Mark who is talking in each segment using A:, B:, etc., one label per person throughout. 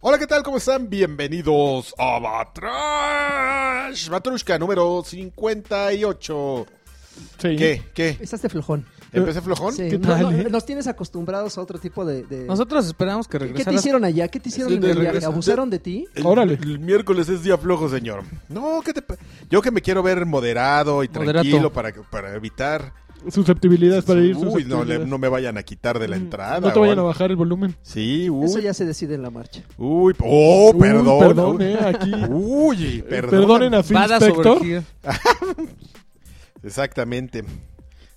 A: Hola, ¿qué tal? ¿Cómo están? Bienvenidos a Batrash Batrushka número 58.
B: Sí.
A: ¿Qué? ¿Qué?
C: Empezaste flojón.
A: ¿Empecé flojón?
C: Sí,
B: ¿Qué
C: no-
B: tal,
C: no-
B: eh?
C: nos tienes acostumbrados a otro tipo de... de-
D: Nosotros esperamos
C: ¿Qué-
D: que
C: ¿Qué te
D: regresaras.
C: hicieron allá? ¿Qué te hicieron
A: Sí,
C: en
A: de
C: el viaje?
A: regreso.
C: ¿Abusaron de ti?
A: El-
B: Órale.
A: El miércoles es día flojo, señor. No, ¿qué te pa- Yo que me quiero ver moderado y
D: Moderato.
A: tranquilo para, que- para evitar.
B: Susceptibilidades para
A: Uy,
B: ir.
A: no, le-
B: susceptibilidades.
A: no me vayan a quitar de la entrada.
B: Mm, No te
A: o
B: vayan a
A: algo.
B: bajar el volumen.
A: Sí, uy.
C: Eso ya se decide en la marcha.
A: Uy, oh,
B: Uy,
A: perdón.
B: perdón,
A: uy.
B: eh, aquí.
A: Uy, perdón.
B: Perdonen a Phil
D: Bada
B: Spector.
D: sobre Gil.
A: Exactamente.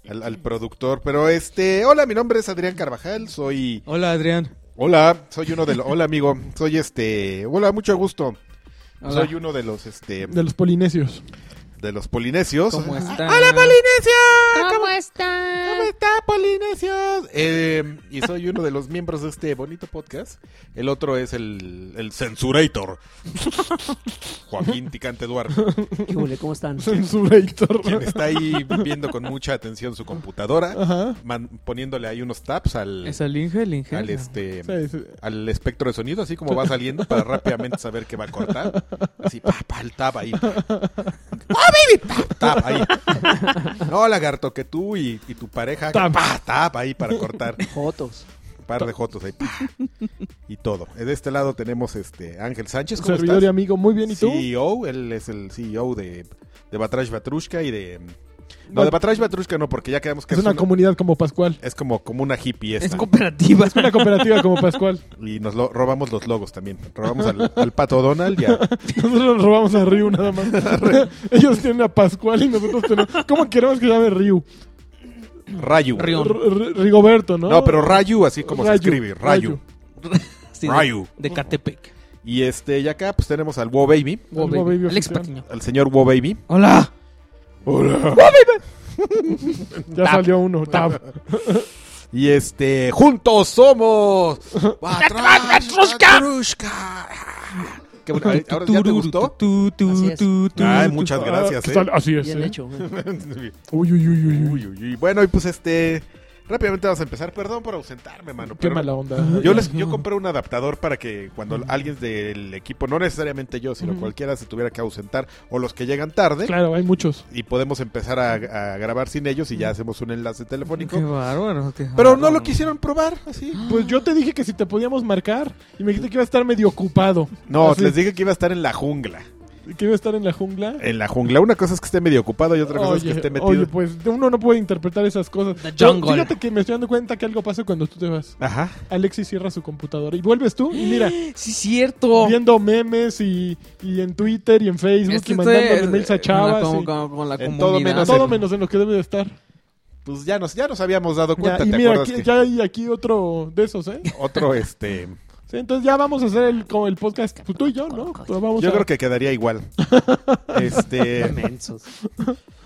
A: Al, al productor. Pero este. Hola, mi nombre es Adrián Carvajal. Soy.
D: Hola, Adrián.
A: Hola, soy uno de los. Hola, amigo. Soy este. Hola, mucho gusto.
D: Hola.
A: Soy uno de los este.
B: De los polinesios.
A: De los polinesios.
D: ¿Cómo están?
A: ¡Hola, Polinesios!
E: ¿Cómo
A: ¿Cómo
E: están?
A: está, Polinesios? Eh, y soy uno de los miembros de este bonito podcast. El otro es el, el Censurator. Joaquín Ticante Duarte.
C: ¿Qué huele? ¿Cómo están?
B: Censurator.
A: Quien está ahí viendo con mucha atención su computadora.
B: Ajá.
A: man- poniéndole ahí unos taps al,
D: Ah. Es el Inge, el Inge.
A: al, este,
B: Sí, sí.
A: al espectro de sonido, así como va saliendo, para rápidamente saber qué va a cortar. Así, pa, pa, el tab ahí. pa. ¡Oh, baby! Pa, tab ahí. No, lagarto, que tú y, y tu pareja,
B: Tab.
A: pa, tab ahí para cortar.
C: Jotos.
A: Un par de jotos ahí, pa, Y todo. De este lado tenemos este Ángel Sánchez, ¿cómo
B: Servidor y
A: estás?
B: amigo, muy bien, ¿y tú?
A: CEO, él es el CEO de, de Batrash Batrushka y de... No, de Batrash Batrushka no, porque ya quedamos que
B: es una comunidad como Pascual.
A: es como, como una hippie esta.
D: Es cooperativa.
B: Es una cooperativa como Pascual.
A: Y nos lo- robamos los logos también. Robamos al, al pato Donald y a-
B: Nosotros robamos a Ryu nada más. Ellos tienen a Pascual y nosotros tenemos. ¿Cómo queremos que llame Ryu?
A: Rayu.
D: Rion.
B: R- R- Rigoberto, ¿no?
A: No, pero Rayu, así como se
B: Rayu,
A: escribe, Rayu.
D: Sí,
A: Rayu.
D: De, de Catepec.
A: Y este, y acá pues tenemos al Wo Baby,
B: Wow,
D: Wow, baby.
B: baby,
D: Alex
B: oficial.
D: Patiño.
A: al señor Wo Baby.
D: Hola.
B: Ya salió uno. Tab.
A: Y este, juntos somos Batrash Batrushka. Qué bueno, ahora- ahora ya te gustó.
D: Tu, tu,
C: Así es.
D: tu, tu.
A: Ay, muchas gracias.
B: Ah,
A: eh.
B: sal- Así es.
C: Bien
B: eh.
C: hecho.
B: Uy, uy, uy, uy, uy.
A: Uy, uy, uy. Bueno, y pues este, rápidamente vamos a empezar. Perdón por ausentarme, mano.
B: Qué
A: pero-
B: mala onda.
A: Yo, les, yo compré un adaptador para que cuando alguien del equipo, no necesariamente yo, sino cualquiera se tuviera que ausentar o los que llegan tarde
B: Claro, hay muchos.
A: y podemos empezar a, a grabar sin ellos y ya hacemos un enlace
D: Qué
A: telefónico.
D: bárbaro. qué
A: Pero no
D: bárbaro.
A: lo quisieron probar, así.
B: Pues yo te dije que si te podíamos marcar y me dijiste que iba a estar medio ocupado.
A: No,
B: Así,
A: les dije que iba a estar en la jungla.
B: que iba a estar en la jungla.
A: En la jungla. Una cosa es que esté medio ocupado y otra cosa es que esté metido.
B: oye, pues uno no puede interpretar esas cosas.
D: The
B: Yo-
D: jungle.
B: Fíjate que me estoy dando cuenta que algo pasa cuando tú te vas.
A: Ajá.
B: Alexis cierra su computadora y vuelves tú y mira,
D: Sí, cierto.
B: viendo memes y, y en Twitter y en Facebook
D: Este
B: y
D: Oh. es-
B: mandándole mails a
D: Con la,
B: chavas.
D: con-
B: y-
D: con- con la
A: En
D: comunidad.
A: todo menos
B: todo menos en lo que debe de estar.
A: Pues ya nos, ya nos habíamos dado
B: Ya,
A: cuenta,
B: y
A: ¿te
B: mira,
A: acuerdas
B: aquí-
A: que
B: ya hay aquí otro de esos, ¿eh?
A: Otro, este...
B: Sí, entonces ya vamos a hacer el, como el podcast pues, tú y yo, ¿no? Pero vamos
A: Yo
B: a-
A: creo que quedaría igual. Este...
C: Mensos.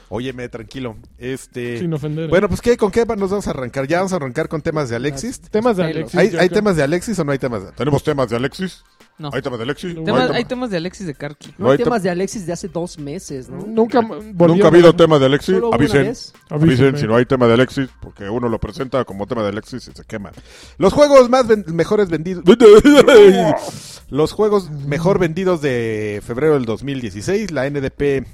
A: Óyeme, tranquilo. Este...
B: Sin ofender. ¿eh?
A: Bueno, pues ¿qué? ¿con qué nos vamos a arrancar? Ya vamos a arrancar con temas de Alexis.
B: temas de
D: Pelos.
B: Alexis.
A: ¿Hay,
B: yo
A: hay
B: creo.
A: temas de Alexis o no hay temas? De... ¿Tenemos temas de Alexis?
D: No.
A: ¿Hay temas de Alexis?
B: No.
D: Temas-
A: ¿No
D: hay temas de Alexis de Carqui.
C: No hay
A: Ahorita-
C: temas de Alexis de hace dos meses, ¿no?
B: Nunca
A: Nunca ha habido tema de Alexis.
C: Solo hubo una
A: Avisen.
C: vez.
A: Avisen si no hay tema de Alexis, porque uno lo presenta como tema de Alexis y se quema. Los juegos más ven- mejores vendidos. Los juegos mejor vendidos de febrero del 2016. La NDP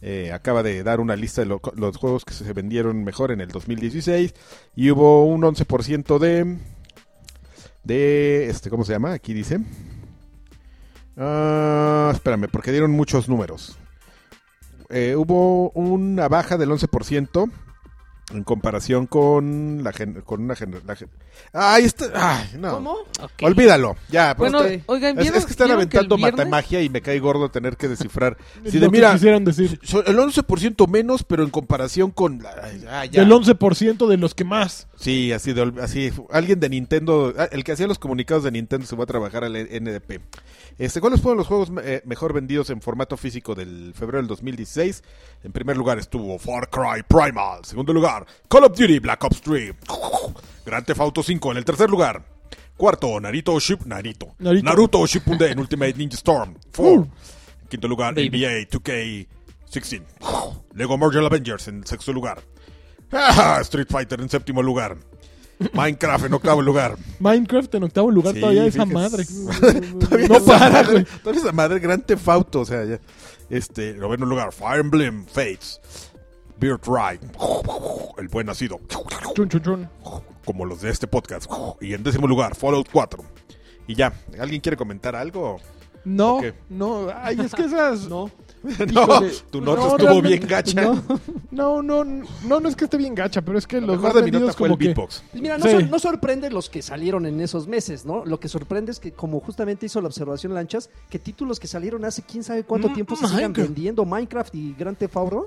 A: eh, acaba de dar una lista de lo- los juegos que se vendieron mejor en el 2016. Y hubo un 11% de. De. este ¿Cómo se llama? Aquí dice. Ah, espérame, porque dieron muchos números. Eh, hubo una baja del 11% en comparación con la gen- con una generación. Ay, este- ay, no.
D: Ok.
A: Olvídalo. Ya, pues,
D: Bueno,
A: este-
D: oigan,
A: es,
D: ¿vieron-
A: es que están
D: vieron
A: aventando
D: el viernes-
A: matamagia y me cae gordo tener que descifrar. Si
B: Si
A: de mira,
B: quisieran decir.
A: so- el 11% menos, pero en comparación con la- ay, ah, ya.
B: El 11% de los que más.
A: Sí, así de ol- así alguien de Nintendo, ah, el que hacía los comunicados de Nintendo se va a trabajar al NDP. Este, ¿cuáles fueron los juegos eh, mejor vendidos en formato físico del febrero del 2016? En primer lugar estuvo Far Cry Primal, segundo lugar Call of Duty Black Ops 3, Grand Theft Auto 5 en el tercer lugar. Cuarto, Naruto Ship Narito.
B: Narito.
A: Naruto Shippuden Ultimate Ninja Storm 4. En quinto lugar,
D: Baby.
A: NBA 2K16. Lego Marvel Avengers en sexto lugar. Ah, Street Fighter en séptimo lugar. Minecraft en octavo lugar.
B: Minecraft en octavo lugar
A: Sí,
B: todavía esa
A: fíjese.
B: madre.
A: Todavía
B: No
A: esa
B: para,
A: madre-
B: güey.
A: Todavía esa madre, gran tefauto. O sea, ya. Este, noveno lugar, Fire Emblem, Fates, Beard Ride, El Buen Nacido,
B: Chun, chun, chun.
A: como los de este podcast. Y en décimo lugar, Fallout 4. Y ya, ¿alguien quiere comentar algo?
B: No,
A: Ok.
B: no, ay, es que esas. no.
A: No, tu nota estuvo
B: realmente,
A: bien gacha.
B: No, no, no, no, no es que esté bien gacha, pero es que
A: Lo
B: los más
A: mejor de mi nota
B: vendidos
A: fue el
B: como que-
A: beatbox.
C: Pues mira, no,
B: Sí.
C: sor- no sorprende los que salieron en esos meses, ¿no? Lo que sorprende es que, como justamente hizo la observación Lanchas, que títulos que salieron hace quién sabe cuánto
B: Mm,
C: tiempo se sigan
B: Minecraft.
C: vendiendo, Minecraft y Grand Theft Auto.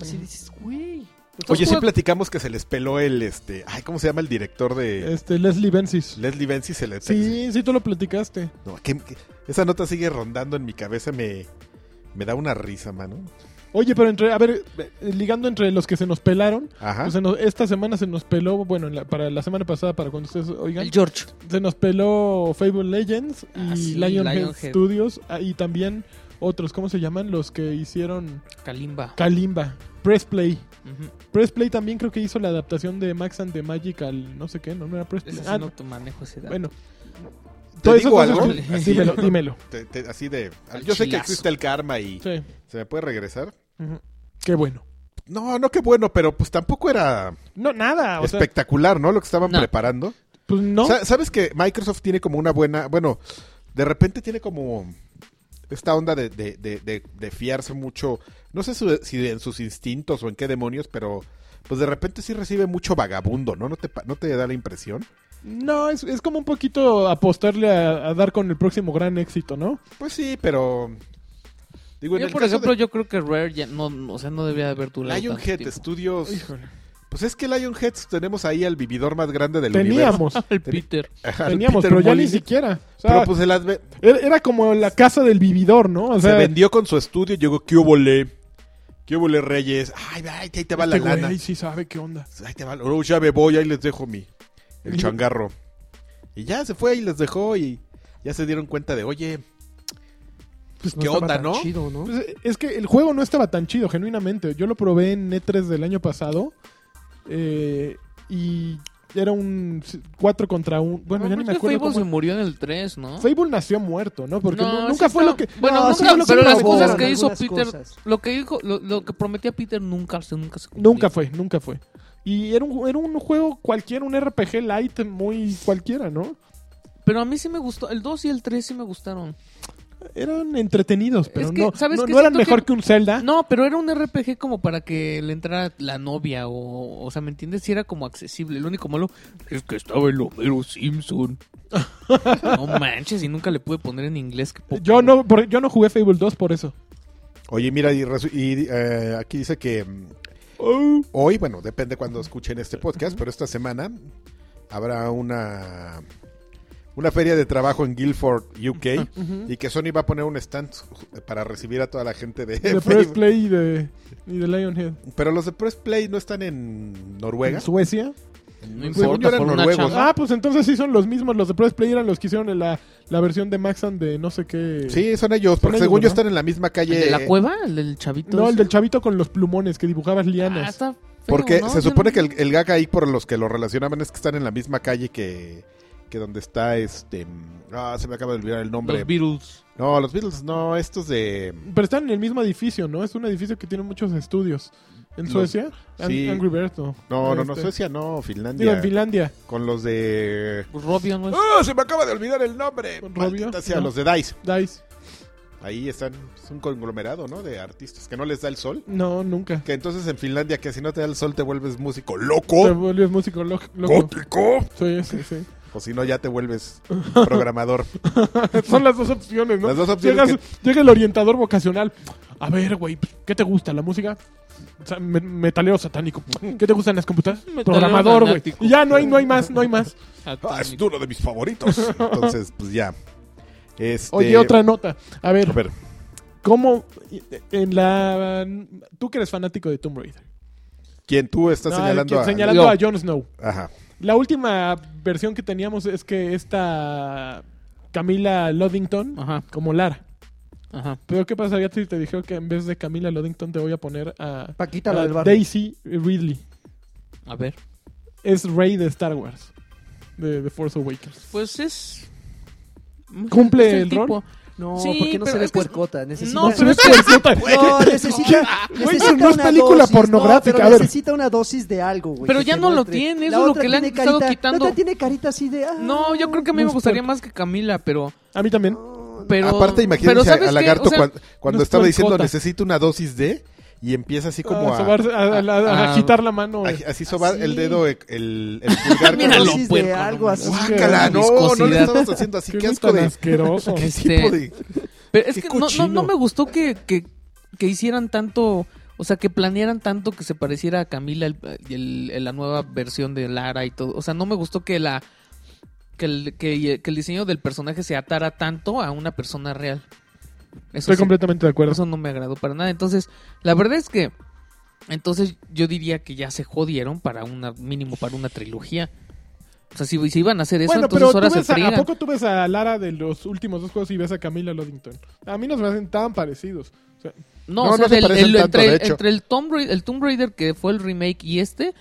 C: Así dices, güey.
A: Oye, sí
B: pues,
D: jugando-
A: platicamos que se les peló el, este, ay, ¿cómo se llama el director de
B: Este, Leslie Bensis.
A: Leslie Benzi? Se le,
B: Sí, sí, tú lo platicaste.
A: No, que- que- esa nota sigue rondando en mi cabeza, me, me da una risa, mano.
B: Oye, pero entre, a ver, eh, ligando entre los que se nos pelaron,
A: Ajá.
B: pues se nos- esta semana se nos peló, bueno, en la- para la semana pasada, para cuando ustedes oigan,
D: El George.
B: se nos peló Fable Legends y
D: Ah, sí,
B: Lionhead,
D: Lionhead.
B: Studios ah, y también otros, ¿cómo se llaman? Los que hicieron
D: Kalimba.
B: Kalimba, Press Play.
D: Ujú.
B: Press Play también creo que hizo la adaptación de Max and the Magic al no sé qué, no, no era Press Play.
D: Ese sí
B: Ah,
D: no te manejo ese dato.
B: bueno.
A: ¿Te
B: Todo
A: digo
B: eso-
A: algo?
B: Ah, Dímelo, dímelo.
A: Te- te- así de.
D: Al
A: Yo sé que
D: chilazo.
A: existe el karma y.
B: Sí.
A: ¿Se me puede regresar?
B: Ujú. Qué bueno.
A: No, no, qué bueno, pero pues tampoco era
B: No, nada, Ah, o sea,
A: espectacular, ¿no? Lo que estaban
D: No.
A: preparando.
B: pues no.
A: Sa- ¿Sabes que Microsoft tiene como una buena. Bueno, de repente tiene como. Esta onda de, de- de- de- de fiarse mucho. No sé su- si en sus instintos o en qué demonios, pero. Pues de repente sí recibe mucho vagabundo, ¿no? ¿No te, pa- no te da la impresión?
B: No, es, es como un poquito apostarle a, a dar con el próximo gran éxito, ¿no?
A: Pues sí, pero. Digo, en
D: Yo,
A: el
D: por
A: caso
D: ejemplo,
A: de
D: yo creo que Rare ya no, no- o sea, no debería haber durado tanto
A: Lionhead
D: tiempo.
A: Studios. Pues es que Lionhead tenemos ahí al vividor más grande del universo.
B: Teníamos,
D: El Peter.
A: Ajá, al
B: teníamos,
A: Peter
B: pero ya ni
A: Molyneux.
B: siquiera. O sea,
A: Pero pues el adve-
B: era, era como la casa del vividor, ¿no? O sea,
A: se vendió con su estudio, llegó Cubole. Cubole Reyes. Ay, ay, ahí te va
B: este
A: la
B: güey
A: lana.
B: ahí sí sabe qué onda.
A: Ahí te va. Oh, ya me voy, ahí les dejo mi. El
B: Y-
A: changarro. Y ya se fue y les dejó y ya se dieron cuenta de, oye,
B: Pues
A: ¿qué
B: estaba
A: onda,
B: tan-
A: no?
C: Chido, ¿no?
B: Pues, es que el juego no estaba tan chido, genuinamente. Yo lo probé en E3 del año pasado. eh, y era un 4 contra 1. Bueno, ya
D: No, pero
B: ni
D: es
B: me
D: Ah, que
B: acuerdo.
D: Fable
B: cómo-
D: se murió en el 3, ¿no?
B: Fable nació muerto, ¿no? Porque
D: No,
B: nu-
D: sí
B: nunca fue
D: está-
B: lo que.
D: Bueno,
B: No, sí
D: nunca,
B: fue lo
D: pero las
B: probó.
D: cosas que hizo
C: Algunas
D: Peter,
C: cosas.
D: lo que dijo, lo, lo que prometía Peter nunca, se- nunca se cumplió.
B: Nunca fue, nunca fue. Y era un, era un juego cualquiera, un RPG light muy cualquiera, ¿no?
D: Pero a mí sí me gustó, el 2 y el 3 sí me gustaron.
B: Eran entretenidos, pero
D: Es que,
B: no,
D: ¿sabes
B: no,
D: qué?
B: no eran
D: Siento
B: mejor que...
D: que-
B: un Zelda.
D: No, pero era un RPG como para que le entrara la novia o, o sea, ¿me entiendes? Si era como accesible. Lo único malo es que estaba el Homero Simpson. no manches, y nunca le pude poner en inglés. que poco.
B: Yo no, por- yo no jugué Fable 2 por eso.
A: oye, mira, y, resu- y, eh, aquí dice que mm, hoy, bueno, depende cuando escuchen este podcast, pero esta semana habrá una una feria de trabajo en Guildford, UK, y que Sony va a poner un stand ju- para recibir a toda la gente de,
B: De
A: Fable.
B: Press Play y de, y de Lionhead.
A: Pero los de Press Play no están en Noruega.
B: ¿En Suecia?
A: Según
D: No
A: yo
D: importa,
A: eran
D: por una
A: noruegos,
D: chamba.
B: Ah, pues entonces sí son los mismos. Los de Press Play eran los que hicieron la, la versión de Maxan de no sé qué.
A: Sí, son ellos, porque
B: ellos,
A: según yo
B: ¿verdad?
A: están en la misma
D: ¿El
A: calle.
D: de la cueva? ¿El del chavito?
B: No, el
D: ese?
B: del chavito con los plumones que dibujabas
D: Ah,
B: lianas.
D: está feo,
A: Porque
D: ¿no?
A: se
D: Yo
A: supone
D: no-
A: que el, el gag ahí por los que lo relacionaban es que están en la misma calle que, que donde está este... Ah, se me acaba de olvidar el nombre.
D: Los Beatles.
A: no, los Beatles, no, estos de...
B: Pero están en el mismo edificio, ¿no? Es un edificio que tiene muchos estudios. ¿En
A: Los-
B: Suecia? An-
A: sí.
B: Angry Birds, no.
D: Ah,
A: No, no, no,
B: Este,
A: Suecia, no, Finlandia.
B: Digo, en Finlandia.
A: Con los de...
D: Pues Robio no es...
A: ¡Ah, se me acaba de olvidar el nombre!
B: ¿Con
A: Maldita
B: Robio?
A: sea,
B: No.
A: los de DICE.
B: Dice.
A: Ahí están, es un conglomerado, ¿no? De artistas que no les da el sol.
B: No, nunca.
A: Que entonces en Finlandia, que si no te da el sol te vuelves músico
B: Te
A: loco,
B: vuelves músico lo- loco.
A: gótico.
B: Sí, sí, sí.
A: O si no, ya te vuelves programador.
B: Son las dos opciones, ¿no?
A: Las dos opciones
B: Llegas- Llega el orientador vocacional. A ver, güey, pues, ¿qué te gusta? ¿La música? Sa- me- Metalero satánico. ¿Qué te gustan las computadoras?
D: Metalero
B: Programador, güey.
D: fanático.
B: Y ya, no hay, no hay más, no hay más.
A: Ah, es uno de mis favoritos. Entonces, pues ya. Este,
B: Oye, otra nota. A ver,
A: A ver,
B: ¿cómo en la... Tú que eres fanático de Tomb Raider.
A: ¿quién tú estás
B: No,
A: señalando?
B: que-
A: a-
B: señalando
D: Yo.
B: a Jon Snow.
A: Ajá.
B: La última versión que teníamos es que esta Camila Loddington,
D: Ajá,
B: como Lara.
D: ajá.
B: Pero ¿qué pasaría si te dijera que en vez de Ah, Camila Loddington te voy a poner a,
C: Paquita,
B: a
C: la del barrio.
B: Daisy Ridley?
D: A ver.
B: es rey de Star Wars, de, de Force Awakens.
D: Pues es.
B: ¿Cumple
D: es
B: el rol?
D: tipo.
C: No,
D: Sí,
C: porque no
D: pero
C: se ve
D: es que-
C: puercota. Necesita,
D: No, pero es que-
C: No, necesita,
B: Güey,
C: necesita
B: no es
C: una
B: película
C: dosis, no,
B: pornográfica,
C: pero
B: a ver.
C: necesita una dosis de algo, güey.
D: Pero
C: que
D: ya
C: te
D: no lo
C: muestre.
D: tiene,
C: La
D: eso es lo
C: otra
D: que le han
C: tiene
D: estado
C: carita-
D: quitando.
C: La otra tiene carita así de... ah,
D: No, yo creo que a mí
B: No
D: me
B: es
D: gustaría
B: puerco.
D: más que Camila, pero.
B: A mí también.
D: pero
A: Aparte,
D: pero
A: imagínense
D: ¿sabes
A: a
D: qué?
A: Lagarto
D: O sea,
A: cuan- cuando
B: no es
A: estaba diciendo
B: puercota.
A: necesito una dosis de y empieza así como
B: a,
A: a,
B: sobarse- a- a- a- a
D: ah,
B: agitar la mano.
A: a- así sobar
C: Así.
A: el dedo, el, el, el pulgar.
C: Mira,
A: con-
D: Míralo,
C: dosis de
D: puerco, no
C: algo
D: mames.
C: así.
A: Guácala, no, no le
D: Viscosidad.
A: estabas haciendo así,
B: Qué
A: qué,
B: güey
A: asco
B: tan
A: de
B: asqueroso.
A: qué
D: Este-
A: tipo de
D: Pero es
B: Qué
D: que no, no,
B: cochino.
D: no me gustó que, que, que hicieran tanto, o sea, que planearan tanto que se pareciera a Camila el- el- el- la nueva versión de Lara y todo. O sea, no me gustó que la que el, que, que el diseño del personaje se atara tanto a una persona real. Eso
B: Estoy
D: sí,
B: completamente de acuerdo.
D: eso no me agradó para nada. Entonces, la verdad es que entonces yo diría que ya se jodieron para una mínimo para una trilogía. O sea, si, si iban a hacer eso,
B: bueno,
D: entonces
B: pero
D: ahora
B: tú
D: se
B: ves a, ¿a
D: friegan.
B: poco tú ves a Lara de los últimos dos juegos y ves a Camila Loddington? A mí no se me hacen tan parecidos. O sea,
A: No,
D: No, o sea,
A: no se
D: del-
A: parecen
D: el-
A: tanto,
D: entre,
A: de
D: el-
A: hecho.
D: entre el, Tomb Raider, el Tomb Raider que fue el remake y este,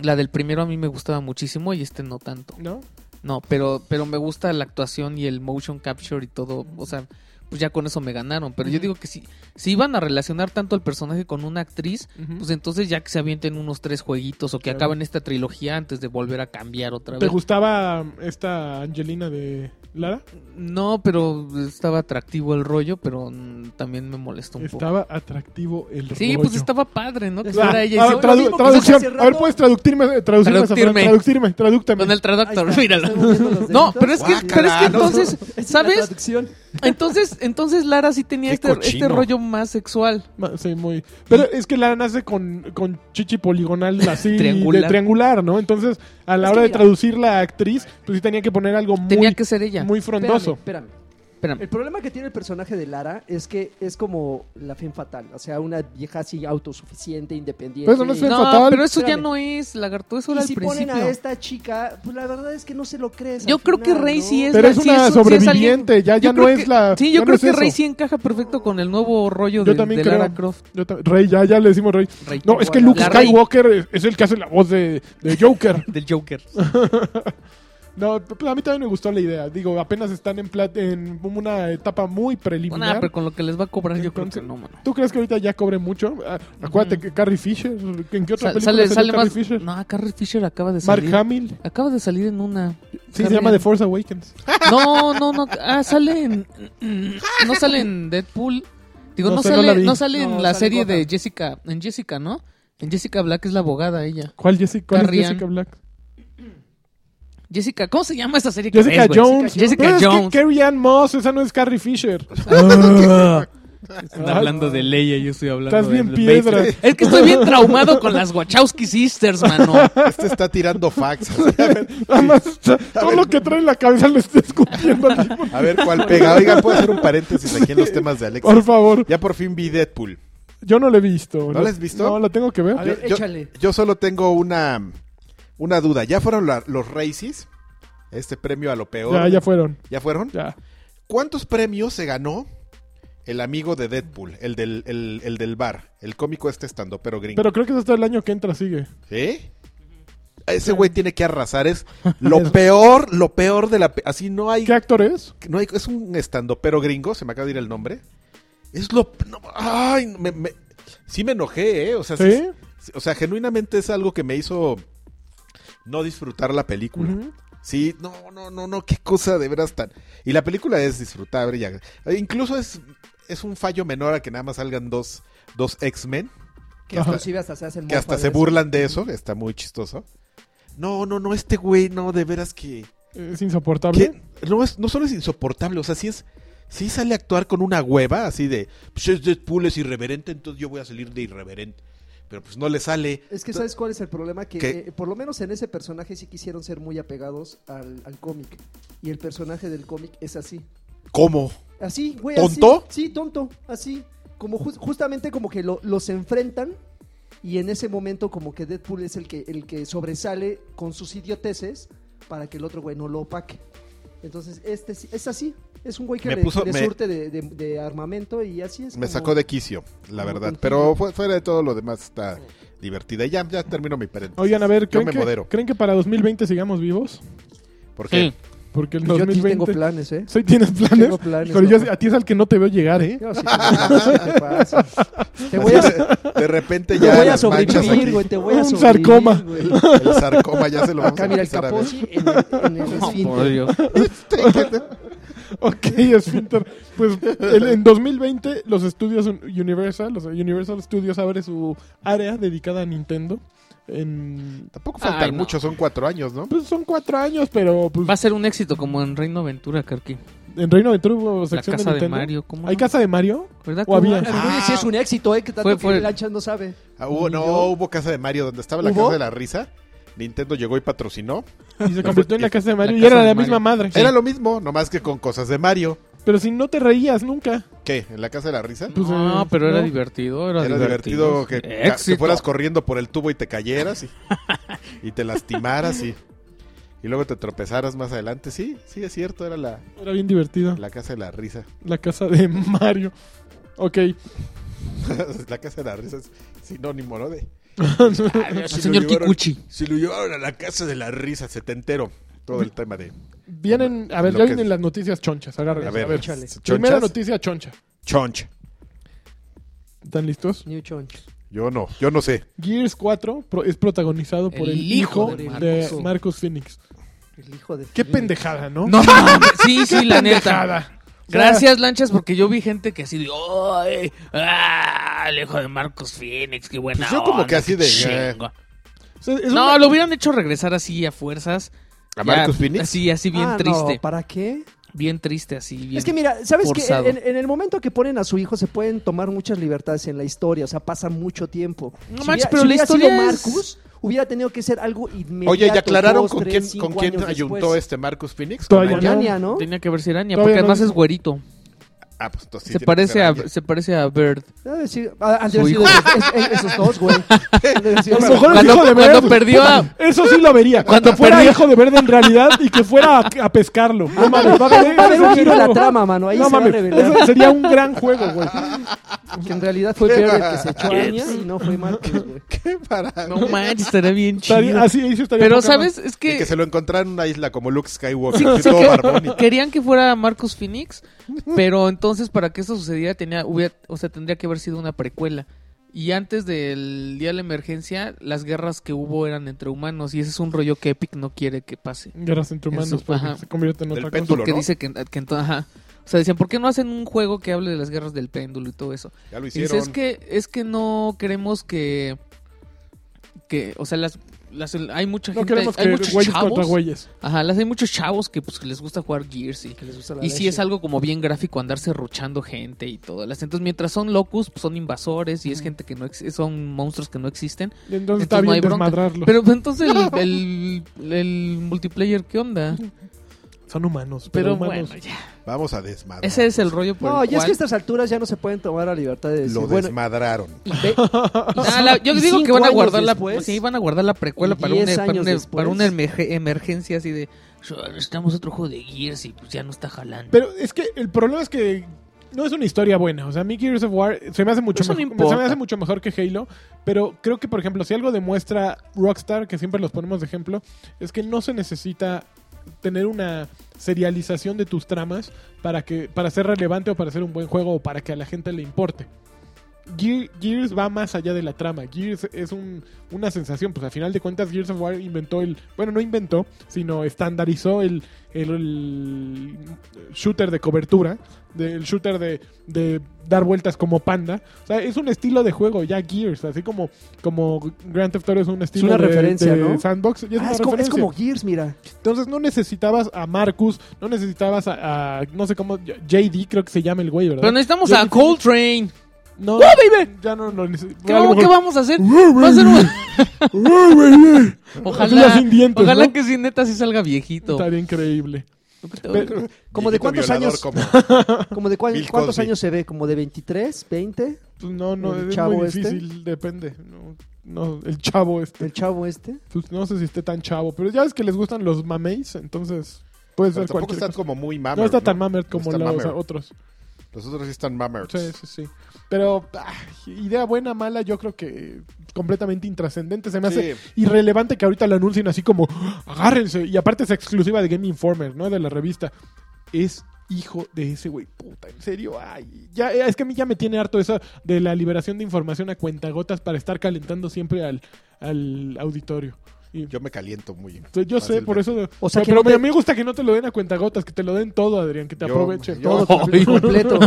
D: la del primero a mí me gustaba muchísimo y este no tanto.
B: ¿no?
D: No, pero, pero me gusta la actuación y el motion capture y todo. O sea, pues ya con eso me ganaron. Pero yo
B: Ujú.
D: digo que si, si iban a relacionar tanto al personaje con una actriz,
B: Ujú.
D: pues entonces ya que se avienten unos tres jueguitos o que
B: Claro.
D: acaben esta trilogía antes de volver a cambiar otra
B: ¿Te
D: vez.
B: gustaba um, esta Angelina de Lara?
D: No, pero estaba atractivo el rollo, pero mm, también me molestó un poco.
B: Estaba atractivo el
D: Sí,
B: rollo.
D: pues estaba padre, ¿no? Que
B: Ah,
D: fuera ella y
B: ah,
D: se-
B: tradu-
C: Lo mismo que
B: traducción.
C: hace hace
B: A ver,
C: rato.
B: puedes traducirme, traducirme, esa frase.
D: Traducirme.
B: traducirme, traductame.
D: Con el traductor,
C: Ahí está,
D: míralo.
C: estoy moviendo los
D: No,
C: deditos.
D: pero es que, pero es que
A: Guácala, no.
D: entonces,
C: Es una
D: ¿sabes?
C: traducción.
D: Entonces, entonces Lara sí tenía
A: Qué
D: este, este
A: cochino.
D: rollo más sexual.
B: Ma- Sí, muy. Pero es que Lara nace con, con chichi poligonal así,
D: Triangular.
B: de triangular, ¿no? Entonces, a la
C: Es que
B: hora de
C: mira.
B: traducir la actriz, pues sí tenía que poner algo
D: Tenía
B: muy,
D: que ser ella.
B: muy frondoso.
C: Espérame, espérame.
D: Espérame.
C: El problema que tiene el personaje de Lara es que es como la fin fatal. O sea, una vieja así autosuficiente, independiente.
B: Pero eso no es
C: Y-
B: Fue
D: No,
B: fatal.
D: pero eso ya
C: Espérame.
D: no es, lagarto,
C: y
D: eso era al
C: si
D: principio.
C: ponen a esta chica, pues la verdad es que no se lo crees.
D: Yo
C: al
D: creo que
C: final,
D: Rey
C: ¿no?
D: sí es
B: Pero
D: la-
B: es
D: sí
B: una
D: es- sí es
B: sobreviviente, ya, ya
D: Yo
B: no
D: creo
B: es
D: que-
B: la.
D: Sí, yo
B: ya no
D: creo
B: es
D: que Rey
B: eso.
D: sí encaja perfecto con el nuevo rollo
B: Yo
D: de,
B: también
D: de Lara
B: creo.
D: Croft.
B: Yo tam- Rey, ya, ya le decimos Rey.
D: Rey.
B: No, es que Luke
D: La Rey.
B: Skywalker es, es el que hace la voz de, de Joker.
D: Del Joker.
B: No, pues a mí también me gustó la idea. Digo, apenas están en, plat- en una etapa muy preliminar.
D: Nah, pero con lo que les va a cobrar, yo creo
B: Entonces,
D: que no, mano.
B: ¿Tú crees que ahorita ya cobre mucho? Ah, Acuérdate que Carrie Fisher, ¿en qué otra
D: Mm. Sa-
B: película
D: sale
B: salió
D: sale
B: Carrie
D: más.
B: Fisher?
D: No, Carrie Fisher acaba de
B: Mark
D: salir.
B: Hamill.
D: Acaba de salir en una.
B: Sí, se
D: Carrie-
B: llama The Force Awakens.
D: Ah, No, no, no. Ah, sale en. No sale en Deadpool. Digo,
B: No
D: no,
B: sé, no la
D: sale,
B: vi.
D: no, sale en
C: No,
D: la
C: sale
D: serie de
C: Gotham.
D: Jessica. En Jessica, ¿no? En Jessica Black es la abogada ella.
B: ¿Cuál, Jessica, cuál es
D: Carrie Ann.
B: Jessica Black?
D: Jessica, ¿cómo se llama esa serie? que
B: Jessica
D: ves, güey?
B: Jones.
D: Jessica
B: No, es que
D: Jones.
B: Carrie Ann Moss, esa no es Carrie Fisher.
D: Ah.
B: Ah,
D: Están hablando de Leia, yo estoy hablando
B: Estás
D: de-
B: bien
D: de
B: piedra.
D: Matrix. Es que estoy bien traumado con las Wachowski Sisters, mano.
A: Este está tirando fax. A ver,
B: Nada más, o sea, todo lo que trae en la cabeza lo está escupiendo. al mismo-
A: a ver cuál pega. Oiga, puedo hacer un paréntesis aquí en los temas de Alexa.
B: Por favor.
A: Ya por fin vi Deadpool.
B: Yo no lo he visto.
A: ¿No la has visto?
B: No, la tengo que ver.
C: A ver,
A: Yo- yo-
C: échale.
A: Yo solo tengo una, una duda. ¿Ya fueron la- los Races? Este premio a lo peor.
B: ya, ya fueron.
A: ¿Ya fueron?
B: Ya.
A: ¿Cuántos premios se ganó el amigo de Deadpool? El del, el, el del bar. El cómico este estando, pero gringo.
B: Pero creo que es hasta el año que entra, sigue.
A: ¿Eh? Ese güey tiene que arrasar. Es lo peor, lo peor de la... pe- Así no hay...
B: ¿Qué actor es?
A: no hay- es un estandopero gringo, se me acaba de ir el nombre. Es lo... no, ay, me- me- sí me enojé, ¿eh? O sea, sí-
B: ¿Sí?
A: sí, o sea, genuinamente es algo que me hizo no disfrutar la película.
B: Ujú.
A: Sí, no, no, no, no, qué cosa de veras tan... Y la película es disfrutable. y ag- e Incluso es, es un fallo menor a que nada más salgan dos, dos X-Men,
C: Que
B: Ajá.
C: inclusive hasta se hacen
A: que
C: mofa
A: hasta
C: de
A: se
C: eso.
A: burlan de eso, está muy chistoso. No, no, no, este güey, no, de veras que...
B: Es insoportable.
A: que no, es, no solo es insoportable, o sea, sí es... Sí sale a actuar con una hueva así de... Pues es Deadpool, es irreverente, entonces yo voy a salir de irreverente. Pero pues no le sale.
C: Es que ¿sabes cuál es el problema? Que
A: ¿Qué?
C: eh, por lo menos en ese personaje sí quisieron ser muy apegados al, al cómic. Y el personaje del cómic es así.
A: ¿Cómo?
C: Así, güey.
A: ¿Tonto?
C: Así. Sí, tonto. Así. Como ju- justamente como que lo- los enfrentan y en ese momento como que Deadpool es el que, el que sobresale con sus idioteces para que el otro güey no lo opaque. Entonces, este sí- es así. Es un güey que
F: Me
C: le,
F: puso-
C: le
F: me-
C: surte de, de- de armamento y así es.
A: Me
C: como-
A: sacó de quicio, la verdad.
C: contigo.
A: Pero fu- fuera de todo lo demás está divertida. Y Ya, ya termino mi paréntesis.
B: Oigan, a ver,
A: Yo
B: ¿creen,
A: me
B: que,
A: modero.
B: ¿creen que para 2020 sigamos vivos?
A: ¿Por qué?
D: Sí.
B: Porque el
C: Yo aquí tengo
B: 2020...
C: planes, ¿eh?
B: ¿Sí tienes planes?
C: Tengo planes,
B: Híjole, yo-
C: papá.
B: a ti es al que no te veo llegar, ¿eh?
C: Yo sí te paso, te paso. Te voy a, te
A: De repente ya
C: voy a
A: las manchas
C: sobrevivir,
A: aquí.
C: güey. Te voy a
B: Un
C: sobrevivir.
B: sarcoma.
C: güey.
A: El sarcoma ya se lo vamos
C: Acá,
A: a ¿eh?
C: mira, el
A: empezar a ver.
C: Kaposi en el, en el
D: No,
C: esfínter.
D: por Dios.
B: Ok, esfínter. Pues el- en 2020 los estudios un- Universal, los Universal Studios abre su área dedicada a Nintendo. En,
A: Tampoco faltan
D: Ay, no.
A: mucho, son cuatro años, ¿no?
B: pues son cuatro años, pero pues,
D: Va a ser un éxito como en Reino Aventura, Karki.
B: en Reino Aventura hubo
D: La
B: sección
D: casa
B: de
D: de
B: Nintendo.
D: Mario. ¿Cómo
B: ¿Hay
D: no?
B: casa de Mario?
D: ¿Verdad?
B: o había?
D: Ah,
C: Oye, sí es un éxito, ¿eh? Que tanto
D: Fue- fue-
C: que Lanchas no sabe.
A: Ah, hubo- no, hubo casa de Mario donde estaba la
B: ¿Hubo?
A: casa de la risa. Nintendo llegó y patrocinó.
B: Y se convirtió en la casa de Mario y
D: casa
B: era la
D: de
B: misma madre.
A: Era lo mismo, nomás que con cosas de Mario.
B: Pero si no te reías nunca.
A: ¿Qué? ¿En la casa de la risa?
B: Pues,
D: no,
B: eh,
D: pero era
B: ¿no?
D: divertido. Era,
A: Era divertido, que, ca- que
D: Éxito.
A: fueras corriendo por el tubo y te cayeras y, y te lastimaras y, y luego te tropezaras más adelante. Sí, sí, es cierto, era la,
B: Era bien
D: Ah.
B: divertido.
A: la casa de la risa.
B: La casa de Mario. Ok.
A: la casa de la risa es sinónimo, ¿no? De,
D: El
A: Si lo
D: señor
A: llevaron-
D: Kikuchi.
A: Si lo llevaron a la casa de la risa, se te entero todo el tema de...
B: Vienen, a ver,
A: Lo
B: ya
A: que-
B: vienen las noticias chonchas. Agárrenlas.
A: A ver,
C: Chale.
A: ¿chonchas?
B: Primera noticia choncha.
A: Chonch.
B: ¿Están listos?
C: New Chonch.
A: Yo no, yo no sé.
B: Gears 4 pro- es protagonizado por el,
D: El
B: hijo,
D: hijo de
B: de,
D: Marcus.
B: Marcus Phoenix.
C: El hijo de.
B: Qué pendejada, ¿no?
D: No, mames. sí, sí, la neta.
B: pendejada. O sea,
D: Gracias, Lanchas, porque yo vi gente que así de. ¡Ay! ¡Ah! El hijo de Marcos Phoenix, qué buena.
A: Pues yo como
D: onda,
A: que así
D: qué
A: de, "Eh".
D: chingo".
B: o sea, es
D: No,
B: una-
D: lo hubieran hecho regresar así a fuerzas.
A: ¿A
D: Ya,
A: Marcus Phoenix?
D: Así, así bien
C: Ah, no,
D: triste.
C: ¿Para qué?
D: Bien triste, así. Bien...
C: Es que mira, ¿sabes que
D: forzado.
C: en, en el momento que ponen a su hijo se pueden tomar muchas libertades en la historia, o sea, pasa mucho tiempo.
D: No manches, pero la
C: hubiera
D: historia
C: sido
D: es-
C: Marcus, hubiera tenido que ser algo inmediato.
A: Oye, ¿y aclararon
C: dos,
A: con
C: tres,
A: quién,
C: cinco
A: con quién
C: años
A: ayuntó
C: después?
A: este Marcus Phoenix? ¿Con
B: Todavía
A: Anya?
B: no.
C: Ania, ¿no?
D: Tenía que haber sido Araña,
B: Todavía no
D: porque además
B: dice.
D: es güerito.
A: Ah, pues entonces sí
D: Se
A: tiene que ser
D: parece, a,
A: Anya.
D: se parece a Bird.
C: Ah, sí, ah, han de haber
D: Su
C: sido
D: hijo.
C: esos- es- es- esos dos, güey. Han de haber sido
B: A lo
C: esos
B: mejor el
D: Cuando-
B: hijo de
D: cuando
B: verde.
D: perdió a-
B: Eso sí lo vería. Cuando
D: Cuando
B: fuera
D: perdió-
B: hijo de verde en realidad y que fuera a, a pescarlo. No mames, va a haber-
C: Va a haber un giro en la
B: no,
C: trama, mano. Ahí
B: no
C: se va a
B: mames,
C: revelar
B: eso sería un gran juego, güey.
C: que en realidad fue Bear el que se echó a Anya y no fue Marcus, güey.
A: Qué parada.
D: No manches, estaría bien chido.
B: Estaría- Así ahí sí estaría
D: Pero,
B: poca
D: ¿sabes? Es
A: Y que
D: que
A: se lo encontraron en una isla como Luke Skywalker.
D: Sí,
A: así
D: sí,
A: todo
D: que-
A: barbón y-
D: querían que fuera Marcus Phoenix, pero entonces para que eso sucediera tenía, hubiera- o sea, tendría que haber sido una precuela. Y antes del día de la emergencia, las guerras que hubo eran entre humanos y ese es un rollo que Epic no quiere que pase.
B: madre. Guerras entre humanos,
D: Eso,
B: porque
D: ajá.
B: pues, se convierte en
A: Del
B: otra cosa.
A: péndulo.
D: Porque
A: ¿no?
D: dice que, que ento- ajá. O sea, decían, ¿por qué no hacen un juego que hable de las guerras del péndulo y todo eso?
A: Ya lo
D: Y
A: hicieron.
D: dice, es que, es que no queremos que, que o sea, las, las- hay mucha
B: No
D: gente, hay,
B: queremos que
D: muchos
B: güeyes contra
D: chavos,
B: güeyes.
D: ajá, las, hay muchos chavos que pues que les gusta jugar Gears y
C: Que les gusta la
D: Y sí es
C: leche.
D: algo como bien gráfico andarse ruchando gente y todo. las- Entonces, mientras son locus, pues, son invasores y es gente que no ex- son monstruos que no existen.
B: Y Entonces
D: Entonces
B: está
D: no
B: bien
D: hay bronca.
B: desmadrarlo.
D: Pero pues, entonces el, el, el multiplayer, ¿qué onda?
B: Son humanos, pero,
D: Pero
B: humanos.
D: bueno, ya.
A: Vamos a desmadrar.
D: Ese es el rollo por
C: pues. No,
D: el
C: y es
D: cual-
C: que a estas alturas ya no se pueden tomar la libertad de decir,
A: Lo
C: bueno,
A: desmadraron.
C: y ve-
D: Ah, la- yo
C: y
D: digo que
C: cinco
D: van a
C: años
D: guardar la
C: después-
D: sí, van a guardar la precuela
C: y
D: para una,
C: diez
D: para
C: años
D: una-
C: después.
D: para una emerge- emergencia así de "Yo, necesitamos otro juego de Gears y pues ya no está jalando.
B: Pero es que el problema es que no es una historia buena. O sea, a mí Gears of War se me hace mucho,
D: Eso no
B: mejor, se
D: importa.
B: me hace mucho mejor que Halo. Pero creo que, por ejemplo, si algo demuestra Rockstar, que siempre los ponemos de ejemplo, es que no se necesita tener una serialización de tus tramas para que para ser relevante o para ser un buen juego o para que a la gente le importe. Ge- Gears va más allá de la trama. Gears es un- una sensación. Pues a final de cuentas, Gears of War inventó el. Bueno, no inventó, sino estandarizó el, el, el shooter de cobertura. Del shooter de, de dar vueltas como panda. O sea, es un estilo de juego ya Gears. Así como, como Grand Theft Auto es un estilo
C: una
B: de,
C: referencia,
B: de
C: ¿no?
B: sandbox. ya es
C: Ah,
B: una
C: es, como, es
B: referencia.
C: como Gears, mira.
B: Entonces no necesitabas a Marcus, no necesitabas a, a- no sé cómo, JD creo que se llama el güey, ¿verdad?
D: Pero necesitamos
B: Yo-
D: a Coltrane.
B: No,
D: baby!
B: ya no lo ¡Oh, necesitamos.
D: ¿Qué, vamos- qué vamos a hacer? Va a ser un-
B: Así ya
D: Ojalá,
B: sin dientes,
D: ojalá
B: ¿no?
D: que si neta sí salga viejito.
B: Estaría increíble. Pero-
C: ¿Como de
A: Viejito
C: cuántos
A: violador,
C: años?
A: como-
C: Como de cuán-
A: Bill
C: cuántos
A: Cosby.
C: años se ve, como de 23, 20,
B: Pues no, no,
C: ¿El
B: es
C: chavo
B: muy
C: este?
B: difícil, depende. No, no, el chavo este.
C: el chavo este.
B: Pues no sé si esté tan chavo, pero ya ves que les gustan los mameis, entonces Puede
A: Pero
B: ser
A: tampoco
B: cualquier
A: están
B: cosa.
A: como muy mamers.
B: No está tan
A: ¿no?
B: mamert como
A: Está
B: los
A: mamert.
B: otros.
A: Los otros sí están mamers.
B: Sí, sí, sí. Pero ah, idea buena, mala, yo creo que completamente intrascendente. Se me hace
A: Sí.
B: irrelevante que ahorita lo anuncien así como "Ah, agárrense. Y aparte es exclusiva de Game Informer, ¿no? De la revista. Es hijo de ese güey. Puta, en serio. Ay, ya, es que a mí ya me tiene harto eso de la liberación de información a cuentagotas para estar calentando siempre al, al auditorio. Y-
A: Yo me caliento muy.
B: entonces, yo sé, por eso.
C: O sea,
B: pero
C: que no
B: pero
C: te-
B: a mí me gusta que no te lo den a cuentagotas, que te lo den todo, Adrián, que te
A: Yo-
B: aprovechen.
A: yo-
D: Todo. Ay.
C: completo.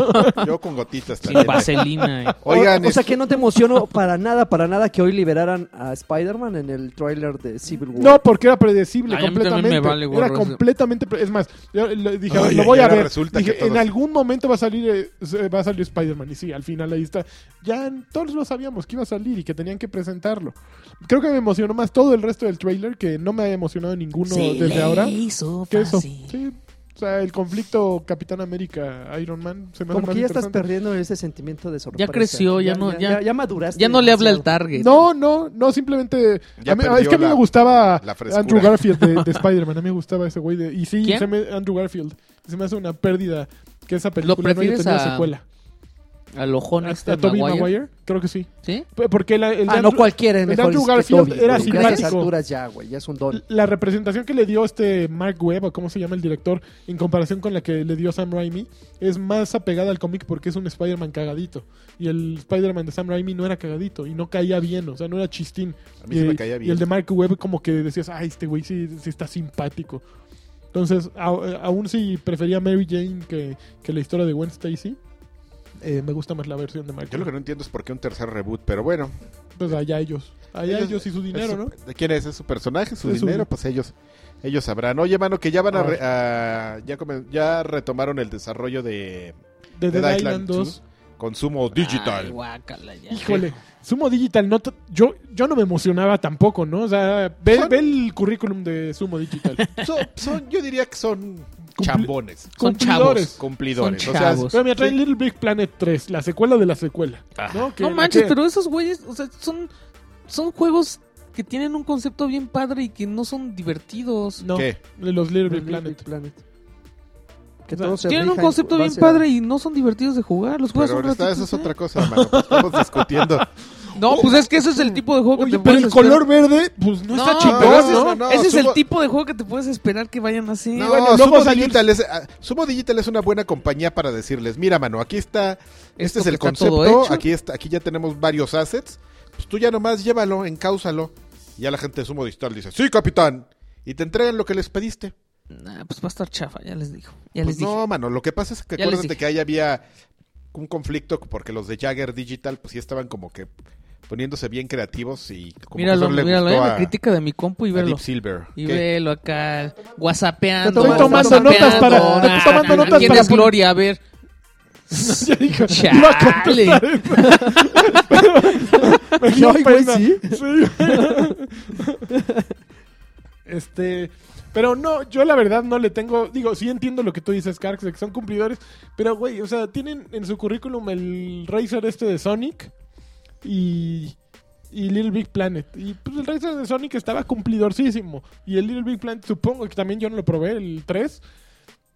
A: Yo con gotitas
D: Sin
A: también.
D: vaselina. eh.
A: Oigan, este
C: o, o sea
A: es-
C: que no te emociono para nada, para nada que hoy liberaran a Spider-Man en el tráiler de Civil War.
B: No, porque era predecible
D: Ay, a mí también
B: completamente.
D: me vale gorro
B: era
D: eso.
B: completamente. pre- Es más, yo le dije,
A: Ay,
B: lo voy
A: y
B: a
A: ahora
B: ver.
A: resulta
B: Dije,
A: que todos-
B: en algún momento va a salir eh, se- va a salir Spider-Man. Y sí, al final ahí está. Ya en- todos lo sabíamos que iba a salir y que tenían que presentarlo. Creo que me emocionó más todo el resto del trailer que no me ha emocionado ninguno desde ahora. Que
C: Ah,
B: eso. Sí. O sea, el conflicto Capitán América, Iron Man, se me hace
C: Como
B: más
C: que ya estás
B: interesante.
C: perdiendo ese sentimiento de sorpresa.
D: creció, ya no- ya-
C: maduraste.
D: Ya no le habla al
C: demasiado.
D: target.
B: No, no, no, simplemente.
A: Ya
B: a mí-
A: perdió
B: es que a mí
A: la-
B: me gustaba
A: la frescura.
B: Andrew Garfield de, de Spider-Man. A mí me gustaba ese güey. De, y sí,
D: ¿Quién?
B: se me- Andrew Garfield. Se me hace una pérdida que esa película no haya
D: prefieres
B: tenido
D: a-
B: secuela.
D: Al ojón este
B: ¿A Tobey
D: Maguire.
B: Maguire? Creo que sí.
D: ¿Sí?
B: P- Porque la, el de
C: Ah, no
B: Andrew-
C: cualquiera
B: el
C: es
B: de
C: mejor.
B: Andrew
C: es que
B: Garfield
C: Toby,
B: era
C: porque a esas
B: simpático.
C: alturas ya, güey, ya es un don.
B: la representación que le dio este Mark Webb, o cómo se llama el director, en comparación con la que le dio Sam Raimi, es más apegada al cómic porque es un Spider-Man cagadito. Y el Spider-Man de Sam Raimi no era cagadito y no caía bien, o sea, no era chistín.
A: A mí
B: y,
A: se me caía bien.
B: Eh, y el de Mark Webb como que decías, ay, este güey sí, sí está simpático. Entonces, a- eh, aún si prefería Mary Jane que, que la historia de Gwen Stacy, eh, me gusta más la versión de Mark
A: Yo lo que
B: Webb.
A: no entiendo es por qué un tercer reboot, pero bueno.
B: Pues allá ellos. Allá ellos, y su dinero,
A: es
B: ¿no?
A: ¿De quién es? ¿Es su personaje? ¿Su
B: Es su-
A: dinero? Pues ellos ellos sabrán. Oye, mano, que ya van a...
B: Ah.
A: re- a- ya, comen- ya retomaron el desarrollo de
B: De
A: Dead Island
B: Dead Island 2.
A: 2, Consumo
D: Ay,
A: Digital.
D: guácala, ya.
B: Híjole, Sumo Digital, no t- yo, yo no me emocionaba tampoco, ¿no? O sea, ve,
A: Son-
B: ve el currículum de Sumo Digital.
A: Son- son- yo diría que son chambones,
D: Son
B: Cumplidores.
D: chavos.
A: cumplidores.
D: Son
A: o sea,
D: chavos.
B: Pero mira, trae Little Big Planet 3, la secuela de la secuela.
A: Ah,
B: ¿no? Que-
D: Ah, No manches,
B: que-
D: pero esos güeyes, o sea, son, son juegos que tienen un concepto bien padre y que no son divertidos.
B: No,
A: ¿Qué?
B: los Little Big
C: Little
B: Planet.
C: Big Planet. Que
B: O sea,
C: todo se
D: Tienen un
C: rija en
D: concepto bien
C: base a-
D: padre y no son divertidos de jugar. Los
B: Pues
D: juegos
A: pero
D: son
A: esta- eso
D: gratuitos,
A: es
D: ¿eh?
A: otra cosa, mano. pues Estamos discutiendo.
D: No, pues es que ese es el tipo de juego que
B: Oye,
D: te
B: pero
D: puedes
B: el color
D: esperar.
B: verde, pues no, está
A: pero
D: No,
B: chingón,
A: ese
B: ¿no?
A: es- no,
D: ese es
A: sumo-
D: el tipo de juego que te puedes esperar que vayan a hacer.
A: No,
B: bueno, luego
A: Sumo,
B: salió el-
A: Digital es, ah, Sumo Digital es una buena compañía para decirles, mira, mano, aquí está, este
D: Esto
A: es el
D: que está todo
A: concepto,
D: hecho.
A: aquí, está, aquí ya tenemos varios assets, pues tú ya nomás llévalo, encáusalo. Y ya la gente de Sumo Digital dice, sí, capitán, y te entregan lo que les pediste.
D: Nah, pues va a estar chafa, ya les digo. Ya
A: Pues
D: les dije.
A: no, mano, lo que pasa es que
D: Ya les
A: acuérdate
D: dije.
A: que ahí había un conflicto porque los de Jagger Digital pues sí estaban como que poniéndose bien creativos y como
D: míralo,
A: que eso le
D: míralo,
A: gustó
D: ya me
A: a-
D: critica de mi compu y
A: a
D: velo.
A: Deep Silver.
D: Y
A: ¿Qué?
D: velo acá, whatsappeando.
C: Estoy tomando
D: whatsappeando,
C: notas para-
D: nah,
B: estoy tomando
D: nah, nah,
B: notas
D: ¿Quién
B: para
D: es
B: pon-
D: Gloria? A ver.
B: Ya dijo,
D: Chale.
B: iba a contestar eso. Me dio
C: Ay, güey,
B: pena.
C: sí.
B: Este, pero no, yo la verdad no le tengo, digo, sí entiendo lo que tú dices, Carx, de que son cumplidores, pero güey, o sea, tienen en su currículum el Racer este de Sonic y y Little Big Planet. Y pues el Racer de Sonic estaba cumplidorcísimo. Y el Little Big Planet, supongo que también yo no lo probé, el 3.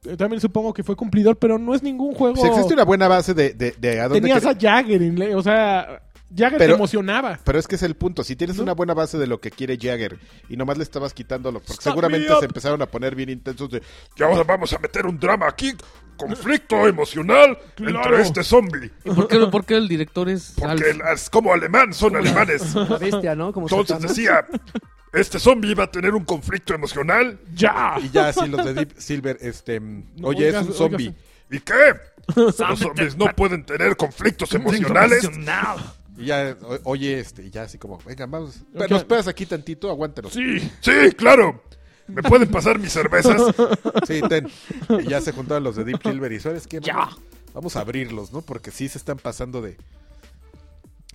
B: eh, También supongo que fue cumplidor, pero no es ningún juego.
A: Pues existe una buena base de, de, de a dónde
B: Tenías
A: quer-
B: a Jagger, en la- o sea, Jagger te
A: Pero-
B: emocionaba.
A: Pero es que es el punto. Si tienes
B: ¿No?
A: una buena base de lo que quiere Jagger y nomás le estabas quitándolo, porque
B: Stop
A: seguramente
B: me up.
A: se empezaron a poner bien intensos de
G: Y ahora vamos a meter un drama aquí, conflicto emocional
B: Claro.
G: entre este zombie.
D: ¿Y por qué, por qué el director es
G: Porque
D: Alf?
G: las- como alemán son alemanes.
C: La bestia, ¿no? Como se
G: Entonces
C: llama.
G: decía, este zombie va a tener un conflicto emocional.
B: ¡Ya!
A: y ya así los de Deep Silver, este, mm, oye,
B: oigas-
A: es un zombie.
B: oigas-
G: ¿Y qué? Los zombies no pueden tener conflictos emocionales.
A: Y ya, o- oye, este, y ya así como, venga, vamos,
B: Ok.
A: nos esperas aquí tantito, aguántanos. Sí,
G: Sí, sí, claro. ¿Me pueden pasar mis cervezas?
A: ten. Y ya se juntaron los de Deep Silver y ¿sabes qué? Vamos, vamos a abrirlos, ¿no? Porque sí se están pasando de.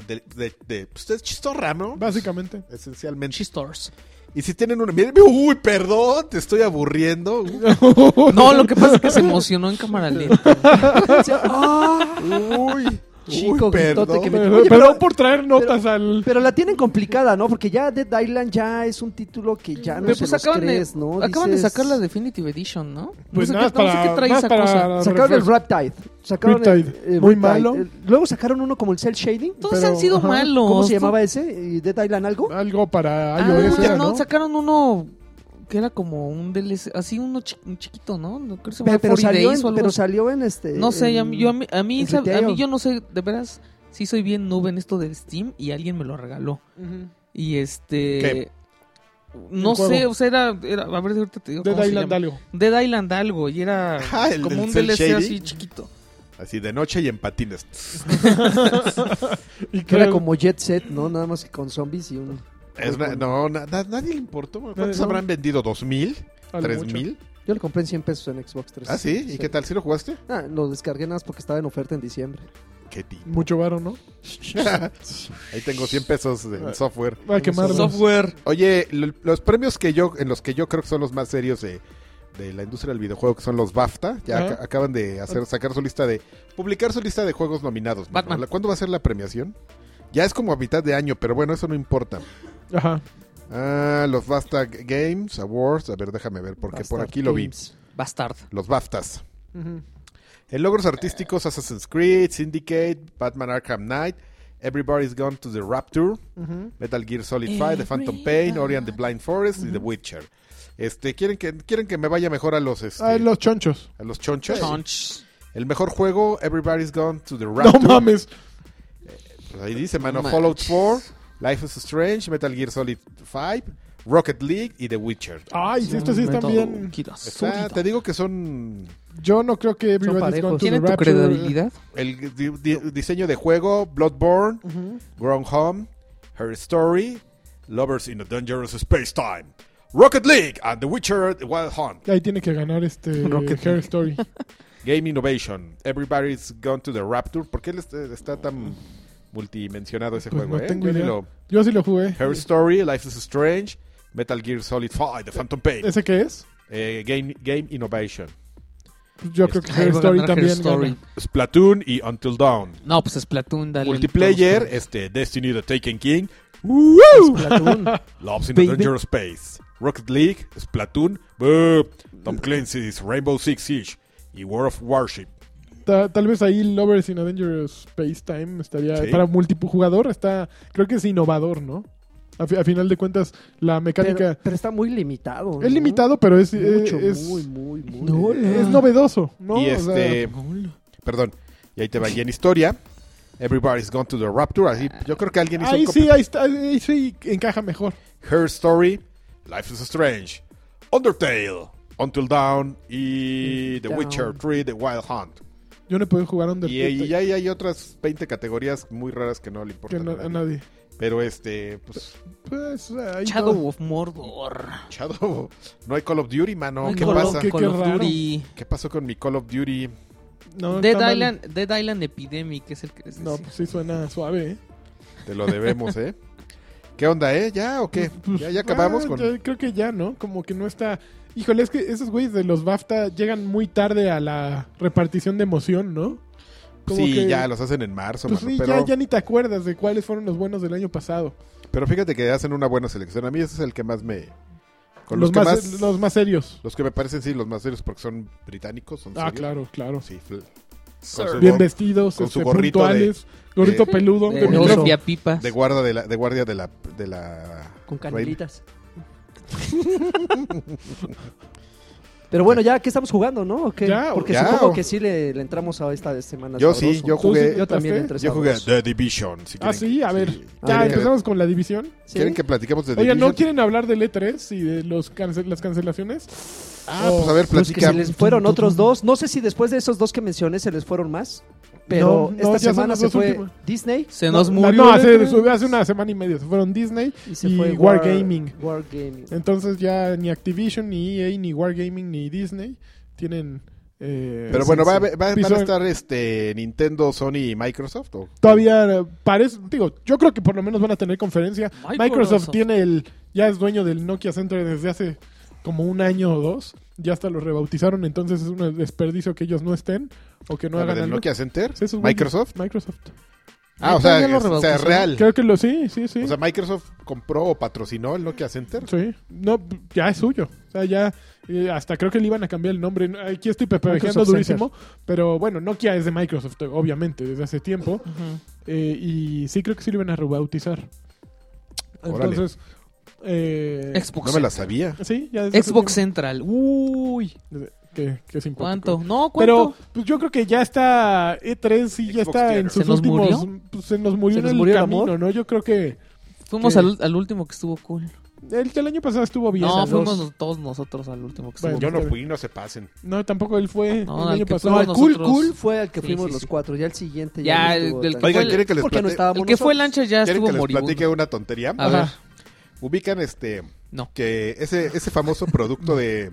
A: de, de, de- pues es chistorra, ¿no?
B: Básicamente.
A: Esencialmente.
D: Chistors.
A: Y si tienen una. miren, Uy, perdón, te estoy aburriendo. Uy,
D: No, lo que pasa es que se emocionó en cámara lenta.
C: Ah,
A: Uy,
C: chico
H: Uy,
C: gritote
H: perdón.
C: que metió.
B: Perdón
C: Oye, pero,
B: por traer notas al...
C: pero la tienen complicada, ¿no? Porque ya Dead Island ya es un título que ya Ah, no
D: Pero
C: se
D: pues
C: los
D: acaban,
C: crees,
D: de,
C: ¿no?
D: acaban de
C: Dices-
D: sacar la Definitive Edition, ¿no?
B: Pues
D: no sé
B: nada,
D: qué, no sé
B: para-
D: qué trae
B: más
D: esa
B: para-
D: cosa.
C: Sacaron el
B: refresco.
C: Riptide. Sacaron el-
B: Riptide,
C: el
B: muy
C: Riptide.
B: malo.
C: Eh, Luego sacaron uno como el Cell Shading.
D: Todos
B: pero-
D: han sido
B: ajá,
D: malos.
C: ¿Cómo se llamaba ese? Eh, ¿Dead Island algo?
B: Algo para
D: Ah,
B: iOS,
D: no,
B: era, ¿no?
D: sacaron uno que era como un DLC, así uno chi- un chiquito, ¿no? No, Creo que se
C: Pe-
D: llamaba
C: Pero,
D: 40
C: salió
D: Days
C: en,
D: o algo
C: pero
D: así.
C: salió en este.
D: No sé, a
C: en-
D: mí, yo, a, mí, a, mí,
C: en
D: sab- a mí
C: retail.
D: yo no sé, de veras, sí soy bien nube en esto de Steam y alguien me lo regaló. Y este...
H: ¿Qué?
D: No
B: ¿Un
D: sé,
B: juego?
D: o sea, era, era- A ver, ahorita te digo
B: Dead
D: cómo se
B: Island
D: llama.
B: algo.
D: Dead Island algo, y era
A: Ah, el del
D: como un
A: cel
D: DLC así
A: shading.
D: chiquito.
A: Así de noche y en patines.
B: Y
C: Que era
B: creo-
C: como Jet Set, ¿no? Nada más que con zombies y uno.
A: Es na- no, na- na- nadie le importó. ¿Cuántos
B: no.
A: habrán vendido? ¿Dos mil?
B: a lo
A: ¿Tres
B: mucho.
A: mil?
C: Yo lo compré en 100 pesos en Xbox 3.
A: ¿Ah, sí? ¿Y qué tal? ¿Sí lo jugaste?
C: Ah, lo descargué nada más porque estaba en oferta en diciembre.
A: Qué ti.
B: Mucho varo, ¿no?
A: Ahí tengo 100 pesos de software.
B: Va a quemarlo.
D: Software.
A: Oye, lo- los premios que yo, en los que yo creo que son los más serios de, de la industria del videojuego, que son los BAFTA, ya
B: Ajá.
A: aca- acaban de hacer, sacar su lista de, publicar su lista de juegos nominados. ¿no?
D: Batman.
A: ¿La- ¿Cuándo va a ser la premiación? Ya es como a mitad de año, pero bueno, eso no importa.
B: Ajá.
A: Ah, los BAFTA G- Games Awards, a ver, déjame ver, porque por
C: Bastard
A: aquí lo vi.
C: Games.
D: Bastard.
A: Los BAFTAs.
B: Ujú.
A: En logros artísticos, Assassin's Creed, Syndicate, Batman Arkham Knight, Everybody's Gone to the Rapture, Metal Gear Solid 5, The Phantom Pain, Ori and the Blind Forest y The Witcher. Este, ¿quieren que, quieren que me vaya mejor a los, este,
B: Ah, los chonchos.
A: a los chonchos.
D: Chonch.
A: El mejor juego, Everybody's Gone to the
B: No
A: Rapture.
B: mames.
A: Pues ahí dice, mano,
D: No
A: Fallout
D: manches.
A: 4, Life is Strange, Metal Gear Solid 5, Rocket League y The Witcher.
B: Ay, si estos sí están bien.
A: Está- te digo que son
B: Yo no creo que Everybody's
C: parejos.
B: Gone to the
D: ¿Tiene tu
B: Rapture-
D: credibilidad?
A: el di- di- diseño de juego, Bloodborne,
B: Ujú.
A: Grown Home, Her Story, Lovers in a Dangerous Space Time, Rocket League and The Witcher The Wild Hunt,
B: Ahí tiene que ganar este
D: Rocket
B: Hair Story.
A: Game Innovation, Everybody's Gone to the Rapture. ¿Por qué él está, está tan multimensionado ese
B: Pues
A: juego?
B: no
A: eh?
B: tengo
A: Yo ni
B: idea.
A: lo-
B: Yo sí lo jugué.
A: Her Story, Life is Strange, Metal Gear Solid 5, The Phantom Pain,
B: ¿Ese qué es? Pues
A: eh, Game, Game Innovation,
B: Yo creo que
D: Ahí
B: Hair
D: va a
B: Story
D: ganar Her
B: también.
D: Story.
B: gana.
A: Splatoon y Until Dawn.
D: No, pues Splatoon, dale.
A: Multiplayer, este, Destiny the Taken King,
C: Splatoon.
A: Loves in
C: Baby.
A: a Dangerous Space, Rocket League, Splatoon, boo, Tom Clancy's Rainbow Six Siege y War of Warship.
B: Ta- tal vez ahí Lovers in a Dangerous Space Time estaría.
A: Sí.
B: Para multijugador está. Creo que es innovador, ¿no? A, fi- a final de cuentas, la
C: pero,
B: mecánica.
C: pero está muy limitado. ¿no?
B: es limitado, pero es. eh,
C: Mucho,
B: es,
C: muy, muy, muy.
B: es novedoso, ¿no?
A: y
B: O sea,
A: este, perdón, y ahí te va, y en historia, Everybody's Gone to the Rapture, así, yo creo que alguien hizo
B: ahí
A: un
B: sí, ahí, está, ahí sí encaja mejor.
A: comp- Her Story, Life is Strange, Undertale, Until Dawn y The
C: Down.
A: Witcher 3, The Wild Hunt.
B: Yo no he podido jugar
A: Y,
B: Undertale.
A: y ahí hay otras 20 categorías muy raras que no le
B: que
A: importan
B: no-
A: a
B: a
A: nadie.
B: nadie.
A: Pero este, pues,
B: Pues ahí
D: Shadow
B: no.
D: of Mordor.
A: chado, no hay Call of Duty, mano,
D: Ay,
A: ¿qué
D: Call of-
A: pasa?
B: Qué-
D: Call
B: qué
D: of
B: raro.
D: Duty.
A: ¿Qué pasó con mi Call of Duty?
B: No, está
D: Dead
B: mal.
D: Island, Dead Island Epidemic es el que les
B: No,
D: decía.
B: pues sí suena suave, ¿eh?
A: Te lo debemos, ¿eh? ¿Qué onda, eh? ¿Ya o qué?
B: Pues,
A: ¿Ya, ya acabamos
B: ah,
A: con...?
B: ya, creo que ya, ¿no? Como que no está... Híjole, es que esos güeyes de los BAFTA llegan muy tarde a la repartición de emoción, ¿no? Como
A: Sí,
B: que-
A: ya, los hacen en marzo,
B: Pues
A: mano,
B: sí,
A: pero,
B: ya, ya ni te acuerdas de cuáles fueron los buenos del año pasado.
A: pero fíjate que hacen una buena selección. A mí ese es el que más me... Con los,
B: los,
A: que
B: más,
A: más...
B: los más serios.
A: Los que me parecen, sí, los más serios porque son británicos, son
B: Ah,
A: serios.
B: claro, claro.
A: Sí, fl-
D: Sir.
A: con su
B: Bien
A: gor-
B: vestidos,
A: con su
B: este,
A: gorrito
B: puntuales, gorrito
A: de-
B: peludo.
D: De
B: de
A: Con-
D: oso
B: micrófono.
D: Eh, y a pipas.
A: de guarda de la de guardia de la de la
C: Con canelitas. Pero bueno, ya que estamos jugando, ¿no? ¿O qué?
B: Ya,
C: Porque
A: ya,
C: supongo
A: o-
C: que sí le, le entramos a esta este semana.
A: Yo sí,
C: sabroso.
A: yo
B: ¿Tú sí
A: jugué-
C: Yo también le
B: entraste?
C: entré
A: yo jugué a
C: sabroso.
A: The Division si
B: Ah,
A: quieren-
B: sí, a ver.
C: A
B: Ya,
C: ver.
B: empezamos con la división.
C: ¿Sí?
A: quieren que platiquemos de The
B: Oigan, ¿no
A: Division
B: quieren hablar del E3 y de los cance- las cancelaciones?
A: ah pues a ver
C: Pues que
A: platica
C: se les fueron otros dos. No sé si después de esos dos que mencioné se les fueron más.
B: No,
C: Pero
B: no,
C: esta
B: ya son
C: semana
B: las
C: se
B: dos
C: fue
B: últimas.
C: Disney
D: Se nos
B: No,
D: murió.
B: No,
D: el
B: hace,
D: E3.
B: hace una semana y media. Se fueron Disney
C: y se
B: y
C: fue
B: Wargaming.
C: Wargaming.
B: Entonces ya ni Activision, ni EA, ni Wargaming, ni Disney tienen... eh,
A: pero bueno
B: sí,
A: va, a
B: sí.
A: haber- va- van
B: Piso
A: a
B: en-
A: estar este Nintendo Sony y Microsoft o
B: Todavía eh, parece... Digo, yo creo que por lo menos van a tener conferencia. Microsoft,
D: Microsoft.
B: tiene el... Ya es dueño del Nokia Center desde hace como un año o dos. Ya hasta lo rebautizaron, entonces es un desperdicio que ellos no estén o que no
A: La
B: hagan
A: del
B: algo.
A: Nokia Center?
B: Sí, esos güeyes.
A: ¿Microsoft?
B: Microsoft.
A: Ah, o
D: Neta,
A: sea,
D: ya lo
A: es- o sea,
D: rebautizó.
A: real.
B: Creo que lo sí, sí, sí.
A: O sea, Microsoft compró o patrocinó el Nokia Center.
B: Sí. No, ya es suyo. O sea, ya eh, hasta creo que le iban a cambiar el nombre. Aquí estoy pepevejeando
C: Microsoft
B: durísimo, pero bueno, Nokia es de Microsoft, obviamente, desde hace tiempo.
D: Ujú.
B: Eh, y sí creo que sí lo iban a rebautizar.
A: Órale.
B: Entonces, eh,
D: Xbox.
A: No me la sabía.
B: sí, ya desde hace
D: Xbox
B: tiempo.
D: Central. Uy,
B: Desde- Qué, qué simpático.
D: ¿cuánto? No,
B: Pero
D: ¿cuánto?
B: pues, yo creo que ya está E3 y ya
A: Xbox
B: está en
A: Theater.
B: sus
D: ¿Se nos
B: últimos. pues, se nos murió
C: ¿Se
B: en
C: nos
B: el
C: murió el
B: camino,
C: amor?
B: ¿no? Yo creo que
D: fuimos
B: ¿qué?
D: al, al último que estuvo cool.
B: el, el año pasado estuvo bien.
D: No,
C: a
D: fuimos
C: dos.
D: todos nosotros al último que
B: Bueno,
D: estuvo
A: Yo no
B: Ujú.
A: fui, no se pasen.
B: No, tampoco él fue
D: No,
B: el
D: al
B: año
D: que
B: pasado.
C: No, el
D: fuimos
C: cool
D: nosotros.
C: cool fue al que
D: Sí,
C: fuimos
D: sí,
C: los
D: sí.
C: cuatro. Ya el siguiente.
D: Ya,
C: no
D: el-
C: estuvo
D: del-
C: tan-
A: Oigan,
D: el-
A: ¿quieren que les
C: Porque no
A: plate-
C: estábamos
D: El que fue Lanchas ya
A: ¿quieren
D: estuvo
A: que les
D: moribundo.
A: platique una tontería?
B: Ah.
D: A ver,
B: Ajá.
A: Ubican este
D: no,
A: que ese ese famoso producto de,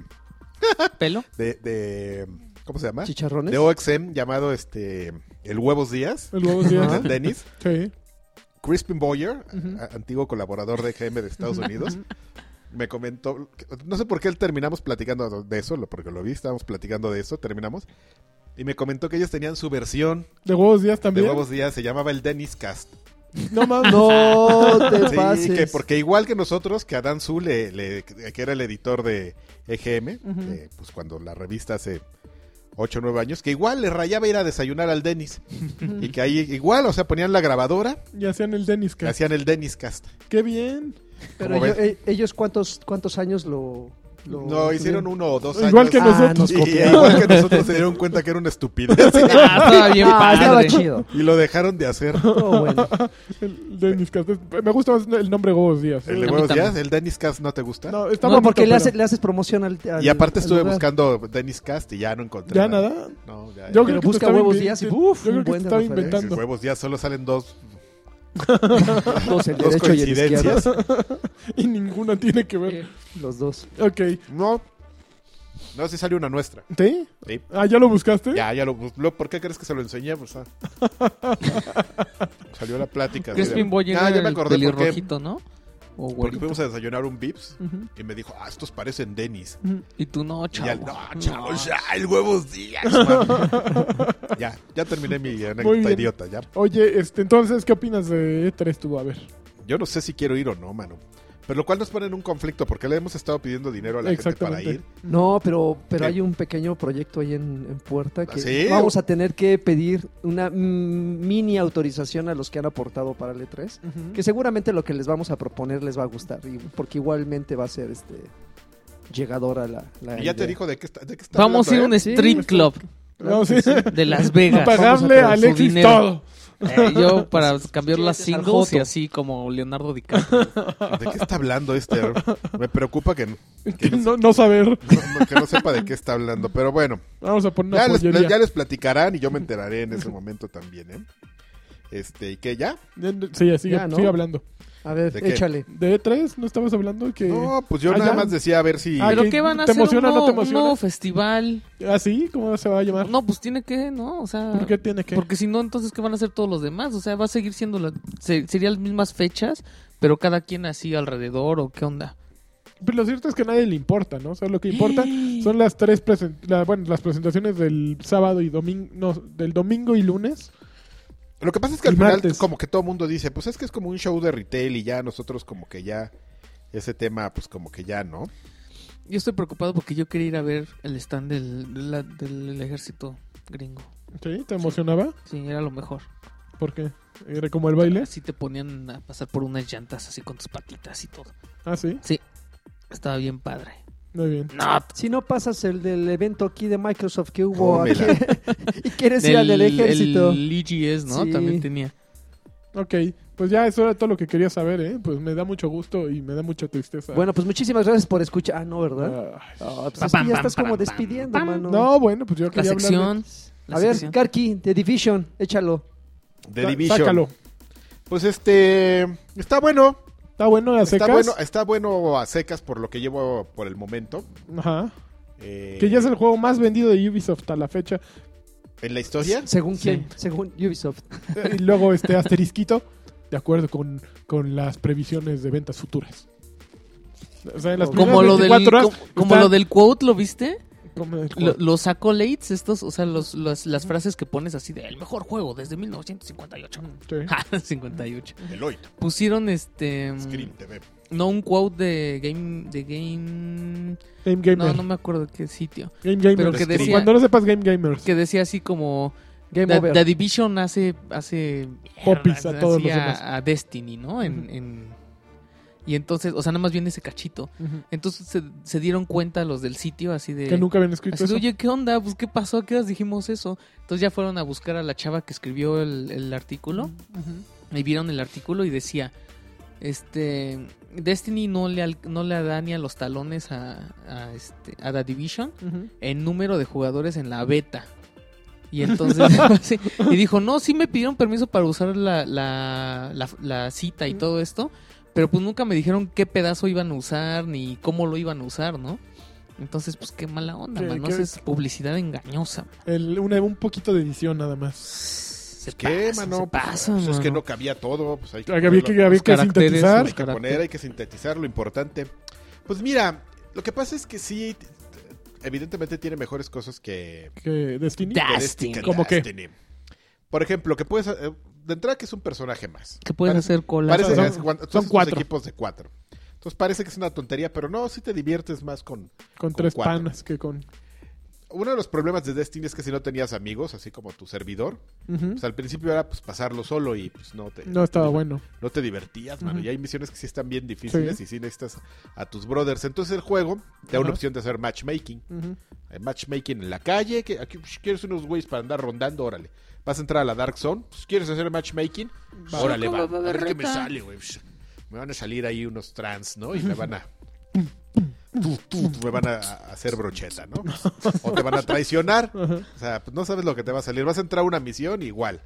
D: pelo.
A: de de ¿cómo se llama?
C: ¿Chicharrones?
A: De OXM llamado este el huevos días.
B: El huevo sí
C: Ajá.
B: es-
A: Dennis
B: Sí.
A: Crispin Boyer,
B: Ujú.
A: a- antiguo colaborador de GM de Estados Unidos, me comentó, que- no sé por qué terminamos platicando de eso, lo- porque lo vi, estábamos platicando de eso, terminamos, y me comentó que ellos tenían su versión
B: De huevos días
A: de
B: también.
A: Huevos Días, se llamaba el Dennis Cast.
B: No mames.
C: No te
A: Sí,
C: pases.
A: que porque igual que nosotros, que Adán Su, le- le- que era el editor de E EGM,
B: Ujú.
A: de, pues cuando la revista hace 8 o 9 años, que igual le rayaba ir a desayunar al Dennis. y que ahí igual, o sea, ponían la grabadora,
B: Y hacían el Dennis
A: que
B: Cast.
A: hacían el Dennis Cast.
B: Qué bien.
C: Pero
A: ¿Cómo
C: ello- e- ellos, ¿cuántos, cuántos años lo, lo-
A: No, hicieron uno o dos años.
B: Igual que
C: Ah,
B: nosotros.
C: nos
A: Y- igual que nosotros se dieron cuenta que era una estupidez
D: Ah, estaba bien
C: Ah, estaba
D: padre.
C: chido.
A: y lo dejaron de hacer.
C: No, bueno.
B: El Dennis Cast. Es- Me gusta más el nombre huevos días.
A: El de
D: mí
A: huevos
D: también.
A: días, el Dennis Cast no te gusta.
B: No, está
D: No,
B: bonito,
C: Porque le,
B: pero-
C: hace- le haces promoción al, al-
A: y aparte
C: al
A: estuve
C: lugar.
A: buscando Dennis Cast y ya no encontré.
B: ¿Ya nada?
A: No, ya.
B: Yo
A: ya.
B: creo
C: Pero
B: que
C: busca
B: estaba
C: huevos
B: inven-
C: días y, uf,
B: Yo creo
C: un
B: que
C: buen de
B: estaba
C: referencia.
A: En
B: inventando.
A: huevos días solo salen dos,
C: Dos, el
A: dos
C: derecho y el
A: coincidencias.
C: izquierdo.
B: Y ninguna tiene que ver.
C: Los dos.
B: Ok.
A: No. No, sí salió una nuestra.
B: ¿Sí?
A: Sí.
B: Ah, ¿ya lo buscaste?
A: Ya, ya lo, pues, lo- ¿Por qué crees que se lo enseñé? Pues, ah. Salió la plática. así de-
D: Crispin Boyer
A: Ah,
D: era
A: ya me
D: el
A: acordé por qué.
D: pelirrojito, ¿no? O
A: Porque
D: güerito.
A: fuimos a desayunar un Vips
B: Ujú.
A: y me dijo, ah, estos parecen Dennis.
D: Y tú no,
A: Y
D: chavo.
A: ya, no, chavo, ya, el huevos días, man". ya, ya terminé mi anécdota
B: bien.
A: idiota, ya.
B: Oye, este, entonces, ¿qué opinas de E3 tú? A ver.
A: Yo no sé si quiero ir o no, mano. Pero lo cual nos pone en un conflicto, porque le hemos estado pidiendo dinero a la gente para ir.
B: Exactamente.
C: No, pero, pero
A: ¿Qué?
C: hay un pequeño proyecto ahí en, en Puerta que
A: ¿Sí?
C: vamos a tener que pedir una mm, mini autorización a los que han aportado para el E3. Que seguramente lo que les vamos a proponer les va a gustar, y- porque igualmente va a ser este llegadora la, la
A: Y ya te
C: idea.
A: dijo de qué está, de qué está
D: Vamos a ir a un
A: hablando, ¿eh?
B: Sí,
D: street
B: está-
D: club
B: No,
C: Claro
B: sí.
C: que sí.
D: de Las
B: A
D: Vegas.
B: pagarle a
D: Su
B: Alexis
D: dinero.
B: todo.
D: Eh, yo para cambiar las
C: Billetes al
D: singles y
C: gusto.
D: así como Leonardo DiCaprio.
A: ¿eh? ¿De qué está hablando este? Me preocupa que no,
B: Que no, no saber.
A: no- que no sepa de qué está hablando. Pero bueno,
B: Vamos a poner una
A: ya les,
B: joyería.
A: ya les platicarán y yo me enteraré en ese momento también, ¿eh? Este, ¿y qué ya?
B: Sí, sigue,
C: Ya, ¿no?
B: sigue hablando.
C: A ver,
A: ¿De qué?
C: échale.
B: ¿De E3 no estabas hablando? que
A: No, pues yo
B: Ah,
A: nada
B: ya.
A: más decía a ver si...
B: Ah,
D: ¿Pero
B: ¿qué?
D: qué van a
B: ¿Te
D: hacer? ¿Un
B: emociona, no
D: nuevo,
B: te
D: un
B: emociona?
D: nuevo festival?
B: ¿Ah, sí? ¿Cómo se va a llamar?
D: No, pues tiene que, ¿no? O sea...
B: ¿Por qué tiene que?
D: Porque si no, entonces, ¿qué van a hacer todos los demás? O sea, va a seguir siendo... La, se- serían las mismas fechas, pero cada quien así alrededor o qué onda.
B: Pero Pues lo cierto es que a nadie le importa, ¿no? O sea, lo que importa son las tres presen- la- bueno, las presentaciones del sábado y domingo, no, del domingo y lunes.
A: Lo que pasa es que al
B: Y
A: final
B: martes.
A: como que todo el mundo dice, pues es que es como un show de retail y ya nosotros como que ya ese tema pues como que ya, ¿no?
D: Yo estoy preocupado porque yo quería ir a ver el stand del, de la- del ejército gringo.
B: ¿Sí? ¿Te emocionaba?
D: Sí, era lo mejor.
B: Porque era como el baile.
D: Así te ponían a pasar por unas llantas así con tus patitas y todo.
B: Ah, sí.
D: Estaba bien padre.
B: Muy bien.
D: No,
C: Si no pues, pasas el del evento aquí de Microsoft que hubo aquí,
A: Tómela.
C: y quieres ir al del ejército.
D: El EGS, ¿no?
C: Sí.
D: También tenía.
B: Ok, pues ya eso era todo lo que quería saber, ¿eh? Pues me da mucho gusto y me da mucha tristeza.
C: Bueno, pues muchísimas gracias por escuchar. Ah, no, ¿verdad?
B: Ah,
C: Ah, pues es
D: Pam,
C: que ya
D: pam,
C: estás
D: pam,
C: como
D: pam,
C: despidiendo,
D: pam.
C: mano.
B: no, bueno, pues yo
D: La
B: quería hablar
D: sección. la
C: A ver,
D: sección.
C: Karki, The Division, échalo.
A: De
B: de...
A: Division.
B: Sácalo.
A: Pues este está bueno,
B: ¿Está bueno a secas?
A: está bueno, está bueno a secas por lo que llevo por el momento.
B: Ajá.
A: Eh,
B: Que ya es el juego más vendido de Ubisoft a la fecha.
A: en la historia.
C: Según
D: Sí.
C: quién, según Ubisoft.
B: y luego este asterisquito, de acuerdo con, con las previsiones de ventas futuras. O sea, en las
D: Como
B: primeras
D: lo, del,
B: 24 horas
D: como, como
B: está-
D: lo del quote, ¿lo viste?
B: como el
D: Lo-
B: juego.
D: los accolades, estos, o sea, los, los- las frases que pones así de el mejor juego desde 1958.
B: Sí.
D: Ja, 58.
H: Deloitte,
D: Pusieron este. mm,
H: Scream TV.
D: No, un quote de Game. De game
B: Game Gamer.
D: no, no me acuerdo de qué sitio.
B: Game Gamer.
D: pero que decía-
B: Cuando no sepas Game Gamers.
D: Que decía así como.
C: Game
D: The,
C: over.
D: The Division hace. hace
B: Popis a todos los
D: hacía
B: demás.
D: A Destiny, ¿no? En,
B: Ujú.
D: en- y entonces, o sea, nada más viene ese cachito.
B: Ujú.
D: Entonces se, se dieron cuenta los del sitio así de.
B: Que nunca habían escrito
D: Así de,
B: eso.
D: oye, ¿qué onda? Pues, ¿qué pasó? ¿A qué horas dijimos eso? Entonces ya fueron a buscar a la chava que escribió el, el artículo. Y vieron el artículo y decía, este, Destiny no le, al- no le da ni a los talones a, a, este, a The Division
B: Ujú.
D: en número de jugadores en la beta. Y entonces, sí, y dijo, no, sí me pidieron permiso para usar la, la, la- la cita y todo esto, pero pues nunca me dijeron qué pedazo iban a usar ni cómo lo iban a usar, ¿no? Entonces, pues qué mala onda,
B: ¿Qué-
D: man, ¿no?
B: qué-
D: Esa Es publicidad engañosa.
B: El- una- un poquito de edición nada más.
D: Se
A: ¿Qué,
D: pasa,
A: mano?
D: se
A: Pues,
D: pasa,
A: pues es que
D: mano.
A: no cabía todo. Pues hay que,
B: Había que,
A: ponerlo-
B: había
D: Los
B: que
D: caracteres,
B: sintetizar.
D: los
A: hay que poner, hay que sintetizar lo importante. Pues mira, lo que pasa es que sí, t- t- evidentemente tiene mejores cosas que,
B: que Destiny.
D: Da-
A: que
D: Destiny.
A: Destiny.
B: ¿Cómo qué?
A: Destiny. Por ejemplo, que puedes... eh, De entrada que es un personaje más.
D: Que puedes
A: Parece-
D: hacer cola.
A: Parece
B: Son-
A: que es- cuando-
B: son
A: son
B: cuatro.
A: cuatro. equipos de cuatro. Entonces parece que es una tontería, pero no, sí te diviertes más con...
B: con
A: con
B: tres
A: cuatro.
B: panas que con.
A: Uno de los problemas de Destiny es que si no tenías amigos, así como tu servidor,
B: Ujú.
A: pues al principio era pues pasarlo solo y pues no te...
B: No estaba bueno.
A: no te divertías, mano.
B: Ujú.
A: Y hay misiones que sí están bien difíciles
B: Sí.
A: y sí necesitas a tus brothers. Entonces el juego te da
B: Ajá.
A: una opción de hacer matchmaking.
B: Ujú.
A: Hay eh, matchmaking en la calle. Que, aquí, pues, ¿Quieres unos güeyes para andar rondando? Órale. Vas a entrar a la Dark Zone. pues, ¿Quieres hacer matchmaking?
D: Va.
A: Órale,
D: ¿Cómo
A: va.
D: va a
A: A
D: haber
A: ver qué me
D: reta?
A: sale, güey. Psh, Me van a salir ahí unos trans, ¿no? Y me van a... tú, tú, me van a a hacer brocheta, ¿no? O te van a traicionar.
B: Ajá.
A: O sea, pues, no sabes lo que te va a salir. Vas a entrar a una misión igual.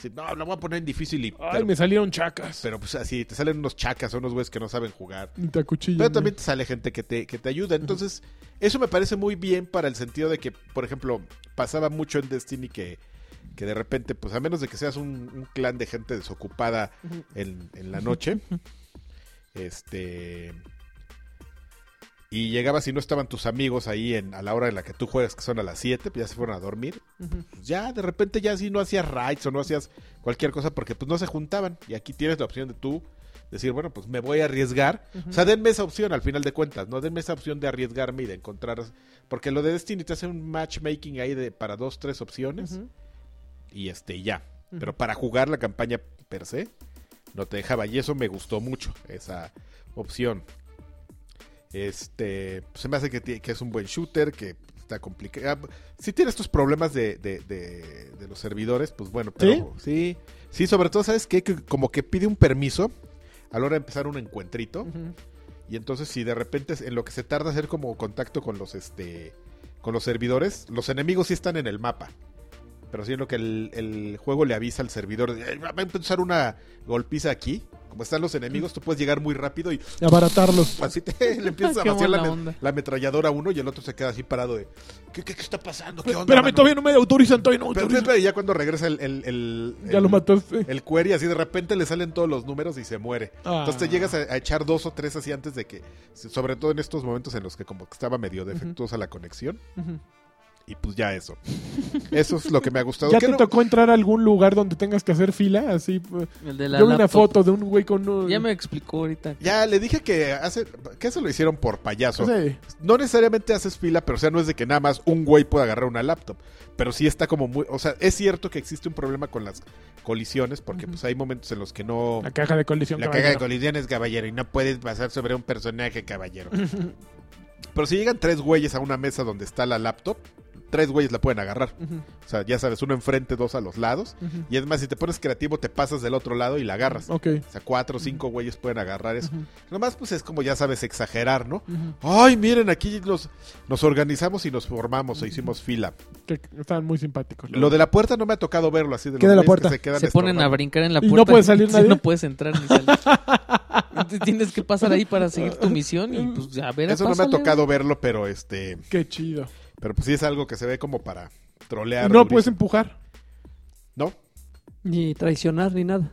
A: Si, no, la voy a poner en difícil y...
B: Ay,
A: pero-
B: me salieron chacas.
A: pero pues así, te salen unos chacas o unos güeyes que no saben jugar.
B: Y te acuchillan.
A: Pero también te sale gente que te, que te ayuda. Entonces, eso me parece muy bien para el sentido de que, por ejemplo, pasaba mucho en Destiny que, que de repente, pues a menos de que seas un, un clan de gente desocupada en, en la noche, este... Y llegabas y no estaban tus amigos ahí en, a la hora en la que tú juegas, que son a las 7, pues ya se fueron a dormir. Pues ya, de repente ya sí no hacías raids o no hacías cualquier cosa porque pues no se juntaban. Y aquí tienes la opción de tú decir, bueno, pues me voy a arriesgar. O sea, denme esa opción al final de cuentas, ¿no? Denme esa opción de arriesgarme y de encontrar... Porque lo de Destiny te hace un matchmaking ahí de para dos, tres opciones
B: Ujú.
A: y este ya. Pero para jugar la campaña per se, no te dejaba. Y eso me gustó mucho, esa opción. Este, se me hace que, ti- que es un buen shooter, que está complicado. Ah, Si tienes tus problemas de, de- de- de los servidores, pues bueno, pero ¿Sí? sí. sobre todo, ¿sabes qué? Que como que pide un permiso a la hora de empezar un encuentrito.
B: Ujú.
A: Y entonces si de repente es- en lo que se tarda hacer como contacto con los este con los servidores, los enemigos sí están en el mapa. Pero sí en lo que el, el juego le avisa al servidor, de, "Eh, va a empezar una golpiza aquí. Como están los enemigos,
B: Mm.
A: tú puedes llegar muy rápido y
B: Y abaratarlos.
A: así te, le empiezas a
D: Qué
A: vaciar la,
D: buena
A: me-
D: onda.
A: la ametralladora a uno y el otro se queda así parado de ¿Qué, qué, qué está pasando? ¿Qué onda?
B: Espérame,
A: mano?"
B: todavía no me autorizan, todavía no me
A: Pero,
B: autorizan.
A: pero, y ya cuando regresa el, el- el-
B: Ya lo
A: el-
B: mataste.
A: el query, así de repente le salen todos los números y se muere.
B: Ah.
A: Entonces te llegas a, a echar dos o tres así antes de que, sobre todo en estos momentos en los que como que estaba medio defectuosa la conexión,
B: Ujú.
A: y pues ya eso. Eso es lo que me ha gustado.
B: ¿Ya
A: Que
B: te
A: no-
B: tocó entrar a algún lugar donde tengas que hacer fila? Así. eh,
D: El de la
B: Yo vi una
D: laptop.
B: foto de un güey con un.
D: Ya me explicó ahorita.
A: ya le dije que hace, que eso lo hicieron por payaso.
B: Sí.
A: No necesariamente haces fila, pero o sea, no es de que nada más un güey pueda agarrar una laptop. Pero sí está como muy, o sea, es cierto que existe un problema con las colisiones, porque pues hay momentos en los que no...
B: La caja de colisión.
A: La caga
B: caballero.
A: de colisiones, caballero, y no puedes pasar sobre un personaje, caballero. Pero si llegan tres güeyes a una mesa donde está la laptop, tres güeyes la pueden agarrar.
B: Ujú,
A: O sea, ya sabes, uno enfrente, dos a los lados.
B: ujú.
A: Y es más, si te pones creativo, te pasas del otro lado y la agarras.
B: Ok.
A: O sea, cuatro o cinco güeyes pueden agarrar eso.
B: Ujú.
A: Nomás, pues es como ya sabes, exagerar, ¿no?
B: Ujú.
A: Ay, miren, aquí nos, nos organizamos y nos formamos e hicimos fila.
B: Que estaban muy simpáticos.
A: Lo de la puerta no me ha tocado verlo así de los
B: ¿Qué de la
A: güeyes que
B: puerta?
A: se quedan
D: Se ponen a
A: estorbando.
D: brincar en la
B: ¿Y no
D: puerta.
B: puede salir
D: Sí,
B: nadie?
D: No puedes entrar ni salir. Entonces, Tienes que pasar ahí para seguir tu misión y pues a ver.
A: Eso no me ha
D: pásale.
A: tocado verlo, pero este...
B: Qué chido.
A: Pero pues sí es algo que se ve como para trolear.
B: No pues, em- puedes
A: durísimo.
B: empujar.
A: No,
C: Ni traicionar ni nada.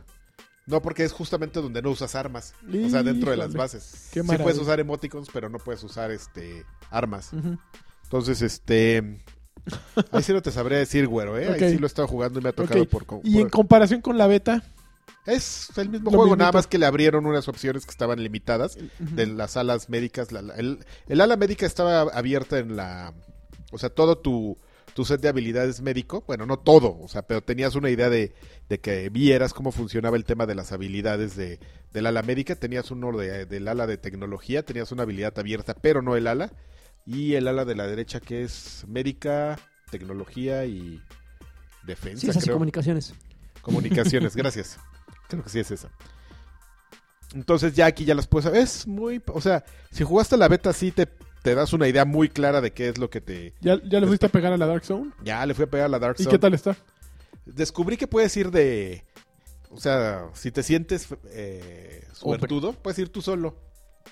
A: No, porque es justamente donde no usas armas. O sea, dentro de las
B: Híjole.
A: bases.
B: Qué
A: sí
B: maravilla.
A: puedes usar emoticons, pero no puedes usar este armas.
B: Ujú.
A: Entonces, este. Ahí sí no te sabré decir, güero, ¿eh?
B: Ok.
A: Ahí sí lo he estado jugando y me ha tocado
B: Ok.
A: por. co-
B: Y en
A: por-
B: comparación con la beta,
A: Es el mismo
B: Lo
A: juego,
B: mismito.
A: nada más que le abrieron unas opciones que estaban limitadas de las alas médicas. la- la- el, el ala médica estaba abierta en la. O sea, todo tu, tu set de habilidades médico. Bueno, no todo, o sea, pero tenías una idea de, de que vieras cómo funcionaba el tema de las habilidades de, del ala médica. Tenías uno de- del ala de tecnología, tenías una habilidad abierta, pero no el ala. Y el ala de la derecha que es médica, tecnología y defensa.
C: Ciencias y
A: creo.
C: comunicaciones.
A: Comunicaciones, gracias. Creo que sí es esa. Entonces ya aquí ya las puedes... Es muy... O sea, si jugaste la beta sí te, te das una idea muy clara de qué es lo que te...
B: ¿ya, ya le fuiste a pegar a la Dark Zone?
A: Ya le fui a pegar a la Dark
B: ¿Y
A: Zone.
B: qué tal está?
A: Descubrí que puedes ir de... O sea, si te sientes eh, suertudo, puedes ir tú solo.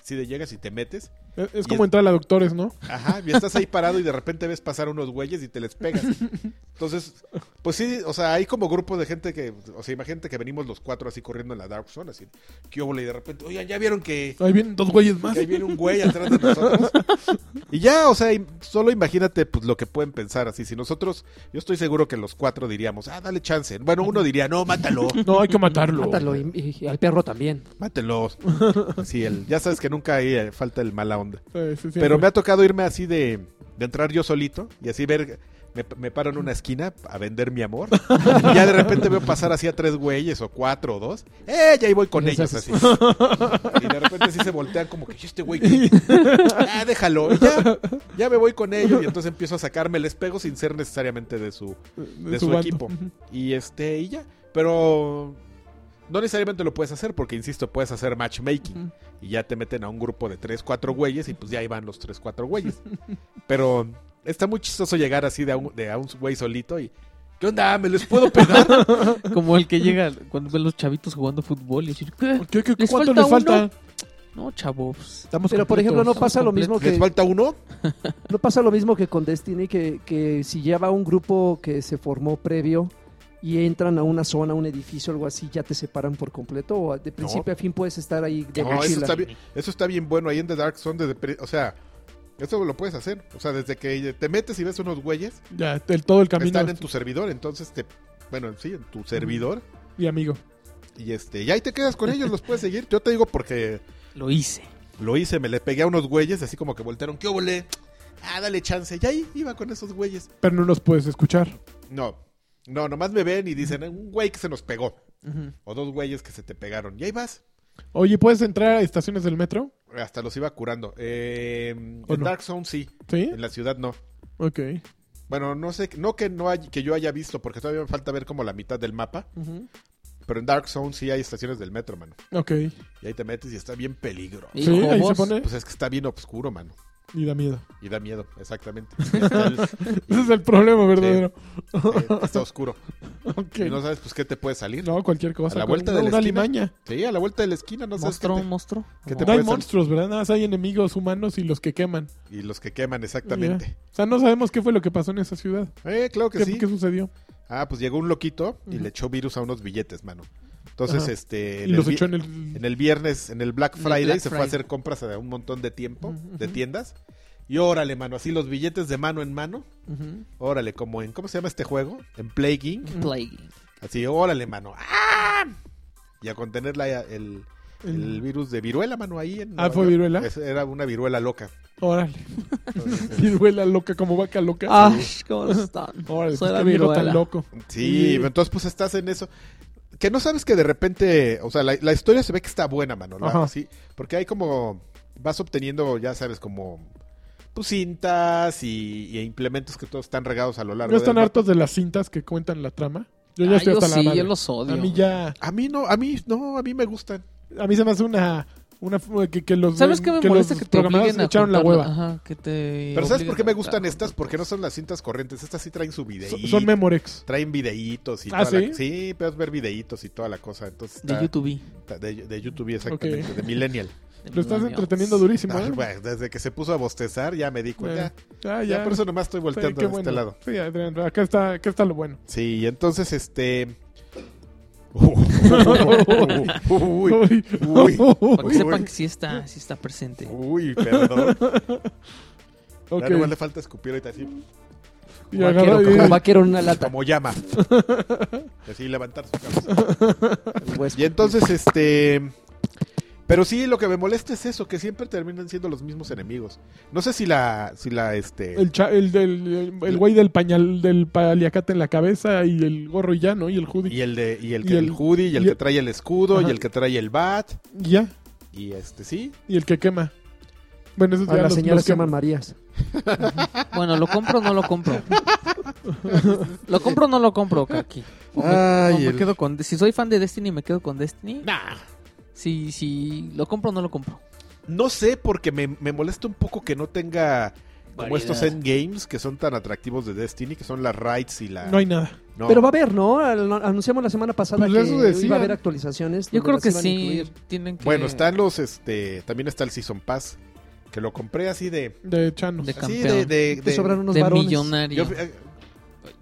A: Si te llegas y te metes.
B: Es, es
A: Y
B: como
A: es-
B: entrar a la Doctores, ¿no?
A: Ajá, y estás ahí parado y de repente ves pasar unos güeyes y te les pegas. Entonces, pues sí, o sea, hay como grupos de gente que, o sea, imagínate que venimos los cuatro así corriendo en la Dark Zone, así, ¿qué óvole? Y de repente, oigan, ya vieron que,
B: Ahí vienen dos güeyes más.
A: que ahí viene un güey atrás de nosotros. Y ya, o sea, im- solo imagínate pues lo que pueden pensar así. Si nosotros, yo estoy seguro que los cuatro diríamos, ah, dale chance. Bueno, uno diría, no, mátalo,
B: No, hay que matarlo.
C: Mátalo y, y- y al perro también.
A: Pues mátelo. Sí, el, ya sabes que nunca hay, eh, falta el mala onda.
B: Sí, sí, sí.
A: Pero me ha tocado irme así de, de entrar yo solito y así ver. Me, me paro en una esquina a vender mi amor. Y ya de repente veo pasar así a tres güeyes o cuatro o dos. ¡Eh! Ya ahí voy con
C: Ya
A: ellos
C: sabes.
A: así. Y de repente sí se voltean como que "¿Y este güey. qué? Ah, déjalo. Y Ya, ya me voy con ellos. Y entonces empiezo a sacarme, les pego sin ser necesariamente de su, de su,
B: bando.
A: equipo.
B: Ujú.
A: Y este, y ya. Pero no necesariamente lo puedes hacer porque, insisto, puedes hacer matchmaking.
B: Ujú.
A: Y ya te meten a un grupo de 3, 4 güeyes y pues ya ahí van los 3, 4 güeyes. Pero está muy chistoso llegar así de a un, de a un güey solito y... ¿Qué onda? ¿Me les puedo pegar?
D: Como el que llega cuando ven los chavitos jugando fútbol y decir, ¿qué?
B: ¿Qué- qué-
D: ¿Les
B: cuánto
D: falta
B: les falta?
D: uno? No, pues, chavos.
B: Estamos
C: Pero por ejemplo, no
D: completos,
C: pasa lo
D: completos.
C: mismo
A: ¿Les
C: que
A: falta uno?
C: no pasa lo mismo que con Destiny que, que si lleva un grupo que se formó previo y entran a una zona, a un edificio, algo así, ya te separan por completo o de principio a fin puedes estar ahí de
A: No, eso
C: mochila.
A: está, bien, eso está bien bueno. Ahí en The Dark Zone, desde, pri- o sea, eso lo puedes hacer. O sea, desde que te metes y ves unos güeyes,
B: Ya, el, todo el camino.
A: están en tu servidor. Entonces, te, bueno, sí, en tu servidor.
B: Y amigo.
A: Y este, y ahí te quedas con ellos, los puedes seguir. Yo te digo porque
D: Lo hice.
A: Lo hice, me le pegué a unos güeyes, así como que voltearon, ¿qué óvole? Ah, dale chance. Y ahí iba con esos güeyes.
B: Pero no los puedes escuchar.
A: No, no, nomás me ven y dicen, un güey que se nos pegó. O dos güeyes que se te pegaron. Y ahí vas.
B: Oye, ¿puedes entrar a estaciones del metro?
A: Hasta los iba curando. Eh,
B: ¿O
A: en
B: no?
A: Dark Zone sí,
B: Sí.
A: en la ciudad no.
B: Ok.
A: Bueno, no sé, no que no hay, que yo haya visto, porque todavía me falta ver como la mitad del mapa. Pero en Dark Zone sí hay estaciones del metro, mano.
B: Ok.
A: Y ahí te metes y está bien peligro.
D: Y
B: sí, ahí se
D: jobos.
B: pone.
A: Pues es que está bien oscuro, mano.
B: Y da miedo.
A: Y da miedo, exactamente. Y está el-
B: Ese es el problema verdadero.
A: eh, está oscuro.
B: Ok.
A: Y no
B: No,
A: sabes, pues, qué te puede salir.
B: cualquier cosa.
A: A la
B: con
A: vuelta
B: una,
A: de la
B: una
A: esquina.
B: limaña.
A: Sí, a la vuelta de la esquina, no sabes qué
D: monstruo,
A: te-
D: monstruo.
A: ¿Qué te
B: No
A: puede
B: hay
A: salir.
B: monstruos, ¿verdad? Nada más hay enemigos humanos y los que queman.
A: Y los que queman, exactamente.
B: Ya. O sea, no sabemos qué fue lo que pasó en esa ciudad.
A: Eh, claro que
B: ¿Qué,
A: sí.
B: qué sucedió?
A: Ah, pues llegó un loquito y
B: Ujú.
A: le echó virus a unos billetes, mano. Entonces,
B: Ajá.
A: este...
B: Y
A: en el
B: los
A: vi-
B: echó en el...
A: en el viernes, en el Black
D: En el
A: Friday,
D: Black
A: se fue a
D: Friday.
A: hacer compras a un montón de tiempo,
B: Ujú,
A: de
B: ujú.
A: tiendas. Y órale, mano, así los billetes de mano en mano.
D: Ujú.
A: Órale, como en... ¿Cómo se llama este juego? En Plague Inc.
D: Plague.
A: Así, órale, mano. ¡Ah! Y a contener la- el,
B: el-
A: el virus de viruela, mano, ahí en...
B: Ah,
A: Nueva
B: ¿fue
A: York.
B: viruela?
A: Es- Era una viruela loca.
B: Órale. Viruela loca como vaca loca.
D: Ay, ¿cómo están?
B: Órale,
D: Soy
B: pues,
D: la
B: qué viejo
D: Ah. viruela.
B: tan loco.
A: Sí,
B: Sí.
A: entonces pues estás en eso. Que no sabes que de repente, o sea, la, la historia se ve que está buena, mano. la-
B: Ajá.
A: sí, porque hay como, vas obteniendo, ya sabes, como tus cintas y, y implementos que todos están regados a lo largo.
B: ¿No están
A: del mapa.
B: hartos de las cintas que cuentan la trama? Yo ya
D: Ay,
B: estoy
D: Ah, yo
B: hasta la
D: sí,
B: madre.
D: yo los odio.
B: A mí ya...
A: A mí no, a mí no, a mí me gustan.
B: A mí se me hace una... una que, que los,
D: ¿Sabes qué me
B: los
D: molesta que te
B: programadores
D: obliguen a
B: echaron la
D: juntarla?
B: hueva.
D: Ajá, que te
A: Pero ¿sabes por qué me
D: obliguen a-
A: gustan estas? Porque no son las cintas corrientes. Estas sí traen su videíto.
B: Son, son memorex.
A: Traen videitos y
B: ¿Ah,
A: toda la-
B: sí?
A: sí, puedes ver videitos y toda la cosa. Entonces,
D: De
A: está-
D: YouTube.
A: está- de, de YouTube, exactamente, de Millennial.
B: Lo estás entreteniendo durísimo,
A: Ah,
B: ¿eh?
A: bueno, desde que se puso a bostezar ya me di cuenta.
B: Eh, ya,
A: Ya,
B: ya.
A: por eso nomás estoy
B: Sí,
A: volteando de
B: qué bueno.
A: este lado.
B: Sí, Adrián, acá está, acá está lo bueno.
A: Sí, entonces este. Uh, Uy, uy, uy,
D: Para que sepan
A: uy,
D: que sí está, sí está presente.
A: uy, perdón.
B: Ok.
A: Ya nomás le falta escupir ahorita así,
B: Y
C: Vaquero,
B: agarra-
C: como vaquero en una lata.
A: como llama. Y así levantar su cabeza.
C: Pues,
A: Y entonces, este. Pero sí, lo que me molesta es eso, que siempre terminan siendo los mismos enemigos. No sé si la. Si la este,
B: el, cha- el, del- el- el güey del pañal, del paliacate en la cabeza y el gorro y ya, ¿no? Y el hoodie.
A: y el de. Y el,
B: y
A: que, el,
B: el-
A: hoodie, y el
B: y
A: que
B: el-
A: trae el escudo,
B: Ajá.
A: y el que trae el bat.
B: Y ya.
A: Y este, sí.
B: Y el que quema. Bueno, eso
C: a
B: ya
C: las
B: los,
C: señoras
B: los
C: se
B: quema.
C: llaman Marías.
D: Bueno, ¿lo compro o no lo compro? ¿Lo compro o no lo compro, Kaki? O me-
A: Ay,
D: o me
A: el-
D: quedo con, si soy fan de Destiny, ¿me quedo con Destiny? Si, si lo compro o no lo compro.
A: No sé, porque me, me molesta un poco que no tenga. Como
D: Variedad.
A: estos endgames que son tan atractivos de Destiny, que son las raids y la.
B: No hay nada.
A: no.
C: Pero va a haber, ¿no? Al- Anunciamos la semana pasada
B: Pues eso
C: que iba
B: decían.
C: a haber actualizaciones.
D: Yo
C: donde
D: creo
C: las
D: que
C: iban a
D: sí.
C: incluir.
D: Tienen que...
A: Bueno, están los. este También está el Season Pass, que lo compré así de.
B: De Chanos.
D: De
A: Así
D: campeón.
A: de. de-
C: Te
A: de-
C: sobran unos
D: de
C: varones.
D: millonario.
A: Yo, eh,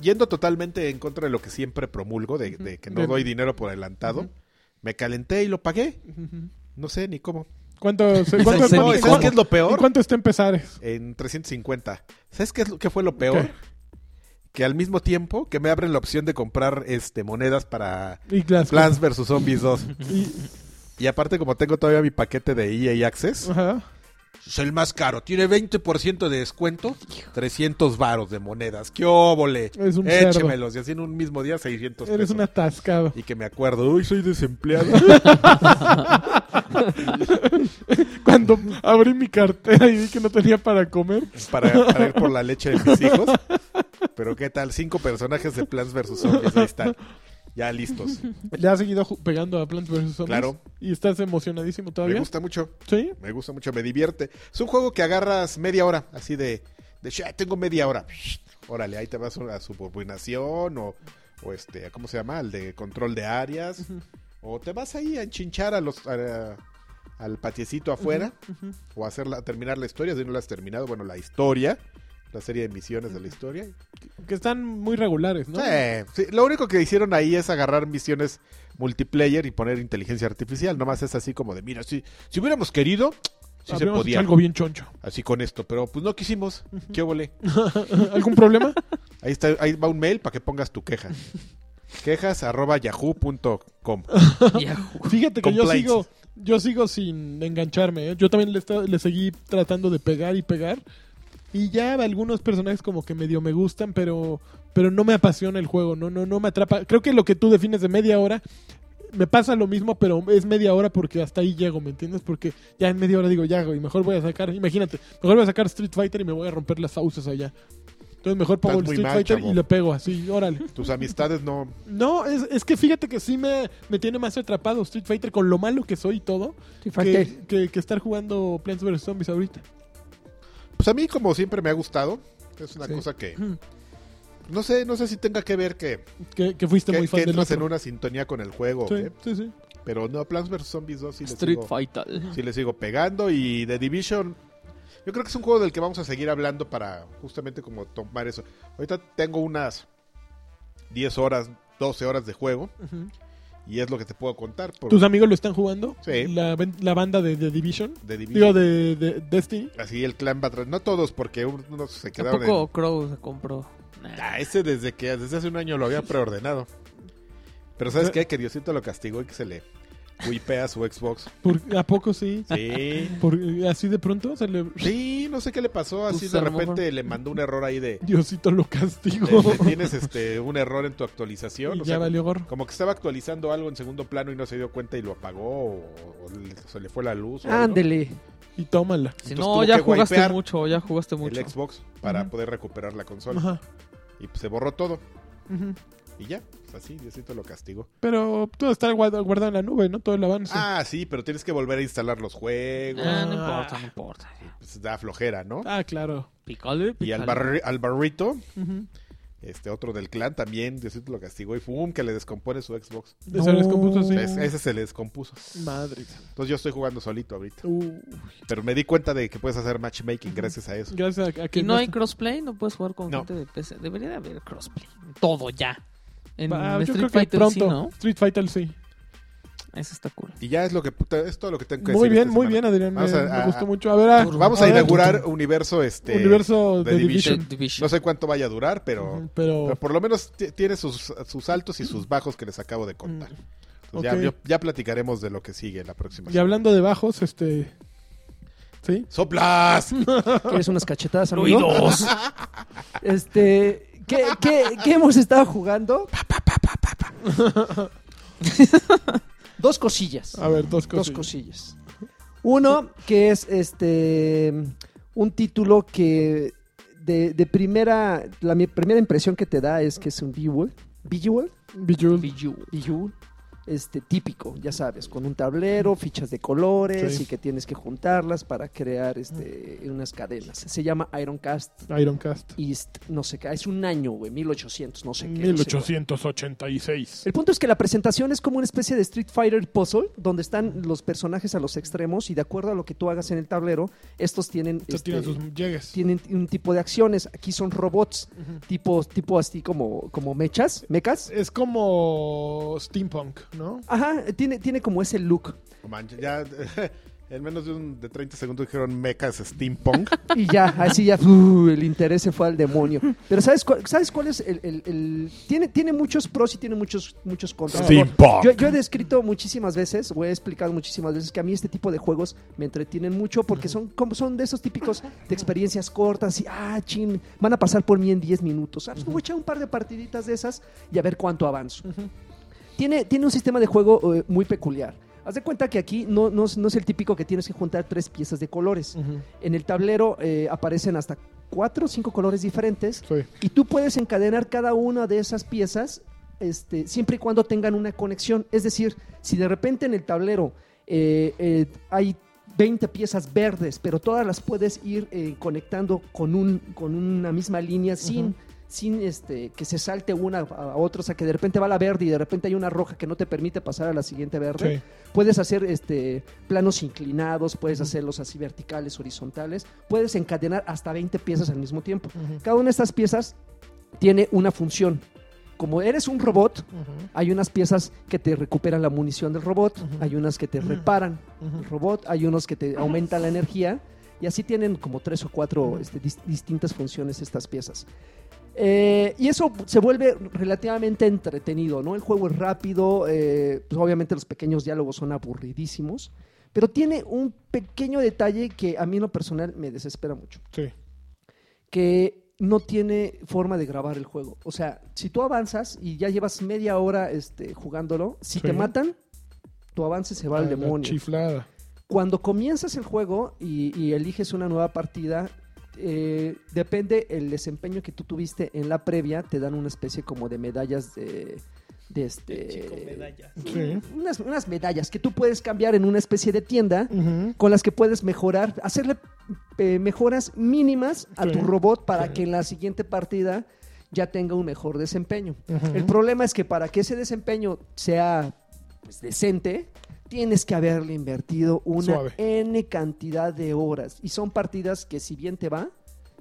A: yendo totalmente en contra de lo que siempre promulgo, de, de que no
B: Del-
A: doy dinero por adelantado, me calenté y lo pagué.
B: Ujú.
A: No sé ni cómo.
B: ¿Cuánto, se- cuánto,
D: No
B: cuánto-
D: sé ni
A: ¿Sabes
D: cómo.
A: qué es lo
B: ¿Y
A: peor?
B: cuánto está en pesares?
A: En 350. ¿Sabes qué, es lo- qué fue lo peor?
B: ¿Qué?
A: Que al mismo tiempo que me abren la opción de comprar este monedas para
B: Y las-
A: Plants vs. Zombies 2.
B: y-
A: Y aparte, como tengo todavía mi paquete de EA Access,
B: ajá.
A: es el más caro. Tiene 20% de descuento, 300 varos de monedas. ¡Qué óvole!
B: Es un cerdo.
A: Échemelos. Y así en un mismo día, 600
B: Eres
A: pesos.
B: un atascado.
A: Y que me acuerdo, uy, soy desempleado.
B: Cuando abrí mi cartera y vi que no tenía para comer.
A: para, para ir por la leche de mis hijos. Pero qué tal, cinco personajes de Plants vs. Zombies, ahí están. Ya listos.
B: Le has seguido ju- pegando a Plants vs. Zombies.
A: Claro.
B: Y estás emocionadísimo
A: Me
B: todavía.
A: gusta mucho,
B: Sí.
A: me gusta mucho, me divierte. Es un juego que agarras media hora, así de, de "Shh, tengo media hora. Órale, ahí te vas a subordinación o, o este, ¿cómo se llama? El de control de áreas. O te vas ahí a enchinchar a los, a- al patiecito afuera. O a, hacer la- a terminar la historia, si no la has terminado. Bueno, la historia, la serie de misiones de la historia.
B: Que están muy regulares, ¿no?
A: Sí, sí, lo único que hicieron ahí es agarrar misiones multiplayer y poner inteligencia artificial. Nomás es así como de, mira, si, si hubiéramos querido, sí se
B: Habríamos hecho
A: podía.
B: algo bien choncho.
A: Así con esto, pero pues no quisimos. ¿Qué óvole?
B: ¿Algún problema?
A: Ahí, está, ahí va un mail para que pongas tu queja. Quejas arroba yahoo.com.
D: Yahoo.
B: Fíjate que yo
A: Complaints.
B: sigo, yo sigo sin engancharme. ¿eh? Yo también le, esta- le seguí tratando de pegar y pegar. Y ya algunos personajes como que medio me gustan, pero, pero no me apasiona el juego, no, no, no me atrapa. Creo que lo que tú defines de media hora, me pasa lo mismo, pero es media hora porque hasta ahí llego, ¿me entiendes? Porque ya en media hora digo, ya, güey, mejor voy a sacar, imagínate, mejor voy a sacar Street Fighter y me voy a romper las sauces allá. Entonces mejor pongo el
A: muy
B: Street
A: mal,
B: Fighter
A: chavo.
B: y le pego así, órale.
A: Tus amistades no.
B: No, es, es que fíjate que sí me, me tiene más atrapado Street Fighter con lo malo que soy y todo
C: Street Fighter.
B: que, que, que estar jugando Plants vs. Zombies ahorita.
A: Pues a mí, como siempre, me ha gustado. Es una
B: Sí.
A: cosa que. No sé, no sé si tenga que ver que,
B: Que, que fuiste
A: que,
B: muy fan
A: que
B: del
A: entras en
B: otro.
A: una sintonía con el juego.
B: Sí,
A: ¿eh?
B: sí, sí.
A: Pero no, Plants vs. Zombies 2 sí les
D: Street
A: digo-
D: Fighter.
A: Sí le sigo pegando y The Division. Yo creo que es un juego del que vamos a seguir hablando para justamente como tomar eso. Ahorita tengo unas 10 horas, 12 horas de juego
B: Ujú.
A: y es lo que te puedo contar. Por
B: ¿Tus amigos lo están jugando?
A: Sí.
B: La, ben- la banda de The Division.
A: The
B: Digo,
A: Division.
B: de, de Destiny.
A: Así el clan va atrás. No todos, porque unos se quedaron
D: Tampoco Crow se compró.
A: en... Ah, ese desde que desde hace un año lo había preordenado. Pero ¿sabes qué? Que Diosito lo castigó y que se le whipea su Xbox.
B: Por- ¿A poco sí?
A: Sí.
B: Por- así de pronto se le-
A: Sí, no sé qué le pasó. Así
D: Pues,
A: de
D: a lo mejor.
A: repente le mandó un error ahí de...
B: Diosito lo
A: de-
B: castigo.
A: de Eh, tienes este un error en tu actualización.
B: Y
A: o
B: ya
A: sea,
B: valió gorro.
A: Como que estaba actualizando algo en segundo plano y no se dio cuenta y lo apagó o, o le- se le fue la luz. o algo.
C: Ándele.
B: Y tómala.
D: Si
A: Entonces
D: no,
A: tuvo
D: ya
A: que
D: jugaste
A: wipear
D: mucho, ya jugaste mucho.
A: El Xbox para poder recuperar la consola.
B: Ajá.
A: Y pues, se borró todo.
B: Ujú.
A: Y ya, pues, así, Diosito lo castigó.
B: Pero todo está guarda- guardado en la nube, ¿no? Todo el avance.
A: Ah, sí, pero tienes que volver a instalar los juegos.
D: Ah, no importa, no importa.
A: Pues da flojera, ¿no?
B: Ah, claro.
D: Picale,
A: Y al,
D: picale.
A: barri- al barrito,
B: Ujú.
A: este otro del clan también, Diosito lo castigó y ¡pum! que le descompone su Xbox.
B: Se les compuso así.
A: O sea, es- ese se le descompuso.
B: Madre.
A: Entonces yo estoy jugando solito ahorita.
B: Uh,
A: Pero me di cuenta de que puedes hacer matchmaking gracias a eso.
B: gracias a, a que
D: Y no hay
B: está-
D: crossplay, no puedes jugar con
A: No.
D: gente de PC. Debería de haber crossplay. Todo ya. En
B: Ah, yo
D: Street
B: creo que
D: Fighter
B: pronto.
D: sí, ¿no?
B: Street Fighter sí.
D: Eso está cool.
A: Y ya es lo que es todo lo que tengo que
B: Muy
A: decir
B: bien,
A: esta
B: muy bien,
A: semana.
B: Adrián. Me,
A: Vamos a-
B: me
A: a-
B: gustó mucho. A ver, a-
A: Vamos a
B: ver,
A: inaugurar universo este
B: Universo de
A: The
B: Division.
D: The Division.
A: No sé cuánto vaya a durar, pero,
B: Ujú, pero-
A: pero por lo menos ti- tiene sus, sus altos y sus bajos que les acabo de contar. Entonces ya,
B: Mm. Ok.
A: yo- ya platicaremos de lo que sigue la próxima.
B: Y hablando de bajos, este. ¿Sí?
A: ¡Soplas!
C: ¿Quieres unas cachetadas, amigo? Este, ¿qué, qué, qué hemos estado jugando? Dos cosillas.
B: A ver, dos cosas.
C: Ah, Dos cosillas. Uno, que es este un título que de, de primera, la mi primera impresión que te da es que es un visual, visual,
B: Bejeweled.
C: visual, este típico, ya sabes, con un tablero, fichas de colores
B: Sí.
C: y que tienes que juntarlas para crear este unas cadenas. Se llama Ironcast
B: Ironcast.
C: East, no sé qué, es un año, güey, 1800, no sé qué. no sé cuál.
B: 1886.
C: El punto es que la presentación es como una especie de Street Fighter puzzle, donde están los personajes a los extremos y de acuerdo a lo que tú hagas en el tablero, estos tienen,
B: Esto
C: este,
B: tiene sus llegues.
C: tienen un tipo de acciones. Aquí son robots,
B: Ujú. Eh,
C: tipo, tipo así como, como mechas, mechas.
B: Es como steampunk, ¿no?
C: Ajá, tiene, tiene como ese look.
A: No manches, ya en menos de, un, de 30 segundos dijeron mechas steampunk.
C: Y ya, así ya, uh, el interés se fue al demonio. Pero ¿sabes cuál, ¿sabes cuál es el...? el- el- Tiene, tiene muchos pros y tiene muchos, muchos contras.
H: Steampunk.
C: Yo, yo he descrito muchísimas veces, o he explicado muchísimas veces, que a mí este tipo de juegos me entretienen mucho porque son, como son de esos típicos de experiencias cortas y, ah, chin, van a pasar por mí en 10 minutos. Ah, pues voy a echar un par de partiditas de esas y a ver cuánto avanzo. tiene, tiene un sistema de juego eh, muy peculiar. Haz de cuenta que aquí no, no, es- no es el típico que tienes que juntar tres piezas de colores. En el tablero eh, aparecen hasta cuatro o cinco colores diferentes
B: Sí.
C: y tú puedes encadenar cada una de esas piezas este, siempre y cuando tengan una conexión. Es decir, si de repente en el tablero eh, eh, hay 20 piezas verdes, pero todas las puedes ir eh, conectando con, un, con una misma línea sin... Sin este, que se salte una a otra, o sea, que de repente va la verde y de repente hay una roja que no te permite pasar a la siguiente verde.
B: Sí.
C: Puedes hacer este, planos inclinados, puedes hacerlos así verticales, horizontales, puedes encadenar hasta 20 piezas al mismo tiempo.
B: Ujú.
C: Cada una de estas piezas tiene una función. Como eres un robot,
B: Ujú.
C: hay unas piezas que te recuperan la munición del robot,
B: Ujú.
C: hay unas que te
B: Ujú.
C: reparan el
B: Ujú.
C: robot, hay unos que te aumentan la energía y así tienen como tres o cuatro este, dis- distintas funciones estas piezas. Eh, y eso se vuelve relativamente entretenido, ¿no? El juego es rápido, eh, pues obviamente los pequeños diálogos son aburridísimos, pero tiene un pequeño detalle que a mí en lo personal me desespera mucho
B: Sí.
C: que no tiene forma de grabar el juego. O sea, si tú avanzas y ya llevas media hora este, jugándolo, si
B: Sí.
C: te matan, tu avance se va
B: Ah,
C: al
B: la
C: demonio.
B: Chiflada.
C: Cuando comienzas el juego y, y eliges una nueva partida, eh, depende el desempeño que tú tuviste en la previa, te dan una especie como de medallas de, de este...
B: Sí.
C: Unas, unas medallas que tú puedes cambiar en una especie de tienda
B: Ujú.
C: con las que puedes mejorar, hacerle eh, mejoras mínimas a
B: Sí,
C: tu robot para
B: sí.
C: que en la siguiente partida ya tenga un mejor desempeño.
B: Ujú.
C: El problema es que para que ese desempeño sea pues, decente, tienes que haberle invertido una
B: Suave.
C: N cantidad de horas. Y son partidas que si bien te va,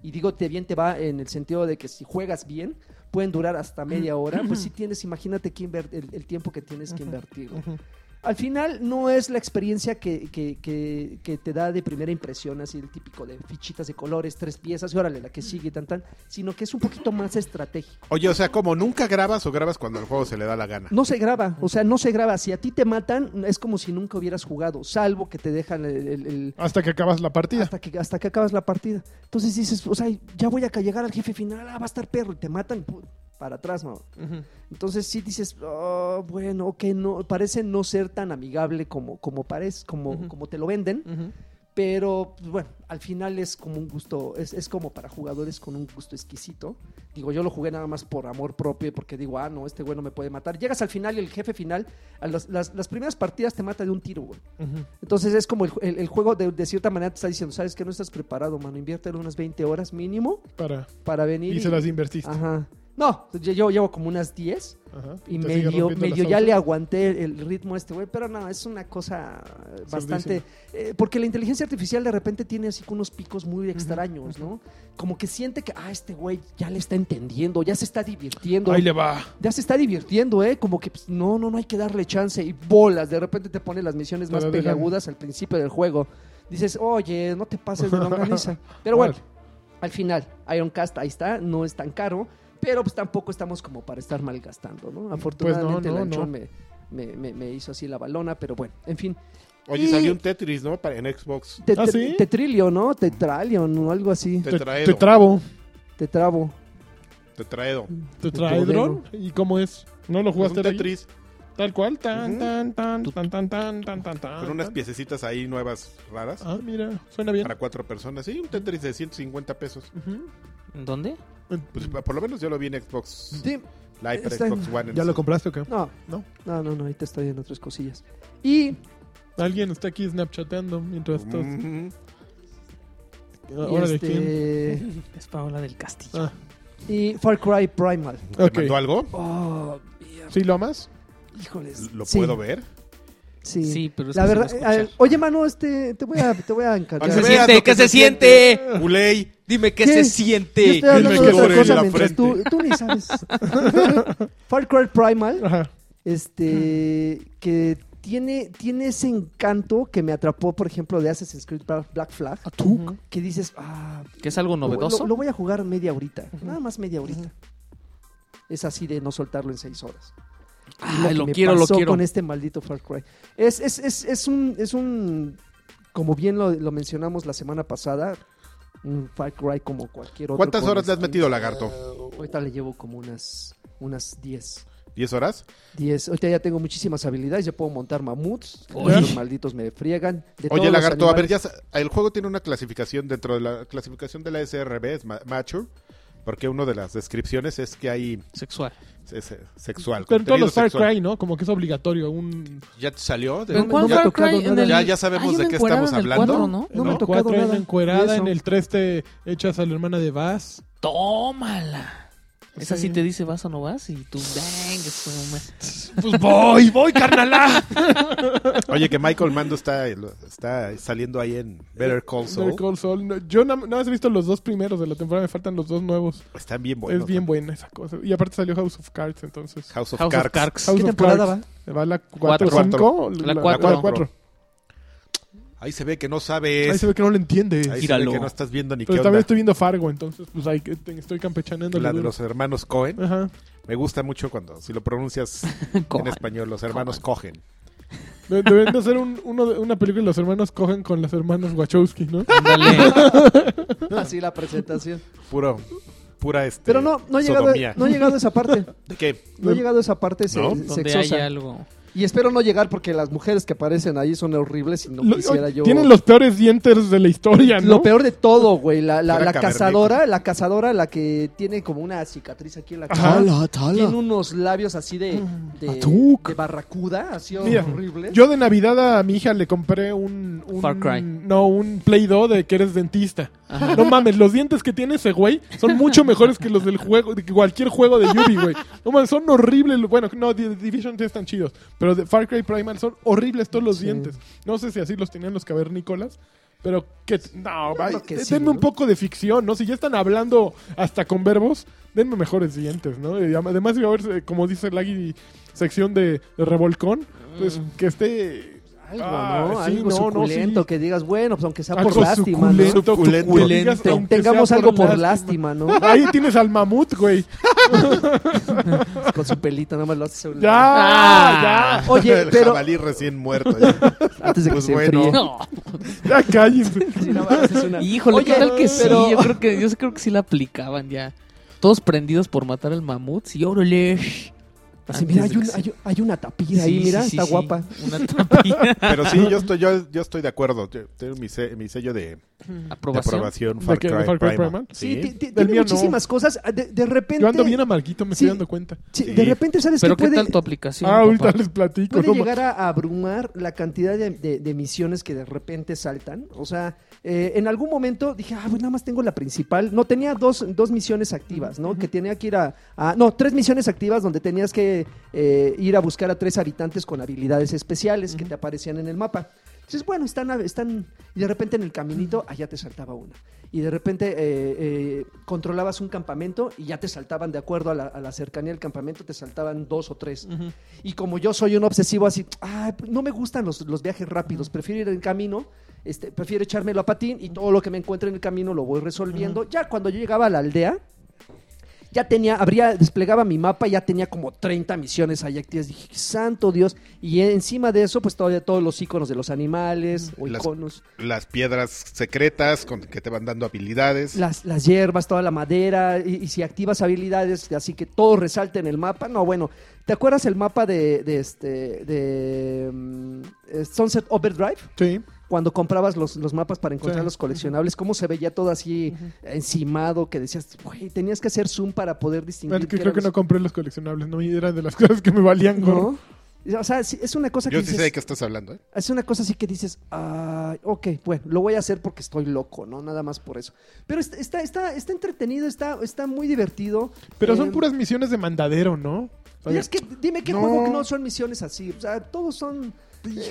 C: y digo te bien te va en el sentido de que si juegas bien, pueden durar hasta media hora, pues sí tienes, imagínate que inver- el, el tiempo que tienes que invertir.
B: Ujú.
C: Al final no es la experiencia que, que- que- que te da de primera impresión, así el típico de fichitas de colores, tres piezas y órale, la que sigue, tan tan, sino que es un poquito más estratégico.
A: Oye, o sea, como nunca grabas o grabas cuando el juego se le da la gana.
C: No se graba, o sea, no se graba. Si a ti te matan, es como si nunca hubieras jugado, salvo que te dejan el- el- el,
B: Hasta que acabas la partida.
C: Hasta que, hasta que acabas la partida. Entonces dices, o sea, ya voy a ca- llegar al jefe final, ah, va a estar perro, y te matan pu- para atrás, ¿no? Entonces sí dices, "Ah, bueno, ok, no, parece no ser tan amigable como, como parece, como, como te lo venden, pero pues, bueno, al final es como un gusto, es, es como para jugadores con un gusto exquisito. Digo, yo lo jugué nada más por amor propio, y porque digo, ah, no, este güey no me puede matar. Llegas al final y el jefe final, a las, las- las primeras partidas te mata de un tiro, güey.
B: Ujú.
C: Entonces es como el, el- el juego de, de cierta manera te está diciendo, sabes que no estás preparado, mano, inviértelo unas 20 horas mínimo
B: Para.
C: para venir.
B: Y se las invertiste.
C: Ajá. No, yo- yo llevo como unas 10
B: Ajá.
C: ah, y
B: Te sigue
C: medio,
B: rompiendo la
C: medio ya
B: sauce.
C: le aguanté el ritmo a este güey, pero no, es una cosa bastante... eh, porque la inteligencia artificial de repente tiene así como unos picos muy extraños, ¿no? Como que siente que, ah, este güey ya le está entendiendo, ya se está divirtiendo.
B: Ahí le va.
C: Ya se está divirtiendo, ¿eh? Como que pues, no, no, no hay que darle chance. Y bolas, de repente te pone las misiones
B: Te
C: más
B: la dejan.
C: peleagudas al principio del juego. Dices, oye, no te pases de longaniza. Pero bueno,
B: Órale.
C: al final, Ironcast ahí está, no es tan caro, pero pues tampoco estamos como para estar malgastando, ¿no? Afortunadamente
B: Pues, no,
C: el
B: no,
C: anchón
B: no.
C: me- Me, me- me hizo así la balona, pero bueno, en fin.
A: Oye,
C: Y-
A: salió un Tetris, ¿no? Para, en Xbox.
C: Te-
B: ¿Ah,
C: te-
B: sí?
C: Tetrilio, ¿no? Tetralion o algo así.
B: Te,
A: Tetraedo.
B: te trabo.
C: Tetrabo.
A: Tetraedo.
B: Te trae dron. ¿Y cómo es? ¿No lo
A: Es un
B: jugaste de ahí?
A: Tetris
B: Tal cual. Tan,
A: Ujú.
B: tan, tan, tan, tan, tan, tan, tan, tan.
A: con unas piececitas ahí nuevas, raras.
B: Ah, mira. Suena bien.
A: Para cuatro personas. Sí, un Tetris de 150 pesos.
B: Ujú.
D: ¿En dónde?
A: Pues, por lo menos yo lo vi en Xbox
C: Sí,
A: Live, para
C: Está en-
A: Xbox One. en
B: ¿Ya lo
A: ese-
B: compraste o qué?
C: no,
B: Mm. No.
C: no, no, no, no, ahorita estoy en otras cosillas. Y
B: Alguien está aquí snapchateando mientras estás. Ah,
A: Ujú.
B: Ahora
C: y
B: de quién.
C: este,
D: Es Paola del Castillo.
B: Ah,
C: y Far Cry Primal.
A: ¿Te mandó
B: ok.
A: algo?
C: Oh, mierda,
B: ¿Sí lo amas?
C: híjoles.
A: ¿Lo
C: Sí,
A: puedo ver?
C: Sí.
D: Sí, pero es
C: La
D: que se va a
C: verdad,
D: escuchar.
C: eh, oye, mano, este, te voy a, te voy a
D: ¿Qué
C: encargar.
D: se
A: Veas
D: siente?
A: lo que
D: ¿Qué
A: se
D: se siente?
A: Uley.
D: Dime qué
C: ¿Qué?
D: se
C: Yo
D: siente.
C: estoy hablando
A: Dime
C: de
A: que
C: otra
A: sobre
C: cosa
A: la
C: mientras tú, tú ni sabes. Far Cry Primal,
B: Ajá.
C: este, que tiene, tiene ese encanto que me atrapó, por ejemplo, de Assassin's Creed Bla- Black Flag,
B: ¿Tú?
C: que dices, ah,
D: ¿Que es algo
C: lo-
D: novedoso?
C: Lo, lo voy a jugar media horita, nada más media horita. Es así de no soltarlo en seis horas.
D: Ay,
C: que
D: lo
C: me
D: quiero, lo
C: pasó
D: quiero.
C: con este maldito Far Cry. Es, es, es, es un, es un, como bien lo, lo mencionamos la semana pasada, un Far Cry como cualquier otro.
A: ¿Cuántas
C: con
A: horas le has
C: distinto-
A: metido, lagarto?
C: Ahorita le llevo como unas, unas 10.
A: ¿10 horas?
C: 10. Ahorita ya tengo muchísimas habilidades, ya puedo montar mamuts.
D: Oye.
C: Los malditos me friegan. De todos
A: Oye,
C: los
A: Lagarto, a ver,
C: animales-
A: ya sa- el juego tiene una clasificación dentro de la clasificación de la SRB, es ma- Mature, porque una de las descripciones es que hay
D: Sexual.
A: es, eh, sexual.
B: Pero en todos
A: contenido
B: los Far
A: sexual.
B: Cry, ¿no? Como que es obligatorio. Un...
A: ¿Ya te salió? de-
D: ¿Pero en cuál
C: no me
A: ya-
C: ha
D: Far
C: tocado
D: Cry? En
C: nada.
D: el-
A: Ya- ya sabemos
D: hay
A: de
D: una
A: qué
D: encuerada
A: estamos
D: en el
A: hablando.
D: cuatro, ¿no?
C: No me ha
B: ¿no?
C: tocado
B: Cuatro, hay una
C: nada
B: encuerada
C: de eso.
B: en el 3 te echas a la hermana de Vaz.
D: Tómala. Esa
B: Sí.
D: sí te dice vas o no vas y tú bang. fue un-
B: Pues voy, voy, carnalá.
A: Oye, que Michael Mando está, está saliendo ahí en Better Call Saul.
B: Better Call Saul. No, yo na- nada más he visto los dos primeros de la temporada, me faltan los dos nuevos.
A: Están bien buenos.
B: es bien buena esa cosa. Y aparte salió House of Cards, entonces.
A: House of
D: House of
A: Cards.
D: Cards.
B: House
C: ¿Qué
B: of
C: temporada
B: Cards. ¿Va la 4
D: Cuatro.
B: o 5?
D: La cuatro.
A: Ahí se ve que no sabes.
B: Ahí se ve que no lo entiende.
A: Ahí se ve
D: Gíralo.
A: que no estás viendo ni qué
B: Pero también
A: onda.
B: estoy viendo Fargo, entonces pues ahí que te- estoy campechaneando.
A: La de los hermanos Cohen.
B: Ajá.
A: Me gusta mucho cuando, si lo pronuncias en
D: Cojan.
A: español, los hermanos cogen.
B: De- Deben de hacer un- uno de- una película y los hermanos cogen con los hermanos Wachowski, ¿no?
D: Ándale.
C: Así la presentación.
A: Puro, pura este.
C: Pero no, no he llegado,
A: sodomía.
C: no he llegado a esa parte.
A: ¿De qué?
C: No he llegado a esa parte se-
A: ¿No?
D: Donde hay
C: sexosa.
D: algo.
C: Y espero no llegar porque las mujeres que aparecen ahí son horribles y no
B: Lo-
C: quisiera yo.
B: Tienen los peores dientes de la historia, ¿Ah, ¿no?
C: Lo peor de todo, güey, la, la,
A: Fuera
C: la
A: cavernícola.
C: cazadora, la cazadora, la que tiene como una cicatriz aquí en la cara. Tiene unos labios así de, de,
B: Atuk.
C: de barracuda, así
B: Mm. Mira,
C: horrible.
B: Yo de Navidad a mi hija le compré un, un-
D: Far Cry.
B: No, un Play Doh de que eres dentista.
D: Ajá.
B: No mames, los dientes que tiene ese güey son mucho mejores que los del juego, de que cualquier juego de Yubi, güey. No mames, son horribles. Bueno, no, The Division sí están chidos, pero de Far Cry Primal son horribles todos los
C: Sí.
B: dientes. No sé si así los tenían los cavernícolas. Pero que no, vaya,
C: que
B: de-
C: sí,
B: denme
C: ¿no?
B: un poco de ficción, ¿no? Si ya están hablando hasta con verbos, denme mejores dientes, ¿no? Y am- además iba a haber, eh, como dice Laggy, sección de, de revolcón, pues que esté
C: Mm. Algo,
B: Ah,
C: ¿no?
B: sí,
C: algo
B: no, no,
C: suculento
B: sí.
C: que digas, bueno, pues aunque sea
B: algo
C: por lástima, ¿no?
B: suculento,
A: Suculento.
B: que digas,
C: Te-
B: aunque
C: tengamos
B: sea
C: algo por lástima, ¿no?
B: Ahí tienes al mamut, güey.
C: Con su pelito, nada más lo hace.
B: Ya,
D: Ah.
C: Oye,
A: El
C: pero
A: jabalí recién muerto. ya.
C: antes de que
A: Pues
C: se
A: bueno.
C: enfríe.
D: No.
B: ya, ya cállense.
C: Sí, nada más haces una-
D: Híjole,
C: Oye,
D: ¿qué tal que sí?
C: pero-
D: Yo creo que, yo creo que sí la aplicaban ya. Todos prendidos por matar al mamut. Sí, órale.
C: Así, Pues mira,
D: Antes
C: hay,
D: de
C: un-
D: que se-
C: hay, hay una tapilla ahí,
D: Sí,
C: mira,
D: sí, sí,
C: está
D: sí.
C: guapa.
D: Una tapilla.
A: Pero sí, yo estoy, yo, yo estoy de acuerdo. Yo- Tengo mi, se- mi sello de, de
D: Aprobación.
A: aprobación.
B: ¿De
A: Far
B: qué?
A: Cry,
B: ¿Far Cry
A: Primal.
B: Primal?
A: Sí.
C: Sí, ti- ti-
B: Del
C: tiene
B: mío no.
C: muchísimas cosas. Ah, De, de repente.
B: Yo ando bien amarguito, me
C: Sí.
B: estoy dando cuenta.
C: sí,
A: Sí.
C: De repente, ¿sabes
D: Pero
C: qué
D: ¿qué
C: puede,
D: tal tu aplicación?
B: ah, ahorita
D: papá?
B: les platico.
C: puede
B: no ma-
C: llegar a abrumar la cantidad de, de- de misiones que de repente saltan? O sea, eh, en algún momento dije, ah, pues nada más tengo la principal. No, tenía dos, dos misiones activas, ¿no? Que tenía que ir a, a- No, tres misiones activas donde tenías que eh, ir a buscar a tres habitantes con habilidades especiales que te aparecían en el mapa. Entonces, bueno, están, a- están. Y de repente en el caminito, allá te saltaba una. Y de repente eh, eh, controlabas un campamento y ya te saltaban, de acuerdo a la, a la cercanía del campamento, te saltaban dos o tres. Y como yo soy un obsesivo así, "Ay, pues, no me gustan los, los viajes rápidos, prefiero ir en camino, este, prefiero echármelo a patín y todo lo que me encuentre en el camino lo voy resolviendo. Ya cuando yo llegaba a la aldea, ya tenía, habría, desplegaba mi mapa, y ya tenía como 30 misiones ahí activas. Dije, santo Dios. Y encima de eso, pues todavía todos los iconos de los animales o
A: Las-
C: iconos,
A: Las piedras secretas con que te van dando habilidades.
C: las, las hierbas, toda la madera, y, y si activas habilidades, así que todo resalte en el mapa. No, bueno, ¿te acuerdas el mapa de, de este de mm, eh, Sunset Overdrive?
B: Sí.
C: cuando comprabas los, los mapas para encontrar
B: Sí.
C: los coleccionables, cómo se veía todo así encimado, que decías, güey, tenías que hacer zoom para poder distinguir.
B: Es que
C: qué
B: creo que
C: eran
B: no compré los coleccionables, no, y eran de las cosas que me valían,
C: los-
B: gorro.
C: ¿No? O sea, sí, es una cosa que
A: Yo sí
C: dices,
A: sé de qué estás hablando. ¿eh?
C: es una cosa así que dices, ah, ok, bueno, lo voy a hacer porque estoy loco, ¿no? Nada más por eso. Pero est- está, está, está entretenido, está, está muy divertido.
B: Pero son
C: Eh,
B: puras misiones de mandadero, ¿no? O sea,
C: es que dime qué
B: No.
C: juego que no son misiones así. O sea, todos son.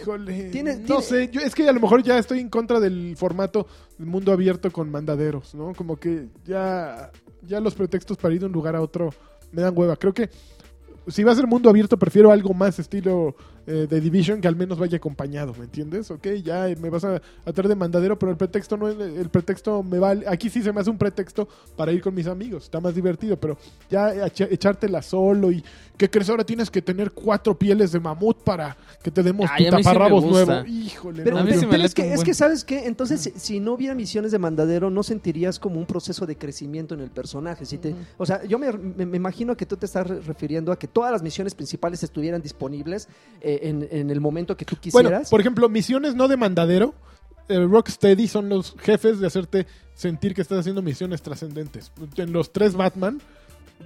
B: Híjole.
C: eh, Tiene-
B: no
C: tiene-
B: sé, yo es que a lo mejor ya estoy en contra del formato mundo abierto con mandaderos, ¿no? Como que ya, ya los pretextos para ir de un lugar a otro me dan hueva. Creo que si va a ser mundo abierto, prefiero algo más estilo eh, de Division que al menos vaya acompañado, ¿me entiendes? Ok, ya eh, me vas a atar de mandadero, pero el pretexto no es, el pretexto me vale. Aquí sí se me hace un pretexto para ir con mis amigos, está más divertido, pero ya echa- echártela solo y ¿qué crees? Ahora tienes que tener cuatro pieles de mamut para que te demos
D: Ay,
B: tu
D: a mí sí me
B: taparrabos
D: gusta.
B: nuevo. Híjole,
C: Pero,
B: no,
D: a mí
B: tío.
C: pero-
D: sí me
C: pero es,
D: late un
C: que, es
D: buen.
C: que, ¿sabes qué? Entonces, si, si no hubiera misiones de mandadero, no sentirías como un proceso de crecimiento en el personaje. Si te, O sea, yo me, me- me imagino que tú te estás re- refiriendo a que todas las misiones principales estuvieran disponibles eh, en, en el momento que tú
B: Bueno,
C: quisieras.
B: por ejemplo, misiones no de mandadero. eh, Rocksteady son los jefes de hacerte sentir que estás haciendo misiones trascendentes. En los tres Batman,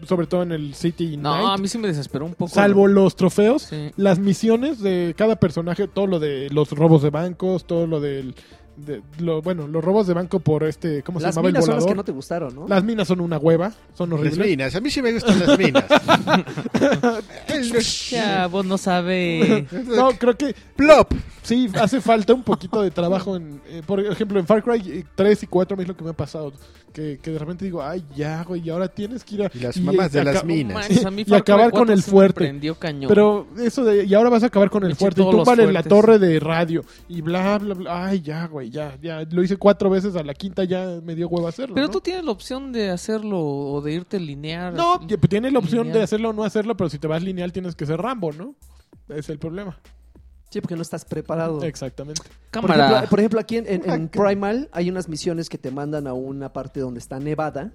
B: sobre todo en el City
D: No, a
B: Knights,
D: mí sí me desesperó un poco.
B: salvo los trofeos,
D: Sí.
B: las misiones de cada personaje, todo lo de los robos de bancos, todo lo del... de- lo, bueno, los robos de banco por este... ¿Cómo se
C: las
B: llamaba el
C: minas son
B: volador?
C: las que no te gustaron, ¿no?
B: Las minas son una hueva, son
A: Las
B: horribles.
A: minas. A mí sí me gustan las minas.
D: Ya, vos no sabe.
B: No, creo que
A: Plop.
B: Sí, hace falta un poquito de trabajo en, eh, por ejemplo, en Far Cry eh, 3 y 4 a mí es lo que me ha pasado, que, que de repente digo, ay, ya, güey, y ahora tienes que ir a...
A: Y las mamás de
B: acá-
A: las
D: No
A: minas.
D: manches, a mí
B: Y
D: Far Cry
B: acabar
D: 4
B: con el
D: sí me
B: fuerte.
D: prendió cañón.
B: Pero eso de, y ahora vas a acabar con el
D: Echen
B: fuerte, y
D: todos los
B: túmbale en la
D: fuertes.
B: torre de radio, y bla, bla, bla, ay, ya, güey, ya, ya, lo hice cuatro veces, a la quinta ya me dio huevo hacerlo,
D: Pero
B: ¿no?
D: tú tienes la opción de hacerlo o de irte linear.
B: No,
D: así.
B: y- pues, tienes la opción
D: Lineal.
B: de hacerlo o no hacerlo, pero si te vas lineal tienes que ser Rambo, ¿no? Es el problema.
C: Sí, porque no estás preparado.
B: Exactamente.
C: Por
D: Cámara.
C: ejemplo, por ejemplo, aquí en, en- en Primal hay unas misiones que te mandan a una parte donde está nevada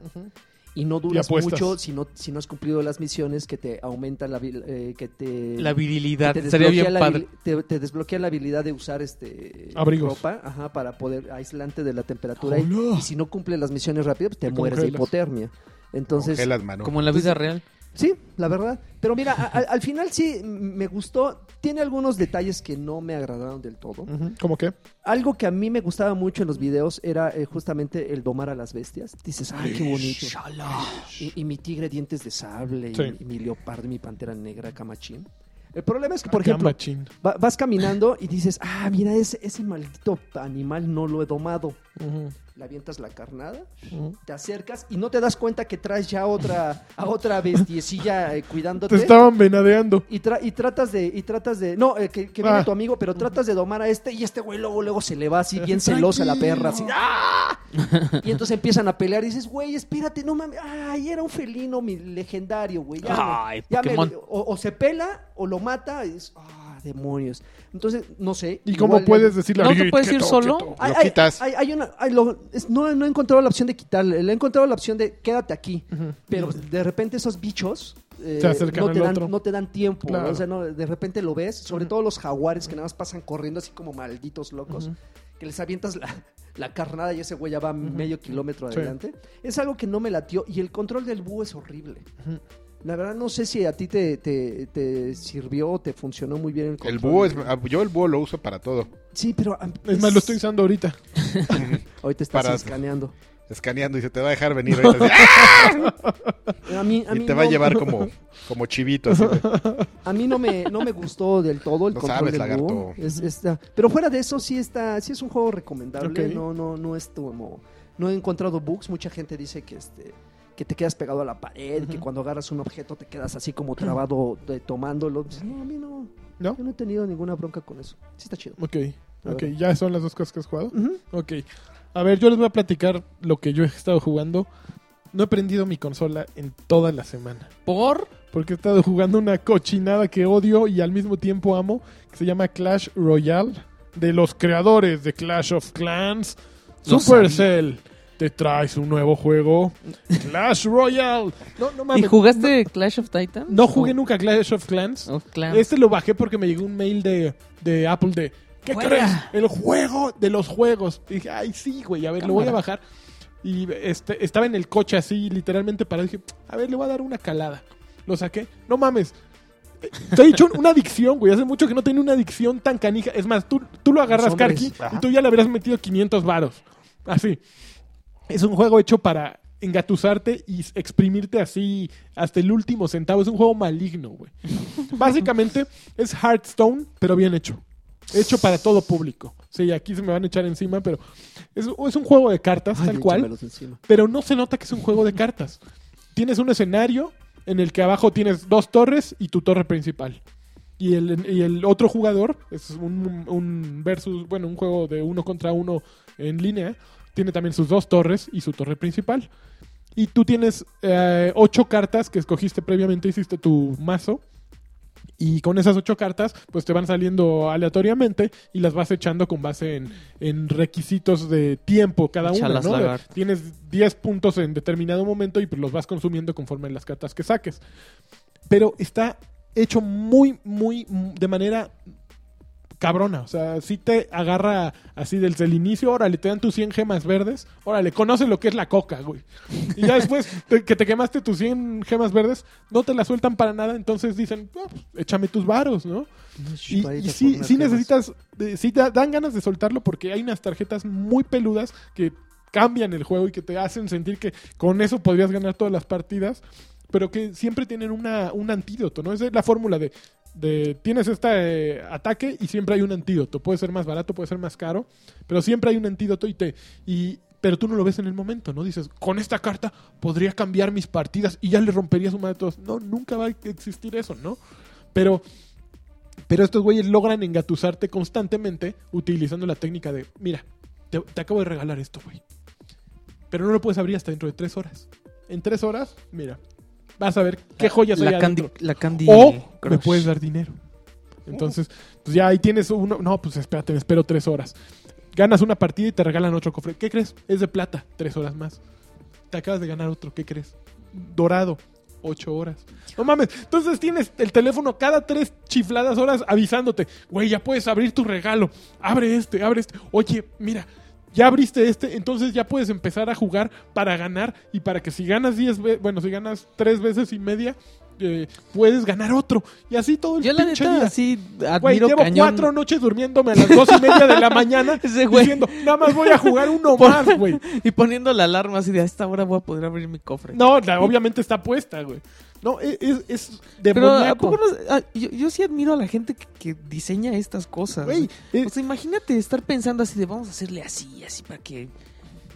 C: y no duras
B: apuestas.
C: mucho si no, si no has cumplido las misiones que te aumentan la... vil- eh, que te...
D: La virilidad.
C: te
D: Sería
C: desbloquea
D: bien
C: la
D: padre.
C: habili- te, te desbloquea la habilidad de usar este
B: Abrigos.
C: ropa ajá, para poder aislante de la temperatura.
B: Hola.
C: Y, y si no cumple las misiones rápido, pues te,
B: Te
C: mueres
B: congelas.
C: de hipotermia. Entonces,
A: Congelas, mano.
D: Como en la vida real.
C: sí, la verdad. Pero mira, a- al- al final sí m- me gustó. Tiene algunos detalles que no me agradaron del todo.
B: Ujú, ¿Cómo qué?
C: Algo que a mí me gustaba mucho en los videos era eh, justamente el domar a las bestias. Dices, ¡ay, qué bonito! Y, y mi tigre dientes de sable, y,
B: Sí.
C: mi- y mi leopardo, y mi pantera negra, camachín. El problema es que, por
B: Acá,
C: ejemplo,
B: machín.
C: Va- vas caminando y dices, ah, mira, ese, ese maldito animal no lo he domado.
B: Ujú,
C: Le avientas la carnada,
B: ujú.
C: te acercas y no te das cuenta que traes ya otra, a otra bestiecilla eh, cuidándote.
B: Te estaban venadeando.
C: Y, tra- y tratas de, y tratas de, no, eh, que, que viene
B: Ah.
C: tu amigo, pero tratas de domar a este y este güey luego, luego se le va así bien celosa la perra, así, ¡ah! Y entonces empiezan a pelear y dices, güey, espérate, no mames, ay, era un felino mi legendario, güey. ya me-
D: Ay,
C: ya me-
D: Pokémon.
C: o, o se pela o lo mata y dices, ah, demonios. Entonces, no sé.
B: ¿Y cómo
C: igual-
B: puedes decirle a
D: No
B: alguien,
D: te puedes
B: "Quieto,
D: ir solo.
B: quieto"?
C: Hay,
A: Lo
C: hay-
A: quitas.
C: hay- hay una, hay lo- es- no, no he encontrado la opción de quitarle, le he encontrado la opción de quédate aquí. Pero de repente esos bichos eh,
B: Se acercan
C: no,
B: al
C: te dan,
B: otro.
C: no te dan tiempo.
B: Claro.
C: ¿no? O sea, no, de repente lo ves, sobre todo los jaguares que nada más pasan corriendo así como malditos locos, que les avientas la, la carnada y ese güey ya va medio kilómetro
B: Sí.
C: adelante. Es algo que no me latió y el control del búho es horrible. La verdad no sé si a ti te, te- te sirvió o te funcionó muy bien el control.
A: El búho es, ah, yo el búho lo uso para todo.
C: Sí, pero... ah,
B: Es más, lo estoy usando ahorita.
C: Hoy te estás
A: para-
C: escaneando.
A: Escaneando y se te va a dejar venir. ahorita, así,
C: A mí, a
A: ¡ah!
C: mí
A: y te va a
C: no-
A: llevar como, como chivito. así de-
C: A mí no me, no me gustó del todo el
A: No
C: control
A: sabes,
C: del
A: lagarto.
C: búho. Es- está- pero fuera de eso, sí está, sí es un juego recomendable.
B: Ok.
C: No, no, no es como. No he encontrado bugs. Mucha gente dice que este que te quedas pegado a la pared, que cuando agarras un objeto te quedas así como trabado de- tomándolo. No, a mí no.
B: ¿No?
C: Yo no he tenido ninguna bronca con eso. Sí está chido.
B: Ok,
C: A
B: ok,
C: ver.
B: ya son las dos cosas que has jugado.
C: Ujú.
B: Ok, a ver, yo les voy a platicar lo que yo he estado jugando. No he prendido mi consola en toda la semana.
D: ¿Por?
B: Porque he estado jugando una cochinada que odio y al mismo tiempo amo, que se llama Clash Royale, de los creadores de Clash of Clans,
D: Lo
B: Supercell. Te traes un nuevo juego, Clash Royale. No, no
D: ¿Y
B: mames.
D: jugaste Clash of Titans?
B: No jugué nunca Clash of Clans.
D: Oh, claro.
B: Este lo bajé porque me llegó un mail de, de Apple de ¿Qué
D: Juega.
B: crees? El juego de los juegos. Y dije, ay sí, güey, a ver, lo voy a bajar. Y este, estaba en el coche así, literalmente parado. Dije, a ver, le voy a dar una calada. Lo saqué. No mames. Eh, Te he dicho una adicción, güey. Hace mucho que no tenía una adicción tan canija. Es más, tú, tú lo agarras,
C: hombres.
B: Karki, y tú ya le habrías metido 500 varos. Así. Es un juego hecho para engatusarte y s- exprimirte así hasta el último centavo. Es un juego maligno, güey. Básicamente es Hearthstone, pero bien hecho. Hecho para todo público. Sí, aquí se me van a echar encima, pero es, es un juego de cartas,
C: Ay,
B: tal cual.
C: échamelos encima.
B: Pero no se nota que es un juego de cartas. Tienes un escenario en el que abajo tienes dos torres y tu torre principal. Y el, y el otro jugador, es un, un versus, bueno, un juego de uno contra uno en línea, tiene también sus dos torres y su torre principal. Y tú tienes eh, ocho cartas que escogiste previamente, hiciste tu mazo. Y con esas ocho cartas, pues te van saliendo aleatoriamente y las vas echando con base en, en requisitos de tiempo cada una.
D: Chalas
B: ¿no? De-
D: lagarto.
B: Tienes 10 puntos en determinado momento y pues los vas consumiendo conforme las cartas que saques. Pero está hecho muy, muy, mm, de manera cabrona. O sea, si te agarra así desde el inicio, órale, te dan tus 100 gemas verdes, órale, conoce lo que es la coca, güey. Y ya después te- que te quemaste tus 100 gemas verdes, no te las sueltan para nada, entonces dicen, "Ah, pues, échame tus varos, ¿no? Y,
C: Chupadita
B: y
C: por
B: sí,
C: unas
B: sí
C: gemas.
B: necesitas, eh, sí da- dan ganas de soltarlo porque hay unas tarjetas muy peludas que cambian el juego y que te hacen sentir que con eso podrías ganar todas las partidas, pero que siempre tienen una, un antídoto, ¿no? Esa es la fórmula de, de tienes este eh, ataque y siempre hay un antídoto. Puede ser más barato, puede ser más caro, pero siempre hay un antídoto y te... Y, pero tú no lo ves en el momento, ¿no? Dices, con esta carta podría cambiar mis partidas y ya le rompería su madre a todos. No, nunca va a existir eso, ¿no? Pero pero estos güeyes logran engatusarte constantemente utilizando la técnica de, mira, te, te acabo de regalar esto, güey. Pero no lo puedes abrir hasta dentro de tres horas. En tres horas, mira, vas a ver qué joyas hay
D: la
B: adentro.
D: Candy, la candy
B: O
D: Crush.
B: me puedes dar dinero. Entonces, pues ya ahí tienes uno. No, pues espérate, me espero tres horas. Ganas una partida y te regalan otro cofre. ¿Qué crees? Es de plata, tres horas más. Te acabas de ganar otro, ¿qué crees? Dorado, ocho horas. No mames. Entonces tienes el teléfono cada tres chifladas horas avisándote. Güey, ya puedes abrir tu regalo. Abre este, abre este. Oye, mira. Ya abriste este, entonces ya puedes empezar a jugar para ganar y para que si ganas 10 veces, bueno, si ganas tres veces y media, eh, puedes ganar otro. Y así todo el
D: Yo la
B: pinche
D: neta
B: día.
D: así
B: Güey,
D: admiro
B: llevo
D: cañón.
B: cuatro noches durmiéndome a las dos y media de la mañana
D: Ese güey.
B: diciendo, nada más voy a jugar uno
D: Por-
B: más, güey.
D: Y poniendo la alarma así de a esta hora voy a poder abrir mi cofre.
B: No, la- obviamente está puesta, güey. No, es, es, es
D: Pero ¿a
B: demoníaco.
D: poco no- ah, yo, yo sí admiro a la gente que, que diseña estas cosas.
B: Güey, eh,
D: O sea, imagínate estar pensando así de vamos a hacerle así, así para que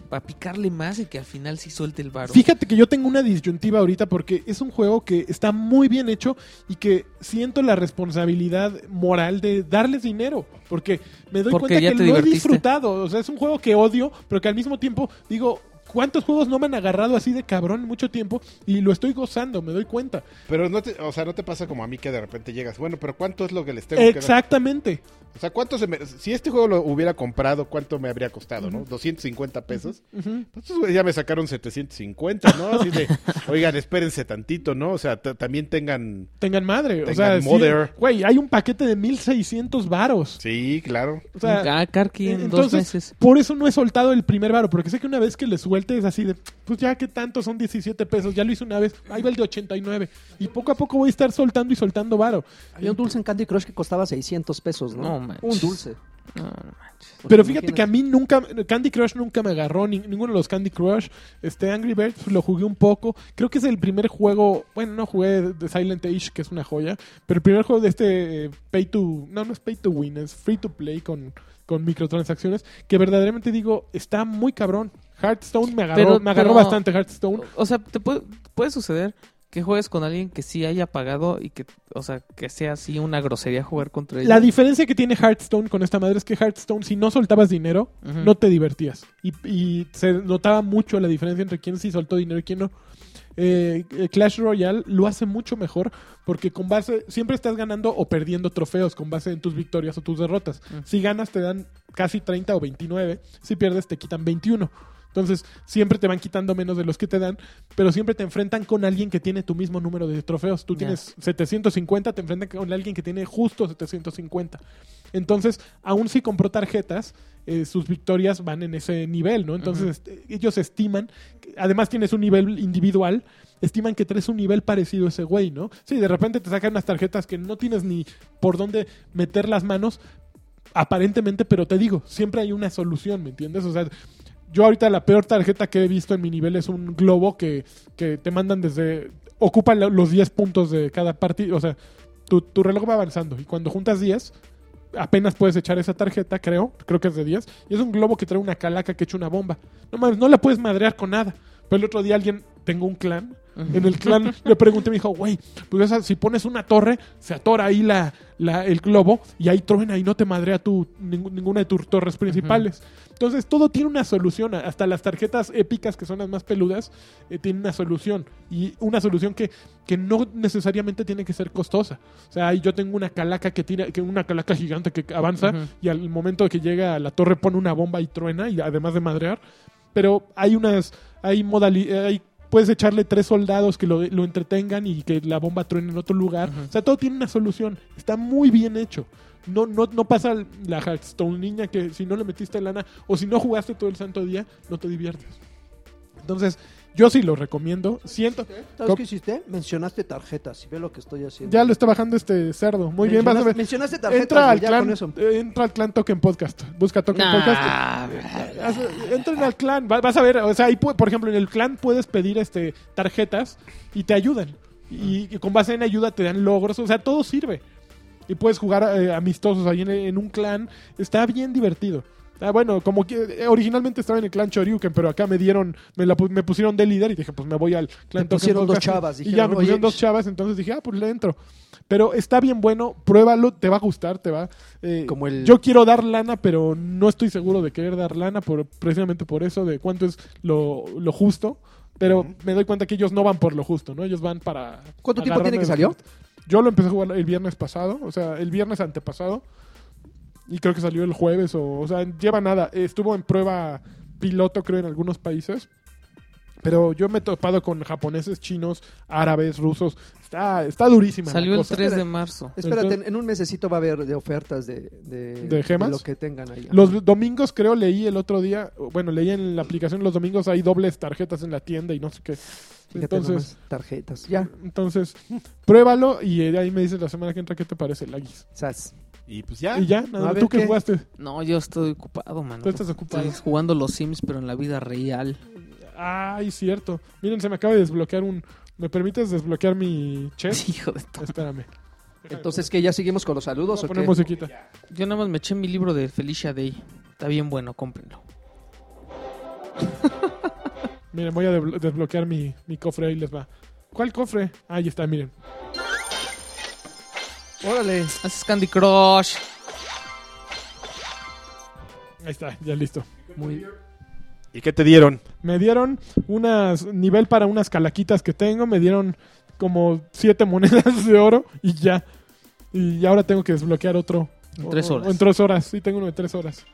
D: para picarle más y que al final sí suelte el varo.
B: Fíjate que yo tengo una disyuntiva ahorita porque es un juego que está muy bien hecho y que siento la responsabilidad moral de darles dinero. Porque me doy
D: Porque ya
B: cuenta que
D: te
B: lo he
D: divertiste.
B: disfrutado. O sea, es un juego que odio, pero que al mismo tiempo digo, ¿cuántos juegos no me han agarrado así de cabrón mucho tiempo? Y lo estoy gozando, me doy cuenta.
A: Pero no te, o sea, no te pasa como a mí que de repente llegas. Bueno, pero ¿cuánto es lo que les tengo que dar?
B: Exactamente.
A: O O sea, ¿cuánto se me- Si este juego lo hubiera comprado, ¿cuánto me habría costado, no? 250 pesos. Pues estos güeyes ya me sacaron 750, ¿no? Así de, oigan, espérense tantito, ¿no? O sea, ta- también tengan...
B: Tengan madre. o
A: Tengan
B: sea, sí,
A: mother.
B: güey, hay un paquete de 1600 varos.
A: Sí, claro.
B: O sea,
D: ah, Karki en dos
B: entonces,
D: meses.
B: por eso no he soltado el primer varo, porque sé que una vez que le suelte es así de, pues ya que tanto son 17 pesos, ya lo hice una vez, ahí va el de 89. Y poco a poco voy a estar soltando y soltando varo.
C: Había un dulce en Candy Crush que costaba 600 pesos, ¿no?
D: No manches.
C: Un dulce.
D: No, no manches.
C: pues,
B: Pero fíjate que a
C: mí...
B: mí nunca, Candy Crush nunca me agarró, ni- ninguno de los Candy Crush. Este Angry Birds lo jugué un poco. Creo que es el primer juego, bueno, no jugué de Silent Age, que es una joya, pero el primer juego de este eh, Pay to, no, no es Pay to Win, es Free to Play con, con microtransacciones, que verdaderamente digo, está muy cabrón. Hearthstone me agarró,
D: Pero-
B: me agarró
D: pero-
B: bastante Hearthstone.
D: O sea, te puede, puede suceder que juegues con alguien que sí haya pagado y que, o sea, que sea así una grosería jugar contra ellos.
B: La diferencia que tiene Hearthstone con esta madre es que Hearthstone, si no soltabas dinero,
D: Ujú.
B: no te divertías. Y, y se notaba mucho la diferencia entre quién sí soltó dinero y quién no. Eh, eh, Clash Royale lo hace mucho mejor porque con base siempre estás ganando o perdiendo trofeos con base en tus victorias o tus derrotas.
D: Mm.
B: Si ganas te dan casi 30 o 29, si pierdes te quitan 21. Entonces siempre te van quitando menos de los que te dan, pero siempre te enfrentan con alguien que tiene tu mismo número de trofeos. Tú
D: Ya.
B: tienes 750, te enfrentan con alguien que tiene justo 750. Entonces, aún si compró tarjetas, eh, sus victorias van en ese nivel, ¿no? Entonces,
D: Ujú.
B: este, ellos estiman, que- además tienes un nivel individual, estiman que traes un nivel parecido a ese güey, ¿no? Sí, de repente te sacan unas tarjetas que no tienes ni por dónde meter las manos, aparentemente, pero te digo, siempre hay una solución, ¿me entiendes? O sea, yo ahorita la peor tarjeta que he visto en mi nivel es un globo que, que te mandan desde... Ocupa lo- los 10 puntos de cada partido, o sea, tu, tu reloj va avanzando y cuando juntas 10 apenas puedes echar esa tarjeta, creo, creo que es de 10, y es un globo que trae una calaca que echa una bomba. No mames, no la puedes madrear con nada. Pero el otro día alguien, tengo un clan, en el clan le pregunté, me dijo, güey, pues esa, si pones una torre, se atora ahí la, la- el globo y ahí truena y no te madrea tu, ningún- ninguna de tus torres principales. Entonces todo tiene una solución, hasta las tarjetas épicas que son las más peludas, eh, tienen una solución y una solución que, que no necesariamente tiene que ser costosa. O sea, ahí yo tengo una calaca que tira, que una calaca gigante que avanza
D: Ujú.
B: y al momento de que llega a la torre pone una bomba y truena y además de madrear, pero hay unas, hay modali- eh, hay puedes echarle tres soldados que lo, lo entretengan y que la bomba truene en otro lugar.
D: Ujú.
B: O sea, todo tiene una solución. Está muy bien hecho. No, no, no pasa la Hearthstone niña que si no le metiste lana o si no jugaste todo el santo día, no te diviertes. Entonces, yo sí lo recomiendo. Siento.
C: ¿Sabes qué hiciste? Mencionaste tarjetas y ve lo que estoy haciendo.
B: Ya lo está bajando este cerdo. Muy bien, vas a
C: Mencionaste-
B: ver.
C: Mencionaste tarjetas,
B: Entra al,
C: ya
B: clan,
C: con eso.
B: eh, entra al clan Token Podcast. Busca Token Podcast.
D: Nah,
B: Haz- Entren al clan, va- vas a ver, o sea, ahí pu- por ejemplo en el clan puedes pedir este tarjetas y te ayudan. Y, y con base en ayuda te dan logros, o sea, todo sirve. Y puedes jugar eh, amistosos ahí en, en un clan, está bien divertido. Ah, bueno, como que eh, originalmente estaba en el clan Choryuken, pero acá me dieron, me, la pu- me pusieron de líder y dije, pues me voy al clan
C: Me pusieron
B: Token
C: dos
B: Podcast.
C: chavas,
B: Y ya
C: dijeron,
B: me pusieron
C: "Oye".
B: dos chavas, entonces dije, ah, pues le entro. Pero está bien bueno, pruébalo, te va a gustar, te va. eh,
C: Como el-
B: Yo quiero dar lana, pero no estoy seguro de querer dar lana por, precisamente por eso, de cuánto es lo, lo justo. Pero me doy cuenta que ellos no van por lo justo, ¿no? Ellos van para...
C: ¿Cuánto tiempo
B: agarrarme
C: tiene
B: de-
C: que salió?
B: Yo lo empecé a jugar el viernes pasado, o sea, el viernes antepasado. Y creo que salió el jueves, o, o sea, lleva nada. Estuvo en prueba piloto, creo, en algunos países. Pero yo me he topado con japoneses, chinos, árabes, rusos. Está, está durísima. la
D: salió el
B: cosa.
D: 3 de marzo.
C: Espérate,
B: Entonces-
C: en un mesecito va a haber de ofertas de, de,
B: ¿De gemas?
C: lo que tengan ahí.
B: Los domingos, creo, leí el otro día. Bueno, leí en la aplicación los domingos hay dobles tarjetas en la tienda y no sé qué.
C: Fíjate
B: Entonces,
C: nomás, tarjetas. Ya,
B: entonces pruébalo y eh, ahí me dices la semana que entra qué te parece, Lagis.
C: sas.
A: Y pues ya.
B: Y ya, nada,
C: Ah, A ver
B: tú que
C: qué.
B: jugaste.
D: No, yo estoy ocupado, mano.
B: Tú estás ocupado.
D: Estoy jugando los Sims, pero en la vida real.
B: Ay, cierto. Miren, se me acaba de desbloquear un. ¿Me permites desbloquear mi chest?
D: Hijo de to-
B: Espérame.
C: Entonces, que ¿Ya seguimos con los saludos
B: Voy a
C: o
B: poner
C: qué?
B: musiquita.
D: Yo nada más me eché mi libro de Felicia Day. Está bien bueno, cómprenlo.
B: Miren, voy a deblo- desbloquear mi, mi cofre. Ahí les va. ¿Cuál cofre? Ahí está, miren.
C: Órale.
D: Haces Candy Crush.
B: Ahí está, ya listo.
D: Muy...
A: ¿Y qué te dieron?
B: Me dieron unas nivel para unas calaquitas que tengo, me dieron como siete monedas de oro y ya. Y ahora tengo que desbloquear otro
D: En tres
B: O- o-
D: horas.
B: En tres horas, sí, tengo uno de tres horas.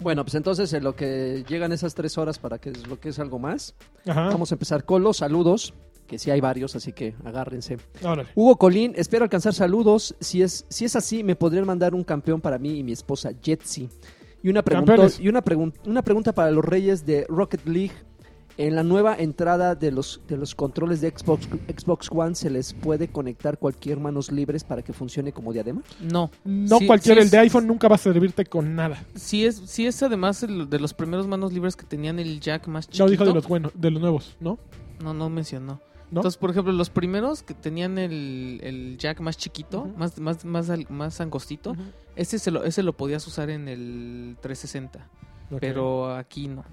C: Bueno, pues entonces en lo que llegan esas tres horas para que desbloquees algo más,
B: Ajá.
C: vamos a empezar con los saludos, que sí hay varios, así que agárrense.
B: Órale.
C: Hugo Colín, espero alcanzar saludos. Si es, si es así, me podrían mandar un campeón para mí y mi esposa Jetsi. Y una pregunta,
B: Campeones.
C: y una, pregun- una pregunta para los reyes de Rocket League. En la nueva entrada de los, de los controles de Xbox, Xbox One se les puede conectar cualquier manos libres para que funcione como diadema.
D: No.
B: No
D: Sí,
B: cualquiera,
D: sí
B: el de
D: es-
B: iPhone nunca va a servirte con nada.
D: Sí es, sí es además el de los primeros manos libres que tenían el Jack más chiquito.
B: No dijo de los buenos, de los nuevos, ¿no?
D: No, no mencionó.
B: ¿No?
D: Entonces, por ejemplo, los primeros que tenían el, el jack más chiquito,
B: Ujú.
D: más, más, más, al- más angostito,
B: Ujú.
D: ese, se lo, ese lo podías usar en el 360,
B: Ok.
D: pero aquí no.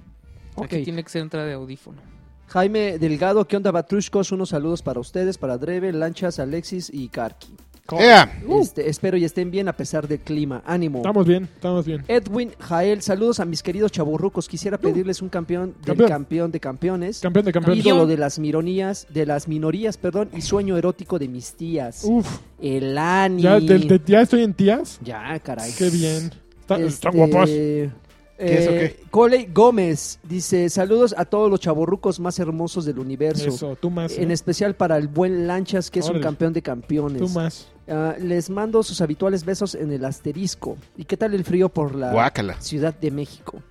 C: Ok.
D: Aquí tiene que ser entrada de audífono.
C: Jaime Delgado, ¿qué onda, Batrushkos? Unos saludos para ustedes, para Dreve, Lanchas, Alexis y Karki.
A: ¡Ea!
C: Este, espero y estén bien a pesar del clima. Ánimo.
B: Uh. Estamos bien, estamos bien.
C: Edwin Jael, saludos a mis queridos chaburrucos. Quisiera pedirles un campeón del
B: Campeón.
C: campeón, de campeones,
B: Campeón de campeones.
C: ídolo de las mironías, de las minorías, perdón, y sueño erótico de mis tías.
B: Uf,
C: El
B: Uh.
C: Ani.
B: ya, de- de- ya estoy en tías.
C: Ya, caray.
B: Qué bien. Está-
C: Este,
B: Están guapas.
A: es o
C: eh, Coley Gómez dice saludos a todos los chaburrucos más hermosos del universo.
B: Eso, tú más.
C: En
B: ¿eh?
D: este
C: especial para el buen Lanchas, que es un
B: Órale.
C: campeón de campeones.
B: Tú más.
C: Ah, les mando sus habituales besos en el asterisco. ¿Y qué tal el frío por la
A: Guácala.
C: Ciudad de México?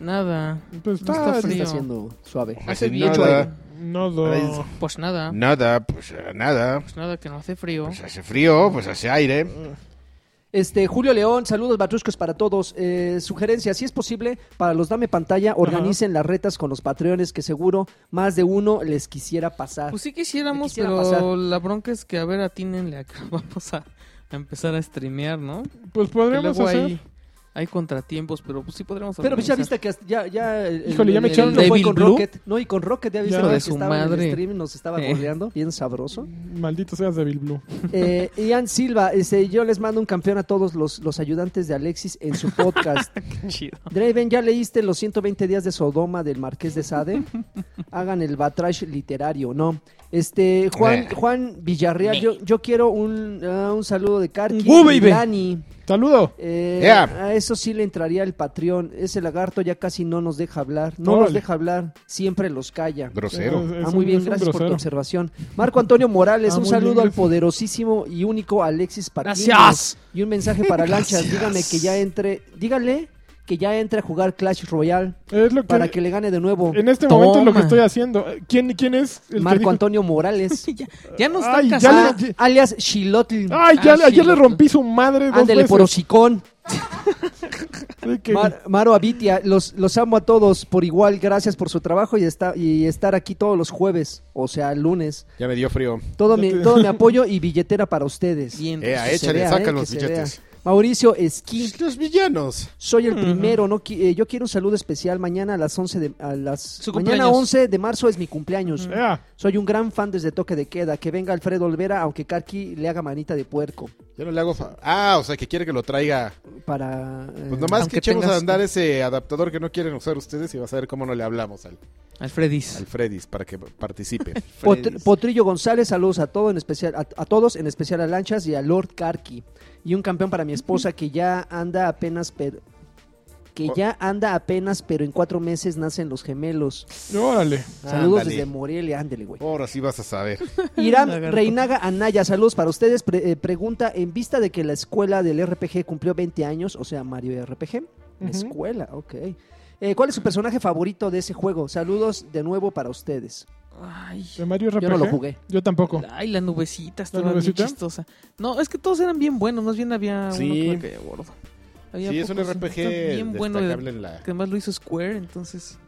D: Nada.
B: Pues
D: No
B: está.
D: está frío.
C: Está haciendo suave.
A: Hace
D: bien,
A: nada,
B: No, do-
D: Pues nada.
A: nada, pues eh, nada.
D: Pues nada, que no hace frío.
A: Pues hace frío, pues hace aire.
C: Este, Julio León, saludos batruscos para todos. Eh, sugerencia, si es posible, para los Dame Pantalla, organicen las retas con los patreones que seguro más de uno les quisiera
A: ah.
C: pasar.
D: Pues sí quisiéramos,
C: Quisiera
D: pero
C: pasar.
D: la bronca es que a ver, atínenle acá. Vamos a, a empezar a streamear, ¿no? Que
B: Pues podríamos
D: luego
B: hacer.
D: hay, hay contratiempos, pero pues sí podríamos
C: Pero pues ya
D: organizar.
C: viste que hasta- ya, ya el- el-
B: Híjole, ya me
C: el-
B: echaron
C: no fue
D: Devil
C: con
D: Blue.
C: Rocket. No, y con Rocket ya viste
B: Ya.
C: lo
B: De
C: que
D: su
C: estaba en el
D: madre.
C: stream, nos estaba
D: Eh.
C: gordeando, bien sabroso.
B: Maldito seas de Bill Blue.
C: Eh, Ian Silva, este, yo les mando un campeón a todos los, los ayudantes de Alexis en su podcast.
D: Chido.
C: Draven, ¿ya leíste los 120 días de Sodoma del Marqués de Sade? Hagan el batrash literario, ¿no? Este, Juan,
A: Meh.
C: Juan Villarreal, yo, yo quiero un, ah, un saludo de Karki
D: Uh,
C: y
D: baby.
C: Dani.
B: Saludo.
C: Eh,
A: Yeah.
C: A eso sí le entraría el Patreon. Ese lagarto ya casi no nos deja hablar. No
B: Órale.
C: nos deja hablar, siempre los calla.
A: Grosero.
B: Es- es
C: Ah,
B: un-
C: muy bien,
B: es un
C: gracias por tu
B: grosero.
C: observación. Marco Antonio Morales,
B: Ah,
C: un
B: muy
C: saludo
B: bien,
C: al
B: gracias.
C: poderosísimo y único Alexis Patiño.
D: Gracias.
C: Y un mensaje para Lanchas, dígame que ya entre, dígale que ya entre a jugar Clash Royale
B: Es lo que.
C: para que le gane de nuevo
B: En este momento es lo que
D: Toma.
B: estoy haciendo. Eh, ¿Quién, quién es? el que
C: Marco
B: dijo-
C: Antonio Morales,
D: Ya nos
B: Ay,
D: están
B: ya
D: casando.
C: Ah, alias Xilotl.
B: Ay, ya, le-
D: Ah, sí,
B: ayer le
D: lo-
B: rompí su madre dos
C: Ándele
B: veces.
C: por hocicón.
B: Sí, que-
C: Mar- Maro Abitia, los, los amo a todos por igual. Gracias por su trabajo y, esta- y estar aquí todos los jueves, o sea, lunes.
A: Ya me dio frío.
C: Todo
B: Ya
C: mi,
B: te-
C: todo mi apoyo y billetera para ustedes.
D: Bien.
A: Ea,
C: Que se
A: échale,
C: vea,
A: saca
C: eh,
A: los
C: que se
A: billetes.
C: vea. Mauricio Esquí,
A: Los villanos.
C: soy el primero. No, qui- eh, yo quiero un saludo especial mañana a las 11 de a las
D: Su
C: mañana
D: cumpleaños.
C: 11 de marzo es mi cumpleaños.
B: Ea,
C: Soy un gran fan desde Toque de Queda. Que venga Alfredo Olvera, aunque Karki le haga manita de puerco
A: Yo no le hago. fa- Ah, o sea, que quiere que lo traiga.
C: para. eh,
A: Pues nomás
D: Aunque
A: que echemos a
D: tengas-
A: andar ese adaptador que no quieren usar ustedes y vas a ver cómo no le hablamos al,
D: Alfredis.
A: al Freddy's para que participe.
C: Pot-
D: Freddy's.
C: Potrillo González, saludos a todos, en especial a, a todos, en especial a Lanchas y a Lord Karki. Y un campeón para mi esposa que ya anda apenas, pero que ya anda apenas, pero en cuatro meses nacen los gemelos.
B: órale.
C: Saludos
A: Ándale.
C: desde Morelia, ándele, güey.
A: Ahora sí vas a saber.
C: Irán
D: Lagarto.
C: Reinaga Anaya, saludos para ustedes. Pre- eh, pregunta, en vista de que la escuela del RPG cumplió 20 años, o sea, Mario RPG,
B: Ujú.
C: escuela, ok. Eh, ¿Cuál es su personaje favorito de ese juego? Saludos de nuevo para ustedes.
D: Ay,
B: De Mario RPG.
C: Yo no lo jugué.
B: Yo tampoco.
D: ay, la nubecita estaba
B: nubecita?
D: bien chistosa. No, es que todos eran bien buenos. Más bien había
A: Sí.
D: uno que me caía gordo. Había
A: Sí, es un
D: pocos,
A: RPG
D: está bien bueno. de-
A: destacable en la...
D: que además lo hizo Square, entonces...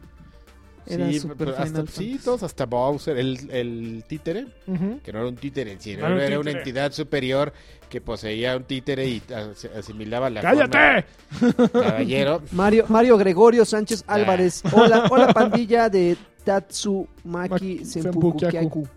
D: Era
A: sí,
D: super
A: pero hasta,
D: Final
A: sí,
D: Fantasy.
A: todos, hasta Bowser, el, el títere,
B: Ujú.
A: que no era un títere, sino
B: No era un
A: era, una
B: títere.
A: entidad superior que poseía un títere y as- asimilaba la forma
B: ¡Cállate!
A: de caballero.
C: Mario, Mario Gregorio Sánchez Álvarez. Hola, hola pandilla de Tatsumaki
B: Maki-
C: Senpukyaku.
B: Senpukyaku.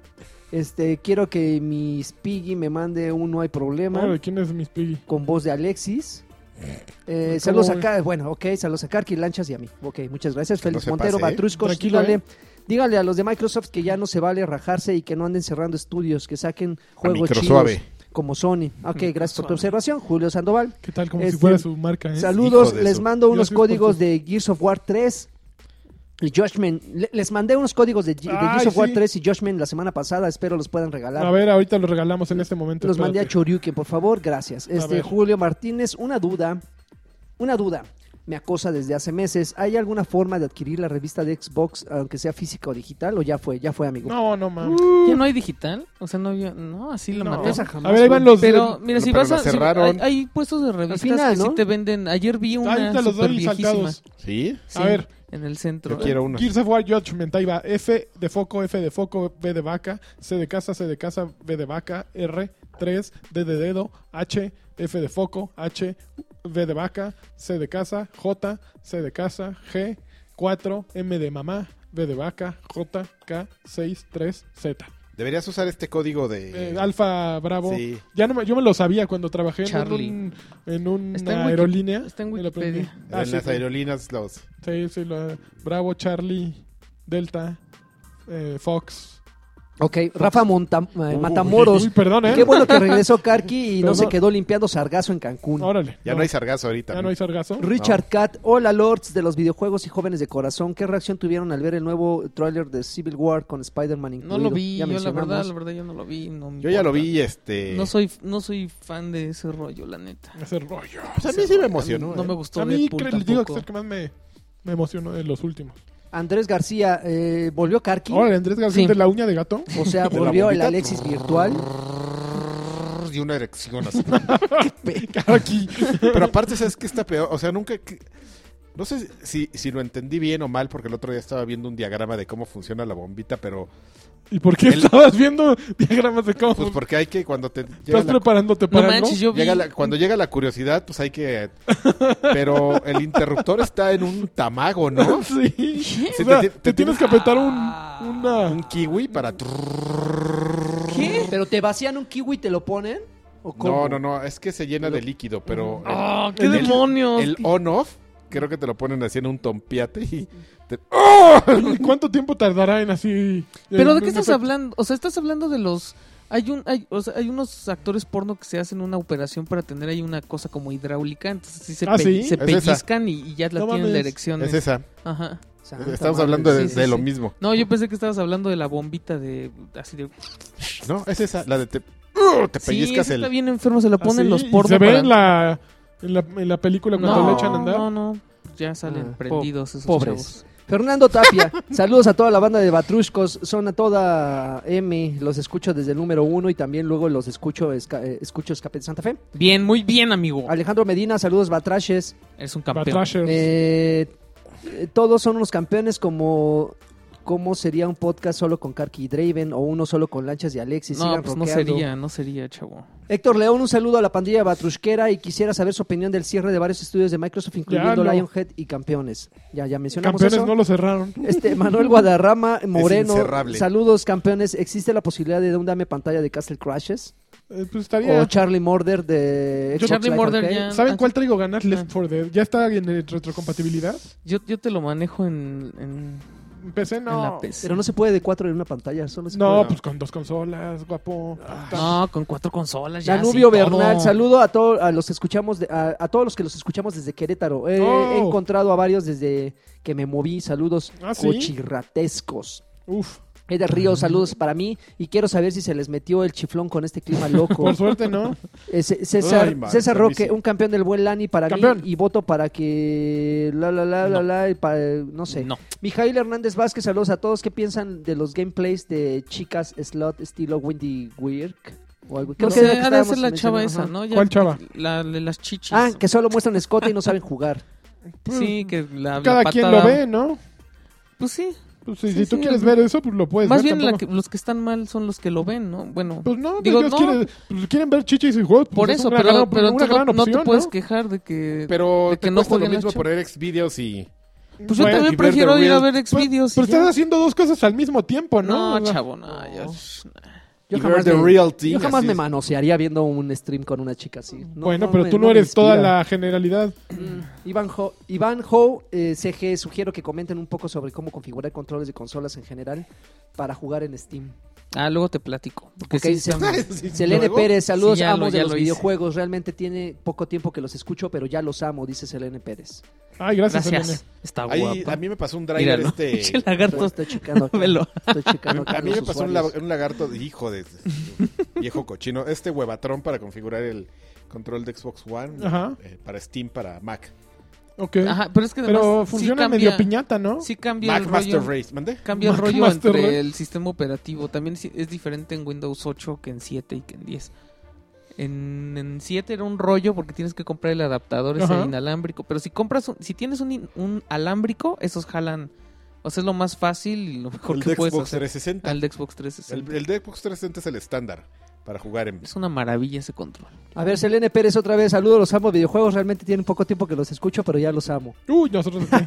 C: Este, quiero que mis Piggy me mande un No hay problema
B: Madre, ¿quién es Miss Piggy?
C: con voz de Alexis. Eh,
B: ¿Cómo
C: saludos
B: voy?
C: acá, bueno, ok, saludos a Karki, Lanchas y a mí. Ok, muchas gracias.
A: Que no
C: Félix
A: se
C: Montero,
A: pase, ¿eh?
C: Batruscos,
B: Tranquilo,
C: dígale,
B: ¿eh?
C: dígale a los de Microsoft que ya no se vale rajarse y que no anden cerrando estudios, que saquen
A: A
C: juegos
A: micro
C: chidos.
A: suave.
C: como Sony. Ok, gracias por tu observación, Julio Sandoval.
B: ¿Qué tal? Como si
C: Este,
B: fuera su marca, ¿eh?
C: Saludos,
A: Hijo de
C: les
A: su-
C: mando unos
B: Gracias por
C: códigos
B: tus-
C: de Gears of War 3 y Judgment. Le- les mandé unos códigos de, Ge- de
B: Ay,
C: Gears of War
B: sí.
C: 3 y Judgment la semana pasada, espero los puedan regalar.
B: A ver, ahorita los regalamos en este momento.
C: Los mandé a
B: espérate.
C: Choryuken, por favor, gracias. Este
B: ver.
C: Julio Martínez, una duda, una duda. Me acosa desde hace meses. ¿Hay alguna forma de adquirir la revista de Xbox, aunque sea física o digital? O ya fue, ya fue, amigo.
B: No, no mames.
D: ¿Ya no hay digital? O sea, no había... No, así lo
B: No.
D: mató.
C: Esa jamás
B: A ver, ahí
C: fue.
B: van los...
D: Pero, mira, si
A: pero
D: vas
A: la
D: a... si- hay,
A: cerraron.
D: hay puestos de revistas
C: final,
D: que
C: ¿no?
D: sí te venden... Ayer vi una
B: Ahorita los
D: súper
B: doy
D: viejísima.
B: saltados.
A: ¿Sí?
D: Sí,
B: A ver.
D: En el centro.
A: Yo quiero una.
B: Gears of War Judgment, ahí va. F de foco, F de foco, B de vaca, C de casa, C de casa, B de vaca, R, 3, D de dedo, H, F de foco, H, B de vaca, C de casa, J, C de casa, G, 4, M de mamá, B de vaca, J, K, 6, 3, Z.
A: Deberías usar este código de...
B: Eh, Alfa Bravo.
A: Sí.
B: Ya no, me- yo me lo sabía cuando trabajé en,
D: Charlie.
B: un, en una
D: Está en Wiki-
B: aerolínea.
D: está en
B: Me lo aprendí.
D: Wikipedia.
B: Ah,
A: en
B: sí,
A: las
B: sí.
A: aerolíneas los...
B: Sí, sí, lo- Bravo, Charlie, Delta, eh, Fox.
C: Ok, Rafa Monta-
B: Oh,
C: eh, Matamoros.
B: Uy, perdón, ¿eh?
C: Qué bueno que regresó Karki y no
B: Pero
C: se
B: no-
C: quedó limpiando sargazo en Cancún.
B: Órale.
A: Ya no, hay sargazo ahorita.
B: ya no hay sargazo.
C: Richard Cat, hola lords de los videojuegos y jóvenes de corazón. ¿Qué reacción tuvieron al ver el nuevo tráiler de Civil War con Spider-Man incluido?
D: No lo vi,
C: Ya
D: yo la
C: mencionamos.
D: verdad, la verdad, yo no lo vi. no me
A: Yo ya lo
D: importa.
A: vi, este...
B: Eh,
D: No soy, no soy fan de ese rollo, la neta.
B: Ese rollo.
A: Pues a mí sí me emocionó.
D: No
A: eh.
D: me gustó
B: A mí
D: Deadpool
B: creo- les digo que
D: tampoco.
B: es el que más me, me emocionó de los últimos.
C: Andrés García, eh, ¿volvió Karki?
B: Ahora, Andrés García
D: Sí.
B: de la uña de gato.
C: O sea,
A: De la
C: volvió el
A: bombita.
C: Alexis virtual.
A: Y una erección así.
B: Aquí.
A: Pero aparte, ¿sabes qué está peor? O sea, nunca... que- No sé si, si lo entendí bien o mal, porque el otro día estaba viendo un diagrama de cómo funciona la bombita, pero
B: ¿Y por qué
A: El-
B: estabas viendo diagramas de cómo?
A: pues porque hay que cuando te llega
B: ¿Estás
A: la,
B: preparándote
D: No
B: para algo?
D: manches, yo vi.
A: llega la- cuando llega la curiosidad, pues hay que pero el interruptor está en un tamago, ¿no?
B: Sí.
A: Sí,
B: O sea,
A: te-
B: te,
A: te- Ah.
B: tienes que apretar un, una...
A: Un kiwi para
C: ¿Qué? ¿Pero te vacían un kiwi y te lo ponen? ¿O cómo?
A: No, no, no, es que se llena de líquido, pero el-
D: ¡Oh, qué
A: el-
D: demonios!
A: El on-off, creo que te lo ponen así en un tompiate y te-
B: Oye, ¿Cuánto tiempo tardará en así?
D: ¿Pero
B: en
D: de qué
B: un
D: estás
B: efecto?
D: hablando? O sea, estás hablando de los... Hay, un, hay, o sea, hay unos actores porno que se hacen una operación para tener ahí una cosa como hidráulica. Entonces sí se,
B: Ah,
D: pe-
B: ¿sí?
D: se
A: Es
D: pellizcan y, y ya la
B: No
D: tienen la
B: mames.
D: erección.
A: es esa.
D: Ajá.
C: Santa
A: Estamos
C: madre.
A: hablando de,
D: Sí, sí,
A: de
D: sí.
A: lo mismo.
D: No, yo pensé que estabas hablando de la bombita de... Así de...
A: No, es esa, la de te, te
D: Sí,
A: pellizcas
D: esa está
A: el
D: bien enfermo, se la ponen
B: Así,
D: los
B: ¿Ah, y
D: porno
B: Se ve
D: para-
B: en, la, en, la, en la película cuando
D: no,
B: le echan a andar.
D: No, no, ya salen
C: Ah,
D: prendidos esos
C: pobres.
D: chavos.
C: Fernando Tapia, saludos a toda la banda de Batruscos, son a toda M, los escucho desde el número uno y también luego los escucho, esca- eh, escucho Escape de Santa Fe.
D: Bien, muy bien, amigo.
C: Alejandro Medina, saludos Batrashes.
D: Es un
B: Para
D: campeón.
B: Thrashers.
C: Eh, eh, todos son unos campeones como... ¿Cómo sería un podcast solo con Karki y Draven o uno solo con Lanchas y Alexis?
D: No,
C: Sigan
D: pues no
C: rockeando.
D: sería, no sería, chavo.
C: Héctor León, un saludo a la pandilla batrusquera y quisiera saber su opinión del cierre de varios estudios de Microsoft, incluyendo
B: no.
C: Lionhead y Campeones. Ya, ya mencionamos
B: Campeones
C: eso.
B: no lo cerraron.
C: Este, Manuel Guadarrama Moreno,
A: incerrable.
C: saludos campeones. ¿Existe la posibilidad de un dame pantalla de Castle Crashes?
B: Eh, pues
C: O
B: estaría.
C: Charlie Murder de
D: Yo-
C: Xbox
D: Charlie
C: Live
D: Murder
C: Arcade?
D: ya-
B: ¿Saben
D: Ah,
B: cuál traigo ganas?
D: Ah.
B: Left 4 Dead. ¿Ya está en eh, retrocompatibilidad?
D: Yo, yo te lo manejo en, en,
B: En PC
D: en la
B: no.
D: PC.
C: Pero no se puede de cuatro en una pantalla, solo se
B: No,
C: puede-
B: pues con dos consolas, guapo.
D: No, con cuatro consolas Pues ya.
C: Danubio
D: sí, todo.
C: Bernal, saludo a todos a los que escuchamos de- a, a todos los que los escuchamos desde Querétaro. Eh,
B: Oh.
C: He encontrado a varios desde que me moví, saludos
B: Ah, ¿sí?
C: cochirratescos.
B: Uf,
C: Eder
D: Ah.
C: Ríos, saludos para mí. Y quiero saber si se les metió el chiflón con este clima loco.
B: por suerte no.
C: Eh, C- César,
A: Ay, man,
C: César
A: a mí
C: Roque,
A: sí.
C: un campeón del buen Lani para
B: Campeón.
C: mí. Y voto para que. La, la, la, la, la. y pa- no sé.
D: No.
C: Mijail Hernández Vázquez, saludos a todos. ¿Qué piensan de los gameplays de chicas slot estilo Windy Work? O algo
D: No
C: creo que
D: sé,
C: era lo que
D: ha de ser
C: estábamos
D: la chava
C: mencionando,
D: esa,
C: ajá.
D: ¿no? Ya-
B: ¿Cuál chava?
D: La de las chichis.
C: Ah, que solo muestran escote y no saben jugar.
D: Sí, que la, la
B: Cada quien
D: patada-
B: lo ve, ¿no?
D: Pues sí.
B: Pues, si,
D: Sí,
B: si tú
D: sí,
B: quieres
D: lo-
B: ver eso, pues lo puedes
D: Más
B: ver.
D: bien la
B: tampoco-
D: que- los que están mal son los que lo ven, ¿no? Bueno,
B: Pues no,
D: Digo,
B: ellos
D: no.
B: Quieren, pues quieren ver chichis y juegos. pues
D: por
B: es
D: eso,
B: una
D: pero,
B: gran op-
D: pero
B: una
D: entonces
B: gran
D: no, no
B: opción,
D: te puedes
B: ¿no?
D: quejar de que...
A: pero
D: de
A: te
D: que no
A: cuesta lo
D: jueguen las
A: mismo
D: chavas.
A: poner Xvideos y
D: Pues yo
B: Bueno,
A: y
D: también
A: ver The
D: prefiero ir a
A: Real.
D: ver
B: Pero,
D: Xvideos. y
B: pero
D: ya.
B: estás haciendo dos cosas al mismo tiempo, ¿no?
D: No,
B: O sea,
D: chavo, no. yo-
C: Yo
A: y
C: jamás,
A: ver the
C: me,
A: real thing,
C: yo jamás
A: así
C: me
A: es.
C: manosearía viendo un stream con una chica así. No,
B: bueno, pero
C: me-
B: tú no
C: me
B: eres toda
C: inspira.
B: la generalidad.
C: Iván Ho, Iván Ho eh, CG, sugiero que comenten un poco sobre cómo configurar controles de consolas en general para jugar en Steam.
D: Ah, luego te platico. Porque
C: Ok, "Ah,
D: sí,
C: se-
D: está-
C: Selene Pérez, saludos
D: Sí, ya lo-
C: amos de
D: ya
C: los
D: lo hice.
C: videojuegos. Realmente tiene poco tiempo que los escucho, pero ya los amo, dice Selene Pérez.
B: Ay, gracias, Elena.
D: Gracias. Está
A: Ahí,
D: guapa.
A: a mí me pasó un driver
D: Míralo. Pinche
A: este.
D: lagarto.
C: Estoy checando acá,
D: Velo.
C: Estoy checando acá
A: A mí
C: los
A: me pasó un,
C: usuarios.
A: la- un lagarto, de- hijo de viejo cochino, este huevatrón para configurar el control de Xbox One
B: Ajá.
A: eh, para Steam, para Mac.
B: Ok.
D: Ajá, pero es que además
B: Pero
D: sí
B: funciona
D: cambia-
B: medio piñata, ¿no?
D: Sí cambia
A: Mac
D: el
A: Master
D: rollo.
A: Race, ¿mandé?
D: Cambia el
B: Mac
D: rollo
B: Master
D: entre
B: Race.
D: el sistema operativo. También es- es diferente en Windows 8 que en 7 y que en 10. En, en 7 era un rollo porque tienes que comprar el adaptador ese
B: Ajá.
D: inalámbrico. Pero si compras un- si tienes un, in- un alámbrico, esos jalan. O sea, es lo más fácil y lo mejor
A: El
D: que
A: de
D: puedes
A: Xbox
D: hacer.
A: 360.
D: Al de Xbox
A: El,
D: 360.
A: el de Xbox 360 es el estándar para jugar en...
D: Es una maravilla ese control.
C: A ver, Selene Pérez otra vez, saludos, los amo videojuegos, realmente tienen poco tiempo que los escucho, pero ya los amo.
B: Uy, nosotros aquí.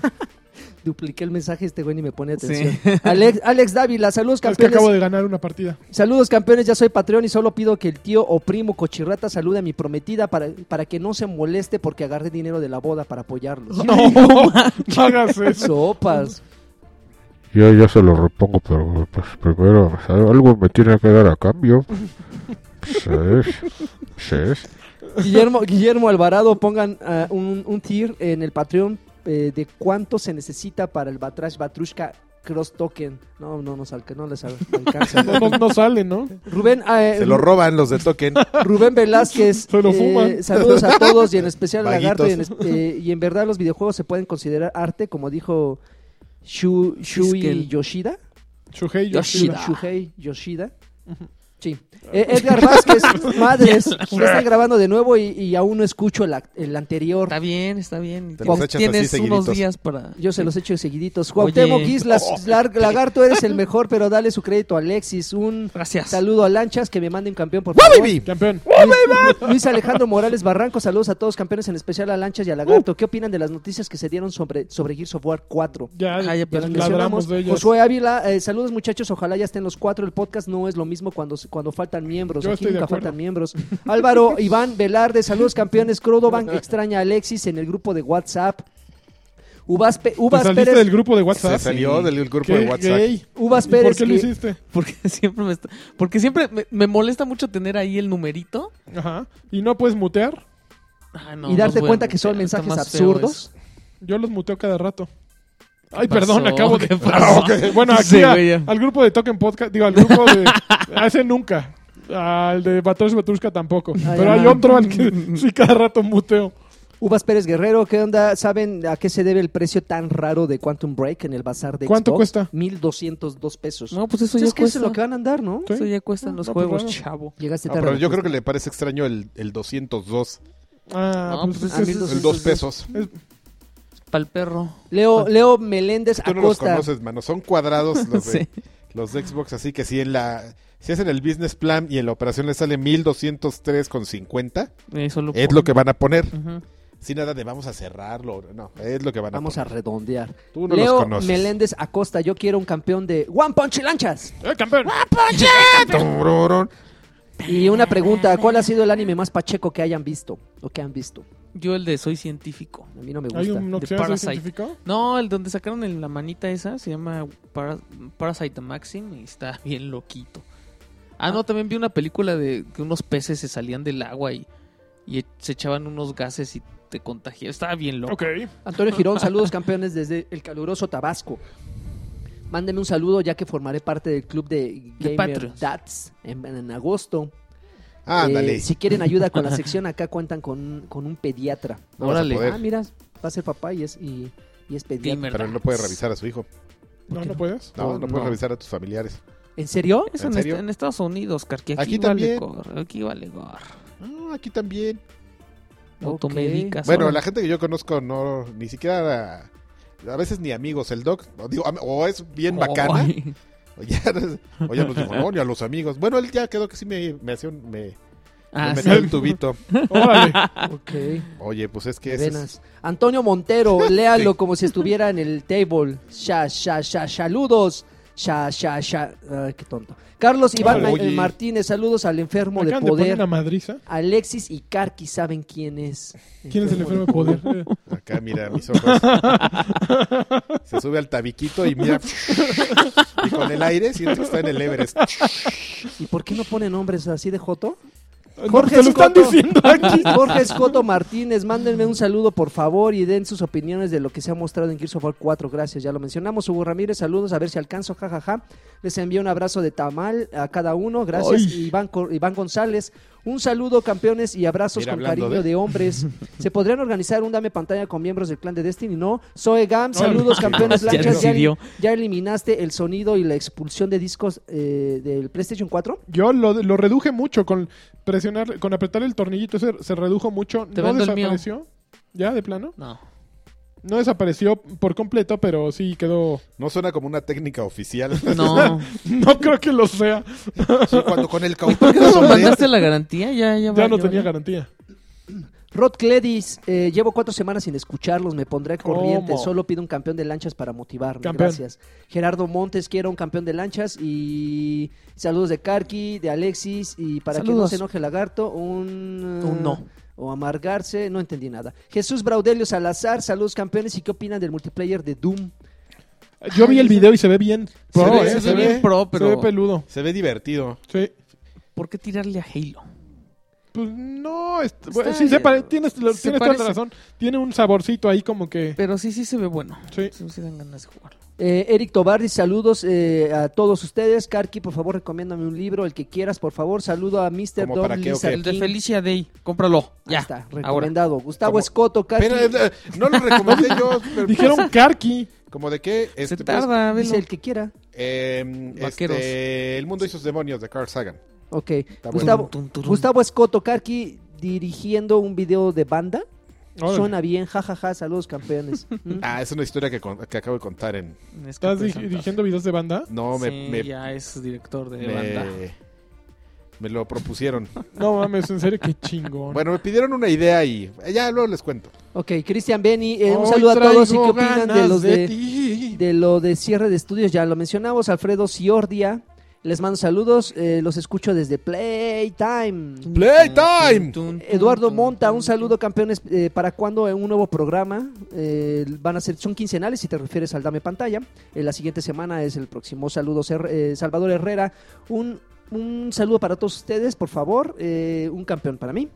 C: Dupliqué el mensaje este güey ni me pone atención. Alex, Alex Dávila, saludos
B: es que
C: campeones.
B: acabo de ganar una partida.
C: Saludos campeones, ya soy Patreon y solo pido que el tío o primo cochirrata salude a mi prometida para, para que no se moleste porque agarre dinero de la boda para apoyarlos.
B: No, hagas eso.
C: Sopas.
I: Yo ya se lo repongo, pero pues primero o sea, algo me tiene que dar a cambio. Sí, sí.
C: Guillermo, Guillermo Alvarado, pongan ah, un, un tier en el Patreon eh, de cuánto se necesita para el Batrash Batrushka Cross Token. No, no nos alca- no les al- alcanza.
B: No, no- no sale, ¿no?
C: Rubén, ah, eh,
A: Se lo roban los de Token.
C: Rubén Velázquez,
B: Se lo
C: eh,
B: fuman.
C: saludos a todos y en especial al
A: Vaguitos.
C: Lagarto. Y en, es- eh, y en verdad los videojuegos se pueden considerar arte, como dijo Shu, Shui
D: Fiskel.
C: Yoshida.
B: Shuhei
D: Yoshida.
B: Yoshida.
C: Shuhei Yoshida. Sí. Eh, Edgar Vázquez, madres, me están grabando de nuevo y, y aún no escucho el, ac- el anterior.
D: Está bien, está bien.
A: Te los
D: Tienes-
A: echas
D: Tienes
A: así
D: unos
A: seguiditos.
D: días para.
C: Yo se los echo seguiditos. Cuauhtémoc
D: Oye.
C: Islas, lar- Lagarto, eres el mejor, pero dale su crédito a Alexis. Un
D: Gracias.
C: saludo a Lanchas, que me mande un campeón, por favor.
B: Campeón.
C: Luis- Luis Alejandro Morales Barranco, saludos a todos campeones, en especial a Lanchas y a
B: Uh.
C: Lagarto. ¿Qué opinan de las noticias que se dieron sobre, sobre Gears of War 4?
B: Ya,
D: Ah, ya
B: ya
D: platicamos.
B: ladramos de ellos.
C: pues, Josué Ávila, eh, saludos muchachos, ojalá ya estén los cuatro. El podcast no es lo mismo cuando, cuando faltan miembros.
B: Yo
C: Aquí
B: estoy de
C: nunca
B: acuerdo.
C: faltan miembros. Álvaro Iván Velarde, saludos campeones. Crodoban extraña a Alexis en el grupo de WhatsApp. Uvas, Pe-
B: ¿Te
C: Uvas
B: saliste
C: Pérez.
B: del grupo
A: Se
B: de
D: Ah,
B: WhatsApp?
A: salió del grupo
B: Qué
A: de WhatsApp.
B: gay.
C: Uvas
B: ¿Y ¿Por
C: Pérez.
B: qué lo
C: que-
B: hiciste?
D: Porque siempre me está- Porque siempre me, me molesta mucho tener ahí el numerito.
B: Ajá. ¿Y no puedes mutear?
D: Ah, no,
C: y
D: no
C: darte
D: voy a
C: cuenta que son
D: mutear, está
C: mensajes
D: más feo
C: absurdos.
B: Yo los muteo cada rato. Ay,
D: pasó?
B: perdón, acabo de... Ah,
D: ¿Qué pasó?
B: ok. Bueno, aquí
D: Sí,
B: a-
D: güey, ya.
B: al grupo de Token Podcast, digo, al grupo de... a ese nunca. Al de Batosh Batushka tampoco. Pero hay
C: ah.
B: otro al que sí cada rato muteo.
C: Uvas Pérez Guerrero, ¿qué onda? ¿Saben a qué se debe el precio tan raro de Quantum Break en el bazar de
B: ¿Cuánto
C: Xbox?
B: cuesta?
C: 1202 pesos.
D: No, pues eso
C: Pues
D: ya
C: es que eso
D: cuesta.
C: es lo que van a andar, ¿no?
B: Sí.
D: Eso ya cuestan los
B: No, pues
D: juegos,
B: raro.
D: chavo.
C: Llegaste
A: Ah,
C: tarde.
A: pero yo creo que le parece extraño el, el 202,
B: Ah,
D: No,
B: pues,
D: pues
B: es que
D: a mí
B: es-
A: el 2 pesos.
D: Para el perro.
C: Leo, Leo Meléndez
A: Tú no los
C: Acosta.
A: conoces, mano. Son cuadrados los de,
D: Sí.
A: los de Xbox, así que si en la si hacen el business plan y en la operación les sale 1203,50,
D: Eh, solo
A: es
D: por-
A: lo que van a poner.
D: Ujú.
A: Sin nada de vamos a cerrarlo, no, es lo que van a
C: Vamos a
A: poner.
C: redondear.
A: Tú no los
C: Leo
A: conoces.
C: Meléndez Acosta, yo quiero un campeón de One Punch Lanchas.
B: Eh, campeón.
A: Tururún.
C: Y una pregunta, ¿cuál ha sido el anime más pacheco que hayan visto o que han visto?
D: Yo el de Soy Científico.
C: A mí no me
B: ¿Hay
C: gusta.
B: una opción de
D: Parasite.
B: científico?
D: No, el donde sacaron el- la manita esa se llama Para- Parasite Maxim y está bien loquito. Ah, no, también vi una película de que unos peces se salían del agua y, y se echaban unos gases y te contagiaban. Estaba bien loco.
B: Ok.
C: Antonio Girón, saludos campeones desde el caluroso Tabasco. Mándeme un saludo ya que formaré parte del club de
D: De
C: Gamer
D: Patreons.
C: Dads en, en agosto.
A: Ándale.
C: Eh, si quieren ayuda con la sección, acá cuentan con, con un pediatra.
A: No vas a
D: Órale.
A: poder,
C: Ah, mira, va a ser papá y es, y, y es pediatra.
D: Gamer
A: pero él no
D: Dads.
A: puede revisar a su hijo.
B: No, no puedes.
A: No,
C: Oh,
A: no,
C: no.
A: puede revisar a tus familiares.
C: ¿En serio?
D: Es
A: ¿En
D: en,
A: serio?
D: est- en Estados Unidos, Car, que aquí,
A: Aquí
D: vale
A: también.
D: gorro, aquí vale gorro.
C: Ah,
A: No, aquí también.
D: Automedicas.
A: Bueno,
D: ahora.
A: la gente que yo conozco no ni siquiera a, a veces ni amigos, el doc, o, digo, am- o es bien
C: Oh.
A: bacana.
D: Ay.
A: O ya, pues, o ya nos dijo, no, ni a los amigos. Bueno, él ya quedó que sí me, me hacía un, me,
D: Ah,
A: me
D: sí.
A: metió el tubito.
B: Órale.
C: Ok.
A: Oye, pues es que ese
C: Venas.
A: es,
C: Antonio Montero, léalo como si estuviera en el table. Sha, sha, sha, saludos. Sha, sha, sha. Ay, qué tonto. Carlos Iván Ma-
A: Oye.
C: eh, Martínez, saludos al enfermo de
B: Acaban de poner
C: poder.
B: una madriza.
C: Alexis y Karki saben quién es.
B: ¿Quién es el enfermo de poder? Eh,
A: Acá, mira, mis ojos. Se sube al tabiquito y mira. Y con el aire siente que está en el Everest.
C: ¿Y por qué no ponen nombres así de Joto?
B: no,
C: Jorge
B: se lo están
C: Escoto.
B: diciendo aquí.
C: Jorge Escoto Martínez, mándenme un saludo por favor y den sus opiniones de lo que se ha mostrado en Gears of War 4. Gracias, ya lo mencionamos. Hugo Ramírez, saludos, a ver si alcanzo, jajaja. Les envío un abrazo de tamal a cada uno. Gracias, Iván, Cor- Iván González. Un saludo, campeones, y abrazos
A: Mira,
C: con
A: hablando
C: cariño de...
A: de-
C: hombres. ¿Se podrían organizar un dame pantalla con miembros del clan de Destiny? No. Zoe Gam, saludos,
D: no,
C: campeones
D: ya
C: blancas. Ya,
D: decidió.
C: ya eliminaste el sonido y la expulsión de discos eh, del PlayStation 4.
B: Yo lo, lo reduje mucho con presionar, con apretar el tornillito, se, se redujo mucho.
D: Te
B: no
D: vendo el mío.
B: desapareció. ¿Ya, de plano?
D: No.
B: No desapareció por completo, pero sí quedó.
A: No suena como una técnica oficial.
D: No.
B: No creo que lo sea.
A: Sí, cuando con el
D: ¿Por
A: cautor
D: qué no lo mandaste la garantía? Ya, ya,
B: Ya
D: valió,
B: no tenía garantía.
C: Rod Cledis, eh, llevo cuatro semanas sin escucharlos, me pondré al corriente.
B: ¿Cómo?
C: Solo pido un campeón de lanchas para motivarme.
B: Campeón.
C: Gracias. Gerardo Montes, quiero un campeón de lanchas. Y saludos de Karki, de Alexis. Y para que no
D: Saludos.
C: se enoje Lagarto, un.
D: Un no.
C: O amargarse, no entendí nada. Jesús Braudelio Salazar, saludos campeones. ¿Y qué opinan del multiplayer de Doom?
B: Yo vi el video y se ve bien.
D: Se
B: Pro,
D: ve-
B: eh,
D: se ve bien pro, pero-
B: Se ve peludo.
A: Se ve divertido.
B: Sí.
D: ¿Por qué tirarle a Halo?
B: Pues no, est-
D: Está
B: bueno, sí, se
D: bien.
B: pare- tienes, lo-
D: Se
B: tienes toda la
D: parece.
B: razón. Tiene un saborcito ahí como que...
D: Pero sí, sí se ve bueno.
B: Sí.
D: Sí, sí dan ganas de jugarlo.
C: Eh, Eric Tobardi, saludos eh, a todos ustedes. Karki, por favor, recomiéndame un libro, el que quieras, por favor. Saludo a Mr.
A: ¿Cómo
C: Don
A: para qué o
C: Lizard
A: qué?
D: El de
C: King.
D: Felicia Day, cómpralo.
C: Ahí
D: Ya.
C: está,
D: ahora.
C: recomendado. Gustavo
A: ¿Cómo?
C: Escoto, Karki.
A: Pero, eh, no lo recomendé yo. pero-
B: Dijeron Karki.
A: Como de qué. Este,
D: Se
A: pues,
D: tarda,
C: Dice
D: velo.
C: el que quiera.
A: eh,
D: Vaqueros.
A: este, el mundo y sus demonios de Carl Sagan.
C: Ok.
A: bueno.
C: Gustavo,
D: Tum, tum, tum.
C: Gustavo Escoto Carqui dirigiendo un video de banda.
B: Órale.
C: Suena bien, jajaja, saludos campeones. Mm.
A: Ah, es una historia que, con- que acabo de contar en.
D: Es que
B: ¿Estás di-
D: presentas.
B: dirigiendo videos de banda?
A: No, me,
D: Sí,
A: me,
D: ya es director de banda.
A: me, me lo propusieron.
B: No mames, en serio, qué chingón.
A: Bueno, me pidieron una idea y eh, ya luego les cuento.
C: ok, Cristian Beni, eh, un
B: Hoy
C: saludo a todos. ¿Y qué
B: traigo
C: opinan de
B: ganas
C: los de,
B: ti.
C: de lo de cierre de estudios? Ya lo mencionamos, Alfredo Ciordia. Les mando saludos, eh, los escucho desde Playtime.
A: ¡Playtime!
D: Tum, tum,
C: Eduardo
D: tum,
C: Monta,
D: tum,
C: un saludo campeones. Eh, ¿Para cuándo un nuevo programa? Eh, van a ser, son quincenales si te refieres al Dame Pantalla. Eh, la siguiente semana es el próximo. Saludos, Her- eh, Salvador Herrera. Un, un saludo para todos ustedes, por favor. Eh, un campeón para mí.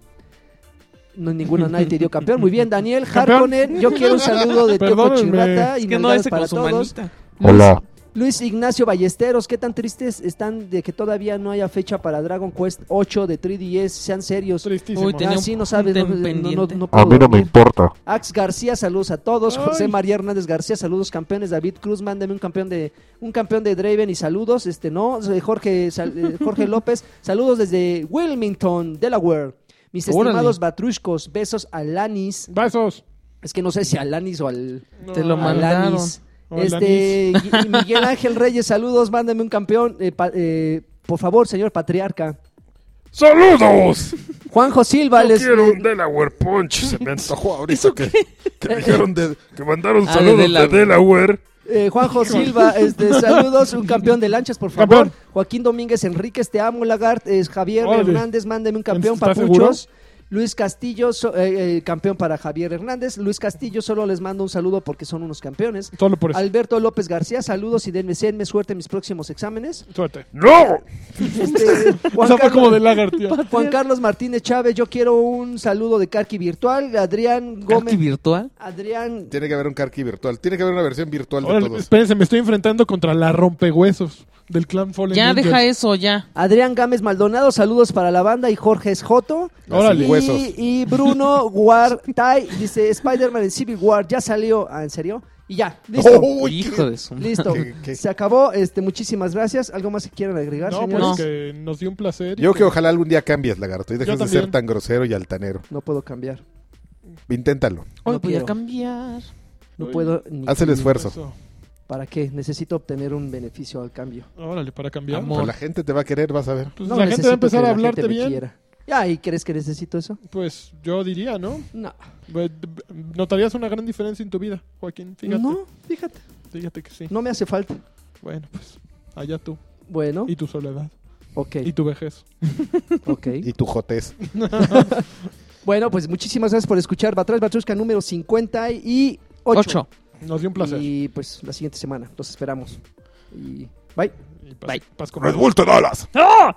C: No, ninguno, nadie te dio campeón. Muy bien, Daniel
B: Campeón.
C: Harkonnen. Yo quiero un saludo de Teo
B: Perdónenme.
C: Cochirrata y
D: Es que no
C: nalgadas
D: ese
C: para
D: con su
C: todos.
D: manita.
I: Hola.
C: Luis Ignacio Ballesteros, qué tan tristes están de que todavía no haya fecha para Dragon Quest 8 de 3DS. Sean serios.
B: Tristísimo.
D: Uy, tenía
C: Ah,
D: un-
C: sí, no
D: un
C: sabes, no,
D: tema
C: no- no-
D: pendiente.
C: no puedo
I: A mí no me
C: dormir.
I: importa.
C: Ax García, saludos a todos.
B: Ay.
C: José María Hernández García, saludos campeones. David Cruz, mándame un campeón de un campeón de Draven y saludos. Este no, soy Jorge sal- eh, Jorge López, saludos desde Wilmington, Delaware. Mis
D: Órale.
C: estimados batrushcos, besos a Lanis.
B: Besos. Ah,
C: Es que no sé si a Lanis o al
D: Te lo
C: a
D: mandaron.
C: Lanis.
B: O a
C: Este Gui- Miguel Ángel Reyes, saludos, mándame un campeón. eh, pa- eh, por favor, señor patriarca.
G: ¡Saludos!
C: Juanjo Silva,
G: Yo
C: les, eh,
G: quiero un Delaware Punch. Se me antojó ahorita que, que dijeron de, que mandaron
D: Ah, de
G: saludos de
D: Delaware.
G: Delaware.
C: Eh, Juanjo Silva, este, saludos, un campeón de lanchas, por favor.
B: Campeón.
C: Joaquín Domínguez Enríquez, te amo, Lagart. Eh, Javier
B: Órale.
C: Hernández, mándeme un campeón,
B: ¿Estás
C: papuchos. Luis Castillo, so- eh, eh, campeón para Javier Hernández. Luis Castillo, solo les mando un saludo porque son unos campeones.
B: Solo por eso.
C: Alberto López García, saludos y denme, denme suerte en mis próximos exámenes.
B: Suerte.
G: ¡No!
C: Este,
B: O
C: Juan
B: sea, fue
C: Carlos-
B: como de lagar, tío.
C: Juan Carlos Martínez Chávez, yo quiero un saludo de Carqui Virtual. Adrián
D: Carti
C: Gómez.
D: virtual?
C: Adrián
A: Tiene que haber un carqui virtual. Tiene que haber una versión virtual de
B: Órale,
A: todos.
B: espérense, me estoy enfrentando contra la rompehuesos del clan Fallen
D: Ya
B: Angels.
D: deja eso, ya.
C: Adrián Gámez Maldonado, saludos para la banda y Jorge Esjoto.
B: Órale.
C: Y,
A: Huesos.
C: y Bruno Guartay dice Spider-Man en Civil War, ya salió. Ah, ¿en serio? Y ya, listo.
B: Oh.
A: ¡Uy!
D: Hijo de su madre.
C: Listo.
A: ¿Qué- qué?
C: Se acabó. Este, muchísimas gracias. ¿Algo más que quieran agregar,
B: No,
C: señores?
B: pues
D: No.
B: que nos dio un placer. y
A: Yo creo que ojalá algún día cambies, lagarto, y dejes de
B: también.
A: ser tan grosero y altanero.
C: No puedo cambiar.
A: Inténtalo.
D: Hoy
C: No
D: voy
C: quiero.
D: a cambiar.
C: No
B: Oye.
C: puedo ni-
A: Haz el esfuerzo.
B: Eso.
C: ¿Para qué? Necesito obtener un beneficio al cambio.
B: Órale, para cambiar.
D: Amor.
A: Pues la gente te va a querer, vas a ver.
B: Pues
C: No
B: la gente va
C: necesito
B: a empezar
C: que
B: a
C: la gente
B: hablarte
C: me
B: bien.
C: quiera. Ya, ¿y crees que necesito eso?
B: Pues yo diría, ¿no?
C: No.
B: Ve- ve- Notarías una gran diferencia en tu vida, Joaquín. Fíjate.
C: No, fíjate.
B: Fíjate que sí.
C: No me hace falta.
B: Bueno, pues. Allá tú.
C: Bueno,
B: Y tu soledad.
C: ok,
B: Y tu vejez.
C: ok.
A: Y tu jotes.
C: Bueno, pues muchísimas gracias por escuchar Batrash Batrushka número 58.
D: Ocho.
B: Nos dio un placer.
C: Y pues la siguiente semana, los esperamos. Y bye.
B: Y paz,
D: Bye.
B: paz con-
G: Red Bull te da alas.
D: ¡Ah!